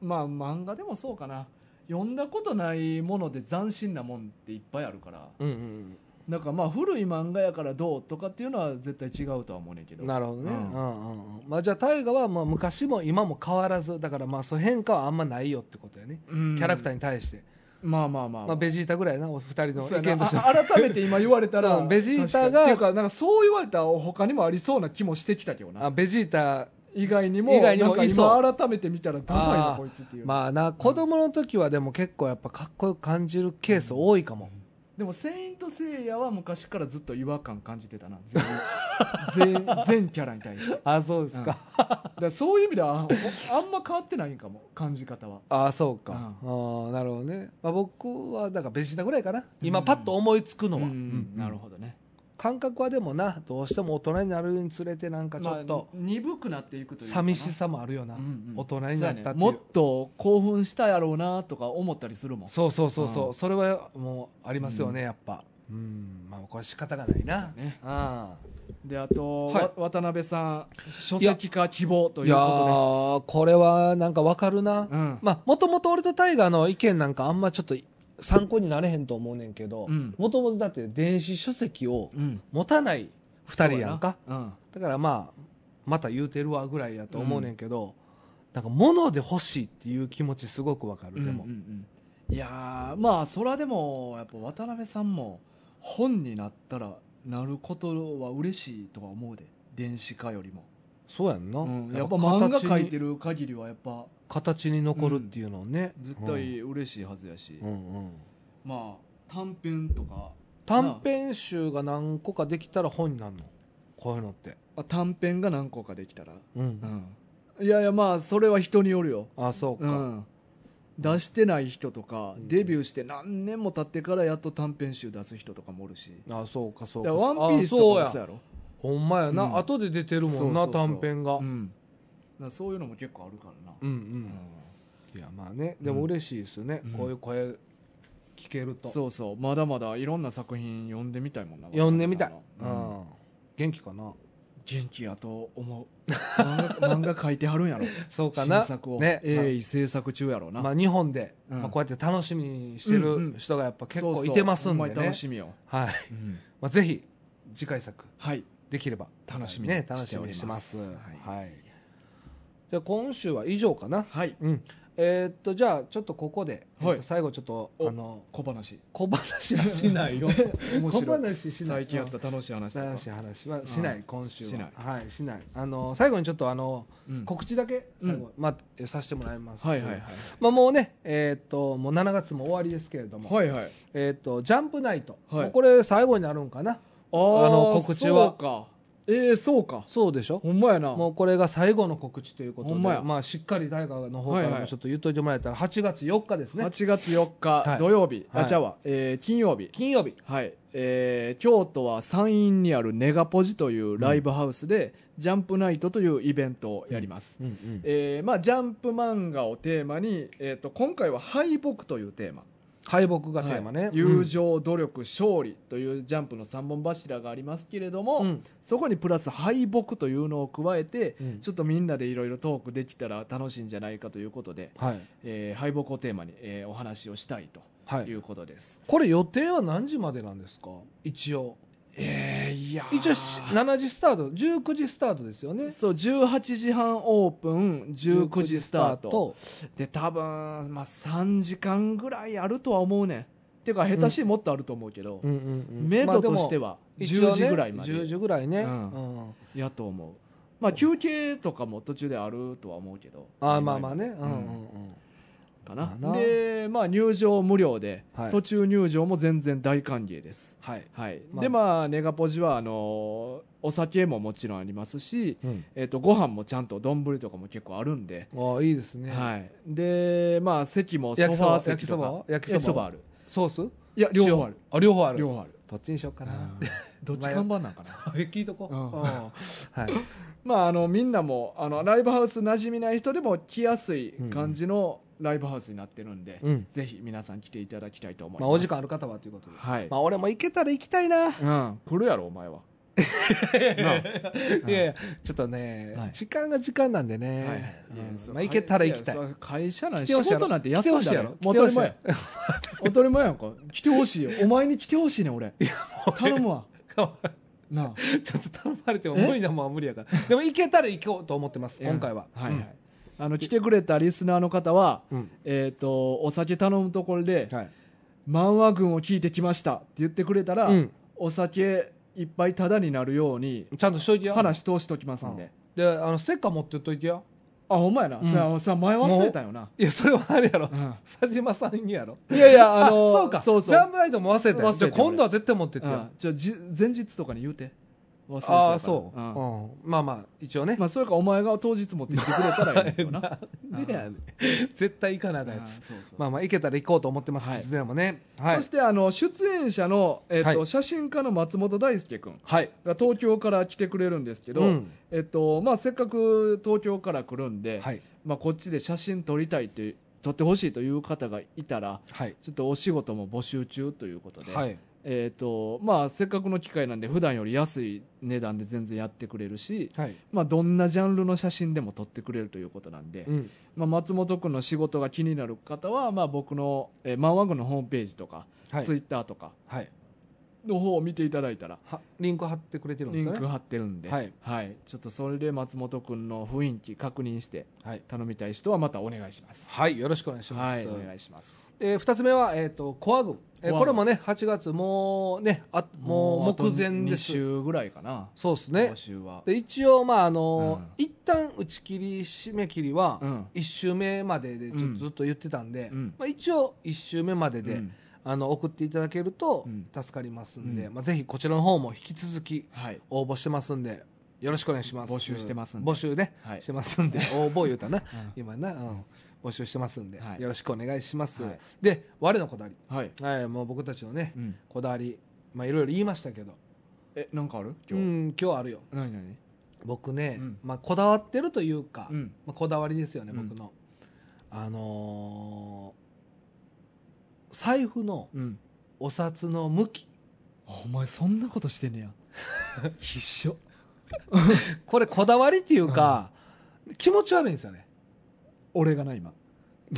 Speaker 1: まあ漫画でもそうかな読んだことないもので斬新なもんっていっぱいあるから
Speaker 3: うんうん
Speaker 1: なんかまあ古い漫画やからどうとかっていうのは絶対違うとは思うねんけ
Speaker 3: う
Speaker 1: ど
Speaker 3: んなるほどね、
Speaker 1: う
Speaker 3: う
Speaker 1: んん
Speaker 3: うんうんまあ、じゃあ大河はまあ昔も今も変わらずだからまあそう変化はあんまないよってことやね、
Speaker 1: うん
Speaker 3: キャラクターに対して、
Speaker 1: まあまあまあ、
Speaker 3: まあ、ベジータぐらいやなお二人の
Speaker 1: そう
Speaker 3: 意
Speaker 1: や
Speaker 3: 見
Speaker 1: な
Speaker 3: と しては
Speaker 1: あ改めて今言われたら、
Speaker 3: うんベジータが
Speaker 1: 確かにっていうかなんかそう言われたら他にもありそうな気もしてきたけど
Speaker 3: あ
Speaker 1: な
Speaker 3: ベジータ
Speaker 1: 以外にも
Speaker 3: 以外にも
Speaker 1: なんか
Speaker 3: いそう
Speaker 1: 今改めて見たらダサい
Speaker 3: あ
Speaker 1: な
Speaker 3: ー
Speaker 1: こいつっていう、
Speaker 3: まあな子供の時はでも結構やっぱかっこよく感じるケース多いかも、
Speaker 1: でも「セイント・セイヤ」は昔からずっと違和感感じてたな全 員全全キャラに対して
Speaker 3: あそうですか、
Speaker 1: だからそういう意味ではああんま変わってないんかも感じ方は
Speaker 3: ああそうか、ああなるほどね、まあ、僕はだからベジータぐらいかな今パッと思いつくのは、うん
Speaker 1: なるほどね
Speaker 3: 感覚はでもなどうしても大人になるにつれてなんかちょっと
Speaker 1: まあ鈍くなっていくというかな
Speaker 3: 寂しさもあるよな、
Speaker 1: うんうん
Speaker 3: 大人になったって
Speaker 1: そ
Speaker 3: いう
Speaker 1: うやねもっと興奮したやろうなとか思ったりするもん
Speaker 3: そうそうそうそう、
Speaker 1: うん
Speaker 3: それはもうありますよね、やっぱうんまあこれ仕方がないな、
Speaker 1: そうね
Speaker 3: あ
Speaker 1: であと、
Speaker 3: はい
Speaker 1: わ渡辺さん書籍化希望
Speaker 3: あ
Speaker 1: と
Speaker 3: い
Speaker 1: いう
Speaker 3: や
Speaker 1: こ
Speaker 3: ーこれはなんかわかるな、
Speaker 1: とですうん
Speaker 3: まあ、もともと俺とタイガーの意見なんかあんまちょっと参考になれへんと思うねんけど、
Speaker 1: うん
Speaker 3: もともとだって電子書籍を
Speaker 1: うん
Speaker 3: 持たない2人やんか。
Speaker 1: そうやな
Speaker 3: だからまあ、また言うてるわぐらいやと思うねんけど、なんか物で欲しいっていう気持ちすごくわか
Speaker 1: う
Speaker 3: る、
Speaker 1: ん
Speaker 3: でも
Speaker 1: うん。うんうんいやーまあそらでもやっぱ渡辺さんも本になったらなることは嬉しいとは思うで電子化よりも、
Speaker 3: そうやんな。
Speaker 1: うんやっぱ漫画書いて
Speaker 3: る。
Speaker 1: る限りはやっぱ
Speaker 3: 形に残るっていうのをね。
Speaker 1: 絶対嬉しいはずやし、
Speaker 3: うん。うんうん
Speaker 1: まあ短編とか
Speaker 3: 短編集が何個かできたら本になるのこういうのって。
Speaker 1: あ短編が何個かできたら、
Speaker 3: うん
Speaker 1: う。ん、いやいやまあそれは人によるよ、
Speaker 3: あ、そう
Speaker 1: う
Speaker 3: か。
Speaker 1: ん、出してない人とか、
Speaker 3: うん
Speaker 1: デビューして何年も経ってからやっと短編集出す人とかもおるし
Speaker 3: あ、そうか、そう
Speaker 1: いや
Speaker 3: か。
Speaker 1: ワンピース
Speaker 3: あそう
Speaker 1: とかも
Speaker 3: や
Speaker 1: そうやろ
Speaker 3: ほんまやな、
Speaker 1: うん
Speaker 3: 後で出てるもんな
Speaker 1: そうそうそう
Speaker 3: 短編が、う、
Speaker 1: うんん、だからそういうのも結構あるからな、
Speaker 3: うん
Speaker 1: う
Speaker 3: いやまあねでも嬉しいですよね、
Speaker 1: うん
Speaker 3: こういう声聞けると、
Speaker 1: んそうそうまだまだいろんな作品読んでみたいもんな
Speaker 3: 読んでみたい、う
Speaker 1: 渡辺さんのうん
Speaker 3: ん、元気かな
Speaker 1: 元気やと思う漫画 漫画書いてはるんやろ
Speaker 3: そうかな
Speaker 1: 新作を、
Speaker 3: ね
Speaker 1: 鋭意制作中やろう
Speaker 3: ま
Speaker 1: な、
Speaker 3: あ、まあ日本で、
Speaker 1: うん
Speaker 3: まあ、こうやって楽しみにして
Speaker 1: うん
Speaker 3: る
Speaker 1: うん
Speaker 3: 人がやっぱ結
Speaker 1: そうそう
Speaker 3: 構いてますんで
Speaker 1: ほ
Speaker 3: ね、
Speaker 1: まに楽しみよ、
Speaker 3: はい、
Speaker 1: うん
Speaker 3: まあ、ぜひ次回作
Speaker 1: はい
Speaker 3: できれば
Speaker 1: 楽しみに
Speaker 3: ね楽しみにし
Speaker 1: してており
Speaker 3: ま
Speaker 1: ますす
Speaker 3: はい、じゃあ今週は以上かな
Speaker 1: はい
Speaker 3: うんえーっとじゃあちょっとここで、えーっと
Speaker 1: はい
Speaker 3: 最後ちょっと
Speaker 1: お
Speaker 3: あの
Speaker 1: 小話
Speaker 3: 小話はしない よ
Speaker 1: 面
Speaker 3: 小
Speaker 1: 白い
Speaker 3: 話しない
Speaker 1: 最近あった楽しい話とか
Speaker 3: 楽しい話はしない、
Speaker 1: うん
Speaker 3: 今週は
Speaker 1: しない
Speaker 3: はいしないあの最後にちょっとあの、
Speaker 1: うん
Speaker 3: 告知だけ
Speaker 1: うん
Speaker 3: 最後、まあ、えさせてもらいます、
Speaker 1: はいはいはい
Speaker 3: まあ、もうねえーっともう7月も終わりですけれども、
Speaker 1: はいはい
Speaker 3: えーっとジャンプナイト、
Speaker 1: はい
Speaker 3: もうこれ最後になるんかな
Speaker 1: あ
Speaker 3: の
Speaker 1: の
Speaker 3: 告知
Speaker 1: そ
Speaker 3: は
Speaker 1: うかえー、そうか。
Speaker 3: そうでしょ
Speaker 1: ほんまやな。
Speaker 3: もうこれが最後の告知ということで、
Speaker 1: ほんまや
Speaker 3: まあ、しっかり大河の方か
Speaker 1: はい
Speaker 3: ら
Speaker 1: は
Speaker 3: も
Speaker 1: い
Speaker 3: ちょっと言っといてもらえたら、8月4日ですね、
Speaker 1: 8月4日、
Speaker 3: はい
Speaker 1: 土曜日、
Speaker 3: は
Speaker 1: あ
Speaker 3: い
Speaker 1: ちゃうわ、えー金曜日、
Speaker 3: 金曜日、
Speaker 1: はいえー京都は山陰にあるネガポジというライブハウスで、ジャンプナイトというイベントをやります、えーまあ、ジャンプ漫画をテーマに、えー、と今回は敗北というテーマ
Speaker 3: 敗北がテーマね、
Speaker 1: はい友情、努力、勝利というジャンプの3本柱がありますけれども、
Speaker 3: うん
Speaker 1: そこにプラス敗北というのを加えて、
Speaker 3: うん
Speaker 1: ちょっとみんなでいろいろトークできたら楽しいんじゃないかということで、
Speaker 3: はい
Speaker 1: えー敗北をテーマに、えーお話をしたいと
Speaker 3: はい
Speaker 1: いうことです。
Speaker 3: これ、予定は何時までなんですか、一応、
Speaker 1: えーいやー
Speaker 3: 一応し7時スタート、19時スタートですよね、
Speaker 1: そう18時半オープン19時スタート
Speaker 3: 19
Speaker 1: で多分、まあ、3時間ぐらいあるとは思うねんっていうか下手しいもっとあると思うけど、
Speaker 3: うんうんうん
Speaker 1: メ
Speaker 3: まあ
Speaker 1: ド
Speaker 3: で
Speaker 1: と
Speaker 3: も
Speaker 1: しては
Speaker 3: 一応
Speaker 1: 10
Speaker 3: ね
Speaker 1: 時ぐらいまで
Speaker 3: 10時ぐらいね、
Speaker 1: うん
Speaker 3: うん
Speaker 1: やと思う、まあ休憩とかも途中であるとは思うけど
Speaker 3: あーまあまあね、
Speaker 1: 曖昧
Speaker 3: うんうんうん
Speaker 1: かな
Speaker 3: まあな
Speaker 1: で、まあ、入場無料で、
Speaker 3: はい
Speaker 1: 途中入場も全然大歓迎です
Speaker 3: はい、
Speaker 1: はい、
Speaker 3: まあ
Speaker 1: でまあネガポジはあのーお酒ももちろんありますし、えっとご飯もちゃんと丼とかも結構あるんで、
Speaker 3: ああいいですね、
Speaker 1: はい、でまあ席もソファー席とか
Speaker 3: 焼きそば焼きそば
Speaker 1: 焼きそばある
Speaker 3: ソース
Speaker 1: いや両方ある
Speaker 3: 塩あ両方ある
Speaker 1: 両方ある
Speaker 3: どっちにしようかな
Speaker 1: どっち看板なんかな
Speaker 3: 聞いとこう
Speaker 1: うん
Speaker 3: うんはい
Speaker 1: まああのみんなもあのライブハウス馴染みない人でも来やすい感じのライブハウスになってるんで、
Speaker 3: うん
Speaker 1: ぜひ皆さん来ていただきたいと思います、
Speaker 3: まあお時間ある方はということで
Speaker 1: はい、
Speaker 3: まあ俺も行けたら行きたいない
Speaker 1: うん、来るやろお 前はなあ
Speaker 3: やいやちょっとね
Speaker 1: はい
Speaker 3: 時間が時間なんで
Speaker 1: はい
Speaker 3: ね
Speaker 1: いや
Speaker 3: うん
Speaker 1: そう
Speaker 3: まあ行けたら行きたい
Speaker 1: やそう会社なん
Speaker 3: 来てほ
Speaker 1: 仕
Speaker 3: しいやろ
Speaker 1: 事なんて休んだら
Speaker 3: 来て
Speaker 1: 当た
Speaker 3: ほ
Speaker 1: り
Speaker 3: しい
Speaker 1: 前
Speaker 3: やろ
Speaker 1: や当たり前やんか来てほしいよお前に来てほしいねん俺頼む わなあ
Speaker 3: ちょっと頼まれても無理だもん無理やからでも行けたら行こうと思ってます今回は
Speaker 1: はいはいあの来てくれたリスナーの方は、
Speaker 3: うん
Speaker 1: えっ、とお酒頼むところで
Speaker 3: はい
Speaker 1: 「漫画群を聞いてきました」って言ってくれたら、
Speaker 3: うん
Speaker 1: お酒いっぱいタダになるように
Speaker 3: ちゃんとしといてよ
Speaker 1: 話通しときますんで、
Speaker 3: であのステッカー持ってっといてよ
Speaker 1: あほんまやな、
Speaker 3: ん
Speaker 1: さあさあ前忘れたよない
Speaker 3: やそれはあれやろ
Speaker 1: うん
Speaker 3: 佐島さんにやろ
Speaker 1: いやいやあ
Speaker 3: あ
Speaker 1: の
Speaker 3: そうか
Speaker 1: そうそう
Speaker 3: ジャンプライドも忘れた
Speaker 1: 忘れ
Speaker 3: よ
Speaker 1: て
Speaker 3: じゃあ今度は絶対持ってってよ
Speaker 1: うんじゃあじ前日とかに言うて忘れてたから
Speaker 3: ああそう、
Speaker 1: ん
Speaker 3: うんまあまあ一応ね、
Speaker 1: まあそれかお前が当日持ってきてくれたらいいよな
Speaker 3: でやねん絶対行かなあかんや
Speaker 1: うん
Speaker 3: つ
Speaker 1: そうそうそう
Speaker 3: まあまあ行けたら行こうと思ってます
Speaker 1: はい
Speaker 3: いずれもねはい
Speaker 1: そしてあの出演者の、えっと
Speaker 3: はい
Speaker 1: 写真家の松本大輔君
Speaker 3: はい
Speaker 1: が東京から来てくれるんですけど、
Speaker 3: うん
Speaker 1: えっとまあ、せっかく東京から来るんで、
Speaker 3: はい
Speaker 1: まあ、こっちで写真撮りたいという撮ってほしいという方がいたら
Speaker 3: はい
Speaker 1: ちょっとお仕事も募集中ということで、
Speaker 3: はい
Speaker 1: えっとまあ、せっかくの機会なんで普段より安い値段で全然やってくれるし、
Speaker 3: はい
Speaker 1: まあ、どんなジャンルの写真でも撮ってくれるということなんで、
Speaker 3: うん
Speaker 1: まあ、松本君の仕事が気になる方は、まあ、僕の、えー、漫画軍のホームページとか、
Speaker 3: はい
Speaker 1: ツイッターとか
Speaker 3: はい
Speaker 1: の方を見ていただいたら
Speaker 3: はリンク貼ってくれてるんで
Speaker 1: リ
Speaker 3: す
Speaker 1: ン
Speaker 3: よ
Speaker 1: ク
Speaker 3: ね
Speaker 1: 貼ってるんで、
Speaker 3: はい
Speaker 1: ちょっとそれで松本君の雰囲気確認して
Speaker 3: はい
Speaker 1: 頼みたい人はまたお願いします。
Speaker 3: はいよろしくお願いしま
Speaker 1: は
Speaker 3: す
Speaker 1: い、お願いします。
Speaker 3: えー二つ目はえっとコア軍え
Speaker 1: コ
Speaker 3: ー
Speaker 1: ア軍
Speaker 3: これもね8月もうねあもう目前
Speaker 1: 2
Speaker 3: です
Speaker 1: 週ぐらいかな。
Speaker 3: そうですね
Speaker 1: 今週は。
Speaker 3: で一応まああの
Speaker 1: うん
Speaker 3: 一旦打ち切り締め切りは
Speaker 1: うん
Speaker 3: 1週目まででちょっ
Speaker 1: うん
Speaker 3: とずっと言ってたんで、
Speaker 1: うん
Speaker 3: まあ、一応1週目までで、
Speaker 1: うん
Speaker 3: あの送っていただけると
Speaker 1: うん
Speaker 3: 助かりますんで、
Speaker 1: うん
Speaker 3: まあ、ぜひこちらの方も引き続き
Speaker 1: はい。
Speaker 3: 応募してますんでよろしくお願いします
Speaker 1: 募集してますんで
Speaker 3: 募集ね、
Speaker 1: はい
Speaker 3: してますんで応募言うた な、
Speaker 1: う
Speaker 3: 今な、うん、募集してますんで、
Speaker 1: はい
Speaker 3: よろしくお願いします、
Speaker 1: はい
Speaker 3: で我のこだわり、
Speaker 1: はい。
Speaker 3: はい、もう僕たちのね、
Speaker 1: うん。
Speaker 3: こだわりまあいろいろ言いましたけど
Speaker 1: え、なんかある
Speaker 3: う
Speaker 1: 今日。
Speaker 3: ん今日あるよ
Speaker 1: 何何
Speaker 3: 僕ね、
Speaker 1: うん
Speaker 3: まあ、こだわってるというか、
Speaker 1: うん。
Speaker 3: まあ、こだわりですよね、
Speaker 1: うん
Speaker 3: 僕のあのー財布の
Speaker 1: うん。
Speaker 3: お札の向き
Speaker 1: お前そんなことしてんね や。きっしょ。
Speaker 3: これこだわりっていうか、気持ち悪いんですよね
Speaker 1: 俺がな、今。
Speaker 3: い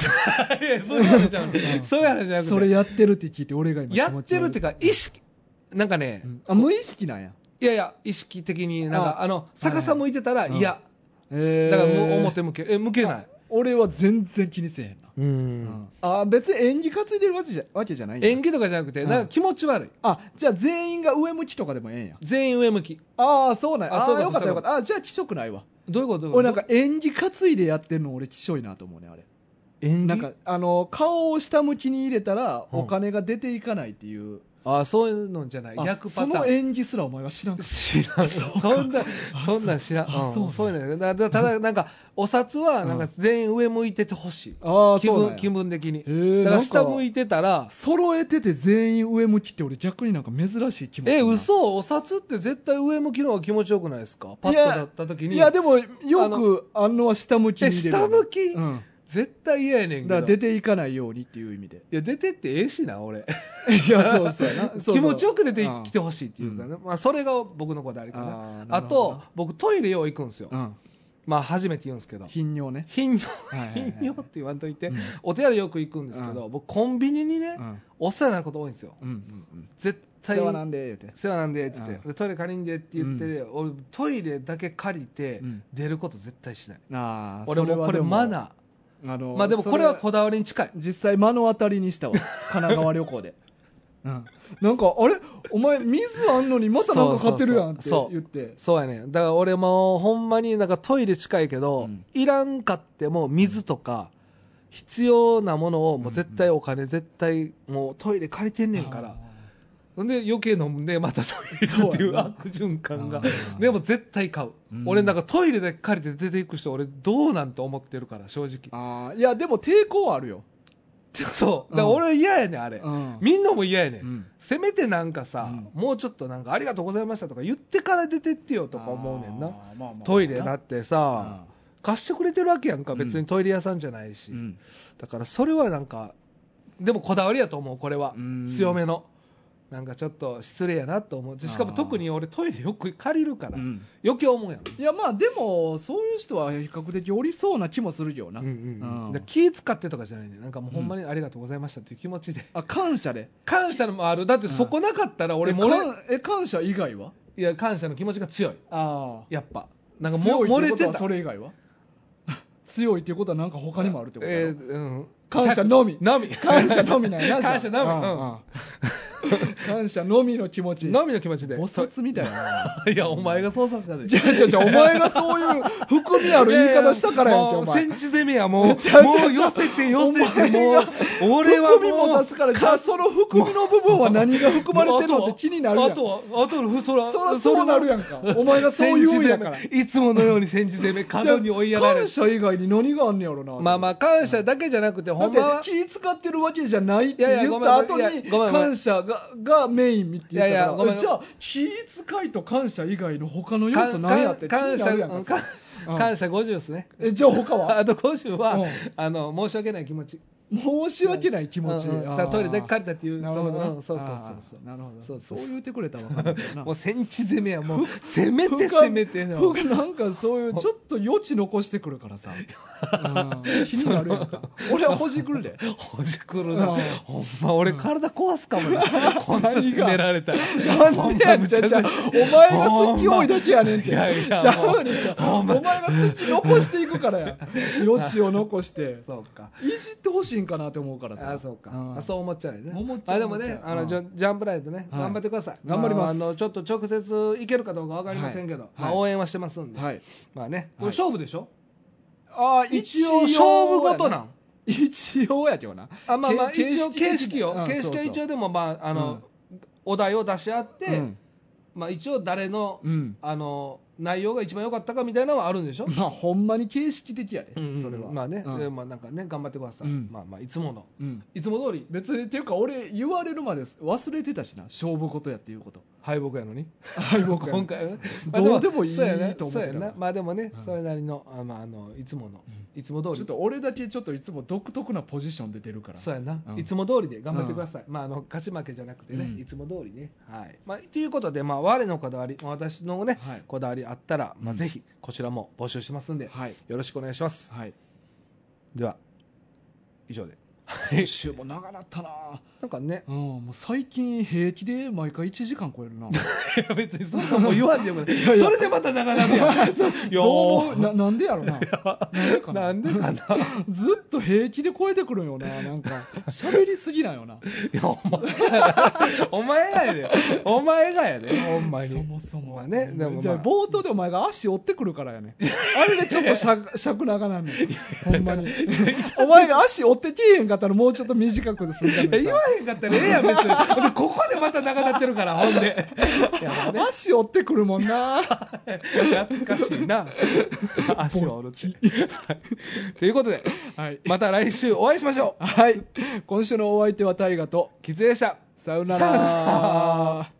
Speaker 3: やそういう話じゃなく
Speaker 1: う
Speaker 3: て
Speaker 1: ん
Speaker 3: そういう話じゃなくて
Speaker 1: それやってるって聞いて俺が今
Speaker 3: やってるっていうか意識なんかね、
Speaker 1: うんあ無意識なんや
Speaker 3: いやいや意識的になんか
Speaker 1: あ
Speaker 3: あの逆さ向いてたら、
Speaker 1: はい
Speaker 3: い
Speaker 1: はい
Speaker 3: や
Speaker 1: えー
Speaker 3: だからもう表向けえ向けない、
Speaker 1: あ俺は全然気にせえへんな、
Speaker 3: う
Speaker 1: うんあ別に演技担いでるわけじゃわけじゃないんや
Speaker 3: 演技とかじゃなくてなんか気持ち悪い、
Speaker 1: あじゃあ全員が上向きとかでもええんや
Speaker 3: 全員上向き
Speaker 1: ああそうなんや
Speaker 3: あ
Speaker 1: あ
Speaker 3: そう
Speaker 1: あ
Speaker 3: い
Speaker 1: よ
Speaker 3: うこ
Speaker 1: か
Speaker 3: と
Speaker 1: ったよかったあじゃあ気色ないわ
Speaker 3: どういうことどういうこと
Speaker 1: 俺なんか演技担いでやってるの俺気色いなと思うねあれ
Speaker 3: 演技
Speaker 1: なんかあの顔を下向きに入れたら
Speaker 3: うん
Speaker 1: お金が出ていかないっていう
Speaker 3: あそういうのじゃない
Speaker 1: あ
Speaker 3: 逆パタ
Speaker 1: その
Speaker 3: ーン
Speaker 1: 演技すらお前は知らんかっ
Speaker 3: 知らんそんなそんなん知らん
Speaker 1: あ
Speaker 3: うん
Speaker 1: そうね
Speaker 3: そういうのだだただなんかお札はなんか全員上向いててほしい
Speaker 1: たああ
Speaker 3: 気
Speaker 1: そうなん
Speaker 3: 分
Speaker 1: や
Speaker 3: 気分的に
Speaker 1: へー
Speaker 3: だか
Speaker 1: な
Speaker 3: ら
Speaker 1: ん
Speaker 3: 下向いてたら
Speaker 1: 揃えてて全員上向きって俺逆になんか珍しい気持ち
Speaker 3: え
Speaker 1: になる
Speaker 3: 嘘お札って絶対上向きの方が気持ちよくないですかパッ
Speaker 1: い
Speaker 3: と
Speaker 1: や
Speaker 3: だった時に
Speaker 1: いやでもよくあんのは下向きに
Speaker 3: え
Speaker 1: 出る
Speaker 3: 下向き、
Speaker 1: うん
Speaker 3: 絶対嫌やねん
Speaker 1: だか
Speaker 3: けど
Speaker 1: ら出ていかないようにっていう意 味で
Speaker 3: いや出てってええしな俺
Speaker 1: いやそうそうやなそうそう
Speaker 3: 気持ちよく出て
Speaker 1: うん
Speaker 3: きてほしいっていうかね、まあ、それが僕のこだわりか
Speaker 1: あー
Speaker 3: なあ
Speaker 1: なるほど
Speaker 3: と僕トイレよう行くんですよ、
Speaker 1: うん
Speaker 3: まあ初めて言うんですけど
Speaker 1: 頻尿ね
Speaker 3: 頻尿
Speaker 1: はいはいはい
Speaker 3: 頻尿って言わんといて、
Speaker 1: うん
Speaker 3: お手洗いよく行くんですけど、僕コンビニにね、
Speaker 1: うん
Speaker 3: お世話になること多いんですよ
Speaker 1: うんうんうん
Speaker 3: 絶対
Speaker 1: 世話なんで言うて
Speaker 3: 世話なんでっつって、
Speaker 1: うん
Speaker 3: でトイレ借りんでって言って、俺トイレだけ借りて
Speaker 1: うん
Speaker 3: 出ること絶対しない、
Speaker 1: ああ
Speaker 3: 俺もうこれマナ
Speaker 1: ーあの
Speaker 3: ーまあでもこれはこだわりに近い
Speaker 1: 実際目の当たりに したわ神奈川旅行で、うん、なんかあれお前水あんのにまたなんか買ってるやんって
Speaker 3: そうそうそう
Speaker 1: 言って
Speaker 3: そうやねだから俺もほんまになんかトイレ近いけど、
Speaker 1: うん
Speaker 3: いらんかっても水とか必要なものをもう絶対お金、絶対もうトイレ借りてんねんからほんで余計飲んでまたトイレ行くってい
Speaker 1: そうや
Speaker 3: う
Speaker 1: な
Speaker 3: 悪循環が
Speaker 1: あー
Speaker 3: でも絶対買う、
Speaker 1: うん
Speaker 3: 俺なんかトイレだけ借りて出ていく人俺どうなんて思ってるから正直
Speaker 1: ああいやでも抵抗はあるよ、
Speaker 3: そうだから俺嫌やねんあれ、
Speaker 1: うん
Speaker 3: みんなも嫌やねん、
Speaker 1: うん
Speaker 3: せめてなんかさ、もうちょっとなんかありがとうございましたとか言ってから出てってよとか思うねんな
Speaker 1: あーまあまあまあ
Speaker 3: トイレだってさ、
Speaker 1: う
Speaker 3: 貸してくれてるわけやんか
Speaker 1: ん
Speaker 3: 別にトイレ屋さんじゃないし、
Speaker 1: ん
Speaker 3: だからそれはなんかでもこだわりやと思うこれは
Speaker 1: うん
Speaker 3: 強めのなんかちょっと失礼やなと思うしかも
Speaker 1: あー
Speaker 3: 特に俺トイレよく借りるから、
Speaker 1: うん
Speaker 3: 余計思うやん
Speaker 1: いやまあでもそういう人は比較的おりそうな気もするよな、
Speaker 3: うんうんうん
Speaker 1: うん
Speaker 3: だから気使ってとかじゃないねなんかもうほんまにありがとうございましたっていう気持ちで、
Speaker 1: あ感謝で
Speaker 3: 感謝のもあるだってそこなかったら俺
Speaker 1: え
Speaker 3: 漏れ、
Speaker 1: かんえ感謝以外はい
Speaker 3: や感謝の気持ちが強い
Speaker 1: ああ
Speaker 3: やっぱなんかも
Speaker 1: 強いと
Speaker 3: 漏
Speaker 1: い
Speaker 3: れ
Speaker 1: うこと
Speaker 3: て
Speaker 1: は
Speaker 3: た
Speaker 1: それ以外は 強いっていうことはなんか他にもあるってことやろ
Speaker 3: えーうん、
Speaker 1: 感謝の み
Speaker 3: のみ
Speaker 1: 感謝のみなんやなじゃあ
Speaker 3: 感謝のみ
Speaker 1: うんうん 感謝のみの気持ち
Speaker 3: のみの気持ちで
Speaker 1: 菩薩みたいな
Speaker 3: いやお前が操作したで
Speaker 1: じゃあじゃあじゃあお前がそういう含みある言い方したからやんけお
Speaker 3: もう
Speaker 1: 前
Speaker 3: センチ攻めやもうもう寄せて寄せてもう俺は
Speaker 1: 含みも
Speaker 3: も
Speaker 1: 出
Speaker 3: う
Speaker 1: すからじゃあその含みの部分は何が含まれてるのって気になるやん
Speaker 3: あとはあとはそら
Speaker 1: そらそうなるやんかお前がそう言うんやから
Speaker 3: 戦時攻めいつものように戦時攻め角に追いやられ
Speaker 1: 感
Speaker 3: る
Speaker 1: 謝以外に何があんねやろな
Speaker 3: まあまあ感謝だけじゃなくてほんま
Speaker 1: だっ
Speaker 3: は
Speaker 1: て気使ってるわけじゃないって
Speaker 3: いやい
Speaker 1: 言
Speaker 3: やご
Speaker 1: っ
Speaker 3: めん
Speaker 1: た後
Speaker 3: いや
Speaker 1: に
Speaker 3: ごめんごめん
Speaker 1: 感謝ががメインみって言った
Speaker 3: いやい
Speaker 1: か
Speaker 3: やごめん
Speaker 1: らじゃあ気遣いと感謝以外の他の要
Speaker 3: か
Speaker 1: 素
Speaker 3: ん
Speaker 1: 何やって気
Speaker 3: 感
Speaker 1: にな
Speaker 3: 謝
Speaker 1: るやんかそれうん
Speaker 3: 感謝50ですね
Speaker 1: えじゃあ他は
Speaker 3: あと50は
Speaker 1: うん
Speaker 3: あの申し訳ない気持ち
Speaker 1: 申し訳ない気持ち
Speaker 3: うんうん
Speaker 1: あー
Speaker 3: ただトイレだけ借りたっていう
Speaker 1: なるほど
Speaker 3: そ
Speaker 1: な
Speaker 3: のうんそうそうそうそう
Speaker 1: あーなるほど
Speaker 3: そ
Speaker 1: そうう
Speaker 3: そう
Speaker 1: 言ってくれたらわかるな
Speaker 3: もう戦地攻めやもう攻めて
Speaker 1: 僕
Speaker 3: 攻めての
Speaker 1: 僕なんかそういうちょっと余地残してくるからさ、うん気になるや んか俺はほじくるで
Speaker 3: ほじくるな
Speaker 1: うん
Speaker 3: ほんま俺体壊すかもなこんな攻められたら
Speaker 1: なんでやね
Speaker 3: ほんま
Speaker 1: ん
Speaker 3: む
Speaker 1: じ
Speaker 3: ちゃ
Speaker 1: ゃ
Speaker 3: く
Speaker 1: あ
Speaker 3: ち
Speaker 1: じゃあ
Speaker 3: ゃ
Speaker 1: お前が好き多いだけやねんって
Speaker 3: いやいや
Speaker 1: じゃ
Speaker 3: もう
Speaker 1: あねんじゃあお前が好き残していくからや余地を残して
Speaker 3: そうか
Speaker 1: いじってほしいんかなって思うからさ
Speaker 3: あそうか
Speaker 1: ん
Speaker 3: あそう思っちゃうよね
Speaker 1: 思っちゃう
Speaker 3: あでも
Speaker 1: 思っ
Speaker 3: ね
Speaker 1: ちゃう
Speaker 3: あのジャジャンプライドね
Speaker 1: はい
Speaker 3: 頑張ってください
Speaker 1: 頑張ります
Speaker 3: ああのちょっと直接行けるかどうかわかりませんけ
Speaker 1: は
Speaker 3: ど
Speaker 1: い
Speaker 3: まあ
Speaker 1: はい
Speaker 3: 応援はしてますんで
Speaker 1: はい
Speaker 3: まあねこれ
Speaker 1: はい
Speaker 3: 勝負でしょ
Speaker 1: あー
Speaker 3: 一応勝負ごと
Speaker 1: や
Speaker 3: な
Speaker 1: ね
Speaker 3: ん
Speaker 1: 一応やけどな
Speaker 3: あまあまあ
Speaker 1: け
Speaker 3: 一応形式
Speaker 1: 的な
Speaker 3: を
Speaker 1: うん
Speaker 3: 形式は
Speaker 1: そう
Speaker 3: 一
Speaker 1: そう
Speaker 3: 応でもまああのお題を出し合って、
Speaker 1: うん
Speaker 3: まあ、一応誰の,、
Speaker 1: うん
Speaker 3: あの内容が一番良かったかみたいなのはあるんでしょ、
Speaker 1: まあほんまに形式的やで、それは
Speaker 3: まあね、
Speaker 1: うん
Speaker 3: でまあなんかね頑張ってください、
Speaker 1: うん
Speaker 3: まあまあいつもの
Speaker 1: うん
Speaker 3: いつも通り
Speaker 1: 別にっていうか俺言われるまで忘れてたしな勝負事やっていうこと
Speaker 3: 敗北やのに
Speaker 1: 敗北
Speaker 3: 今回はね
Speaker 1: どうでもいい
Speaker 3: そうやね
Speaker 1: と思ってた
Speaker 3: そう
Speaker 1: から
Speaker 3: やなまあでもね、
Speaker 1: うん
Speaker 3: それなりのあまああのいつもの、いつも通
Speaker 1: ちょっ
Speaker 3: り
Speaker 1: と俺だけちょっといつも独特なポジションで出るから
Speaker 3: そうやな、
Speaker 1: うん
Speaker 3: いつも通りで頑張ってください、まああの勝ち負けじゃなくてね、
Speaker 1: うん
Speaker 3: いつも通りねはいまあということでまあ我のこだわり私のね、
Speaker 1: はい
Speaker 3: こだわりあったら、まあ、
Speaker 1: うん
Speaker 3: ぜひこちらも募集しますんで、
Speaker 1: はい
Speaker 3: よろしくお願いします
Speaker 1: はい
Speaker 3: では以上で
Speaker 1: 練習も長なったな
Speaker 3: なんかね
Speaker 1: うんもう最近平気で毎回1時間超えるな
Speaker 3: いや別にそんなもう言わんでもない
Speaker 1: いや
Speaker 3: それでまた長々や んそういや
Speaker 1: どうななんでやろななんでかな
Speaker 3: なんでかな
Speaker 1: ずっと平気で超えてくるんよななんか喋りすぎなんよ ない
Speaker 3: やお前がお前がや でお前がやでほんま
Speaker 1: そ
Speaker 3: に
Speaker 1: もそも
Speaker 3: まあねでもまあ
Speaker 1: じゃあ冒頭でお前が足折ってくるからやねあれでちょっとしゃ尺長なんねんほんまにお前が足折ってきえへんかかったらもうちょっと短くするため
Speaker 3: え
Speaker 1: にさ
Speaker 3: 言わへんかったらええやん別にでここでまた長なってるからほんで
Speaker 1: 足折ってくるもんな
Speaker 3: 懐かしいな 足を折るって はいということで
Speaker 1: はい、
Speaker 3: また来週お会いしましょう
Speaker 1: はい、今週のお相手は大ガと
Speaker 3: キツネでした
Speaker 1: さよな
Speaker 3: さよ
Speaker 1: ら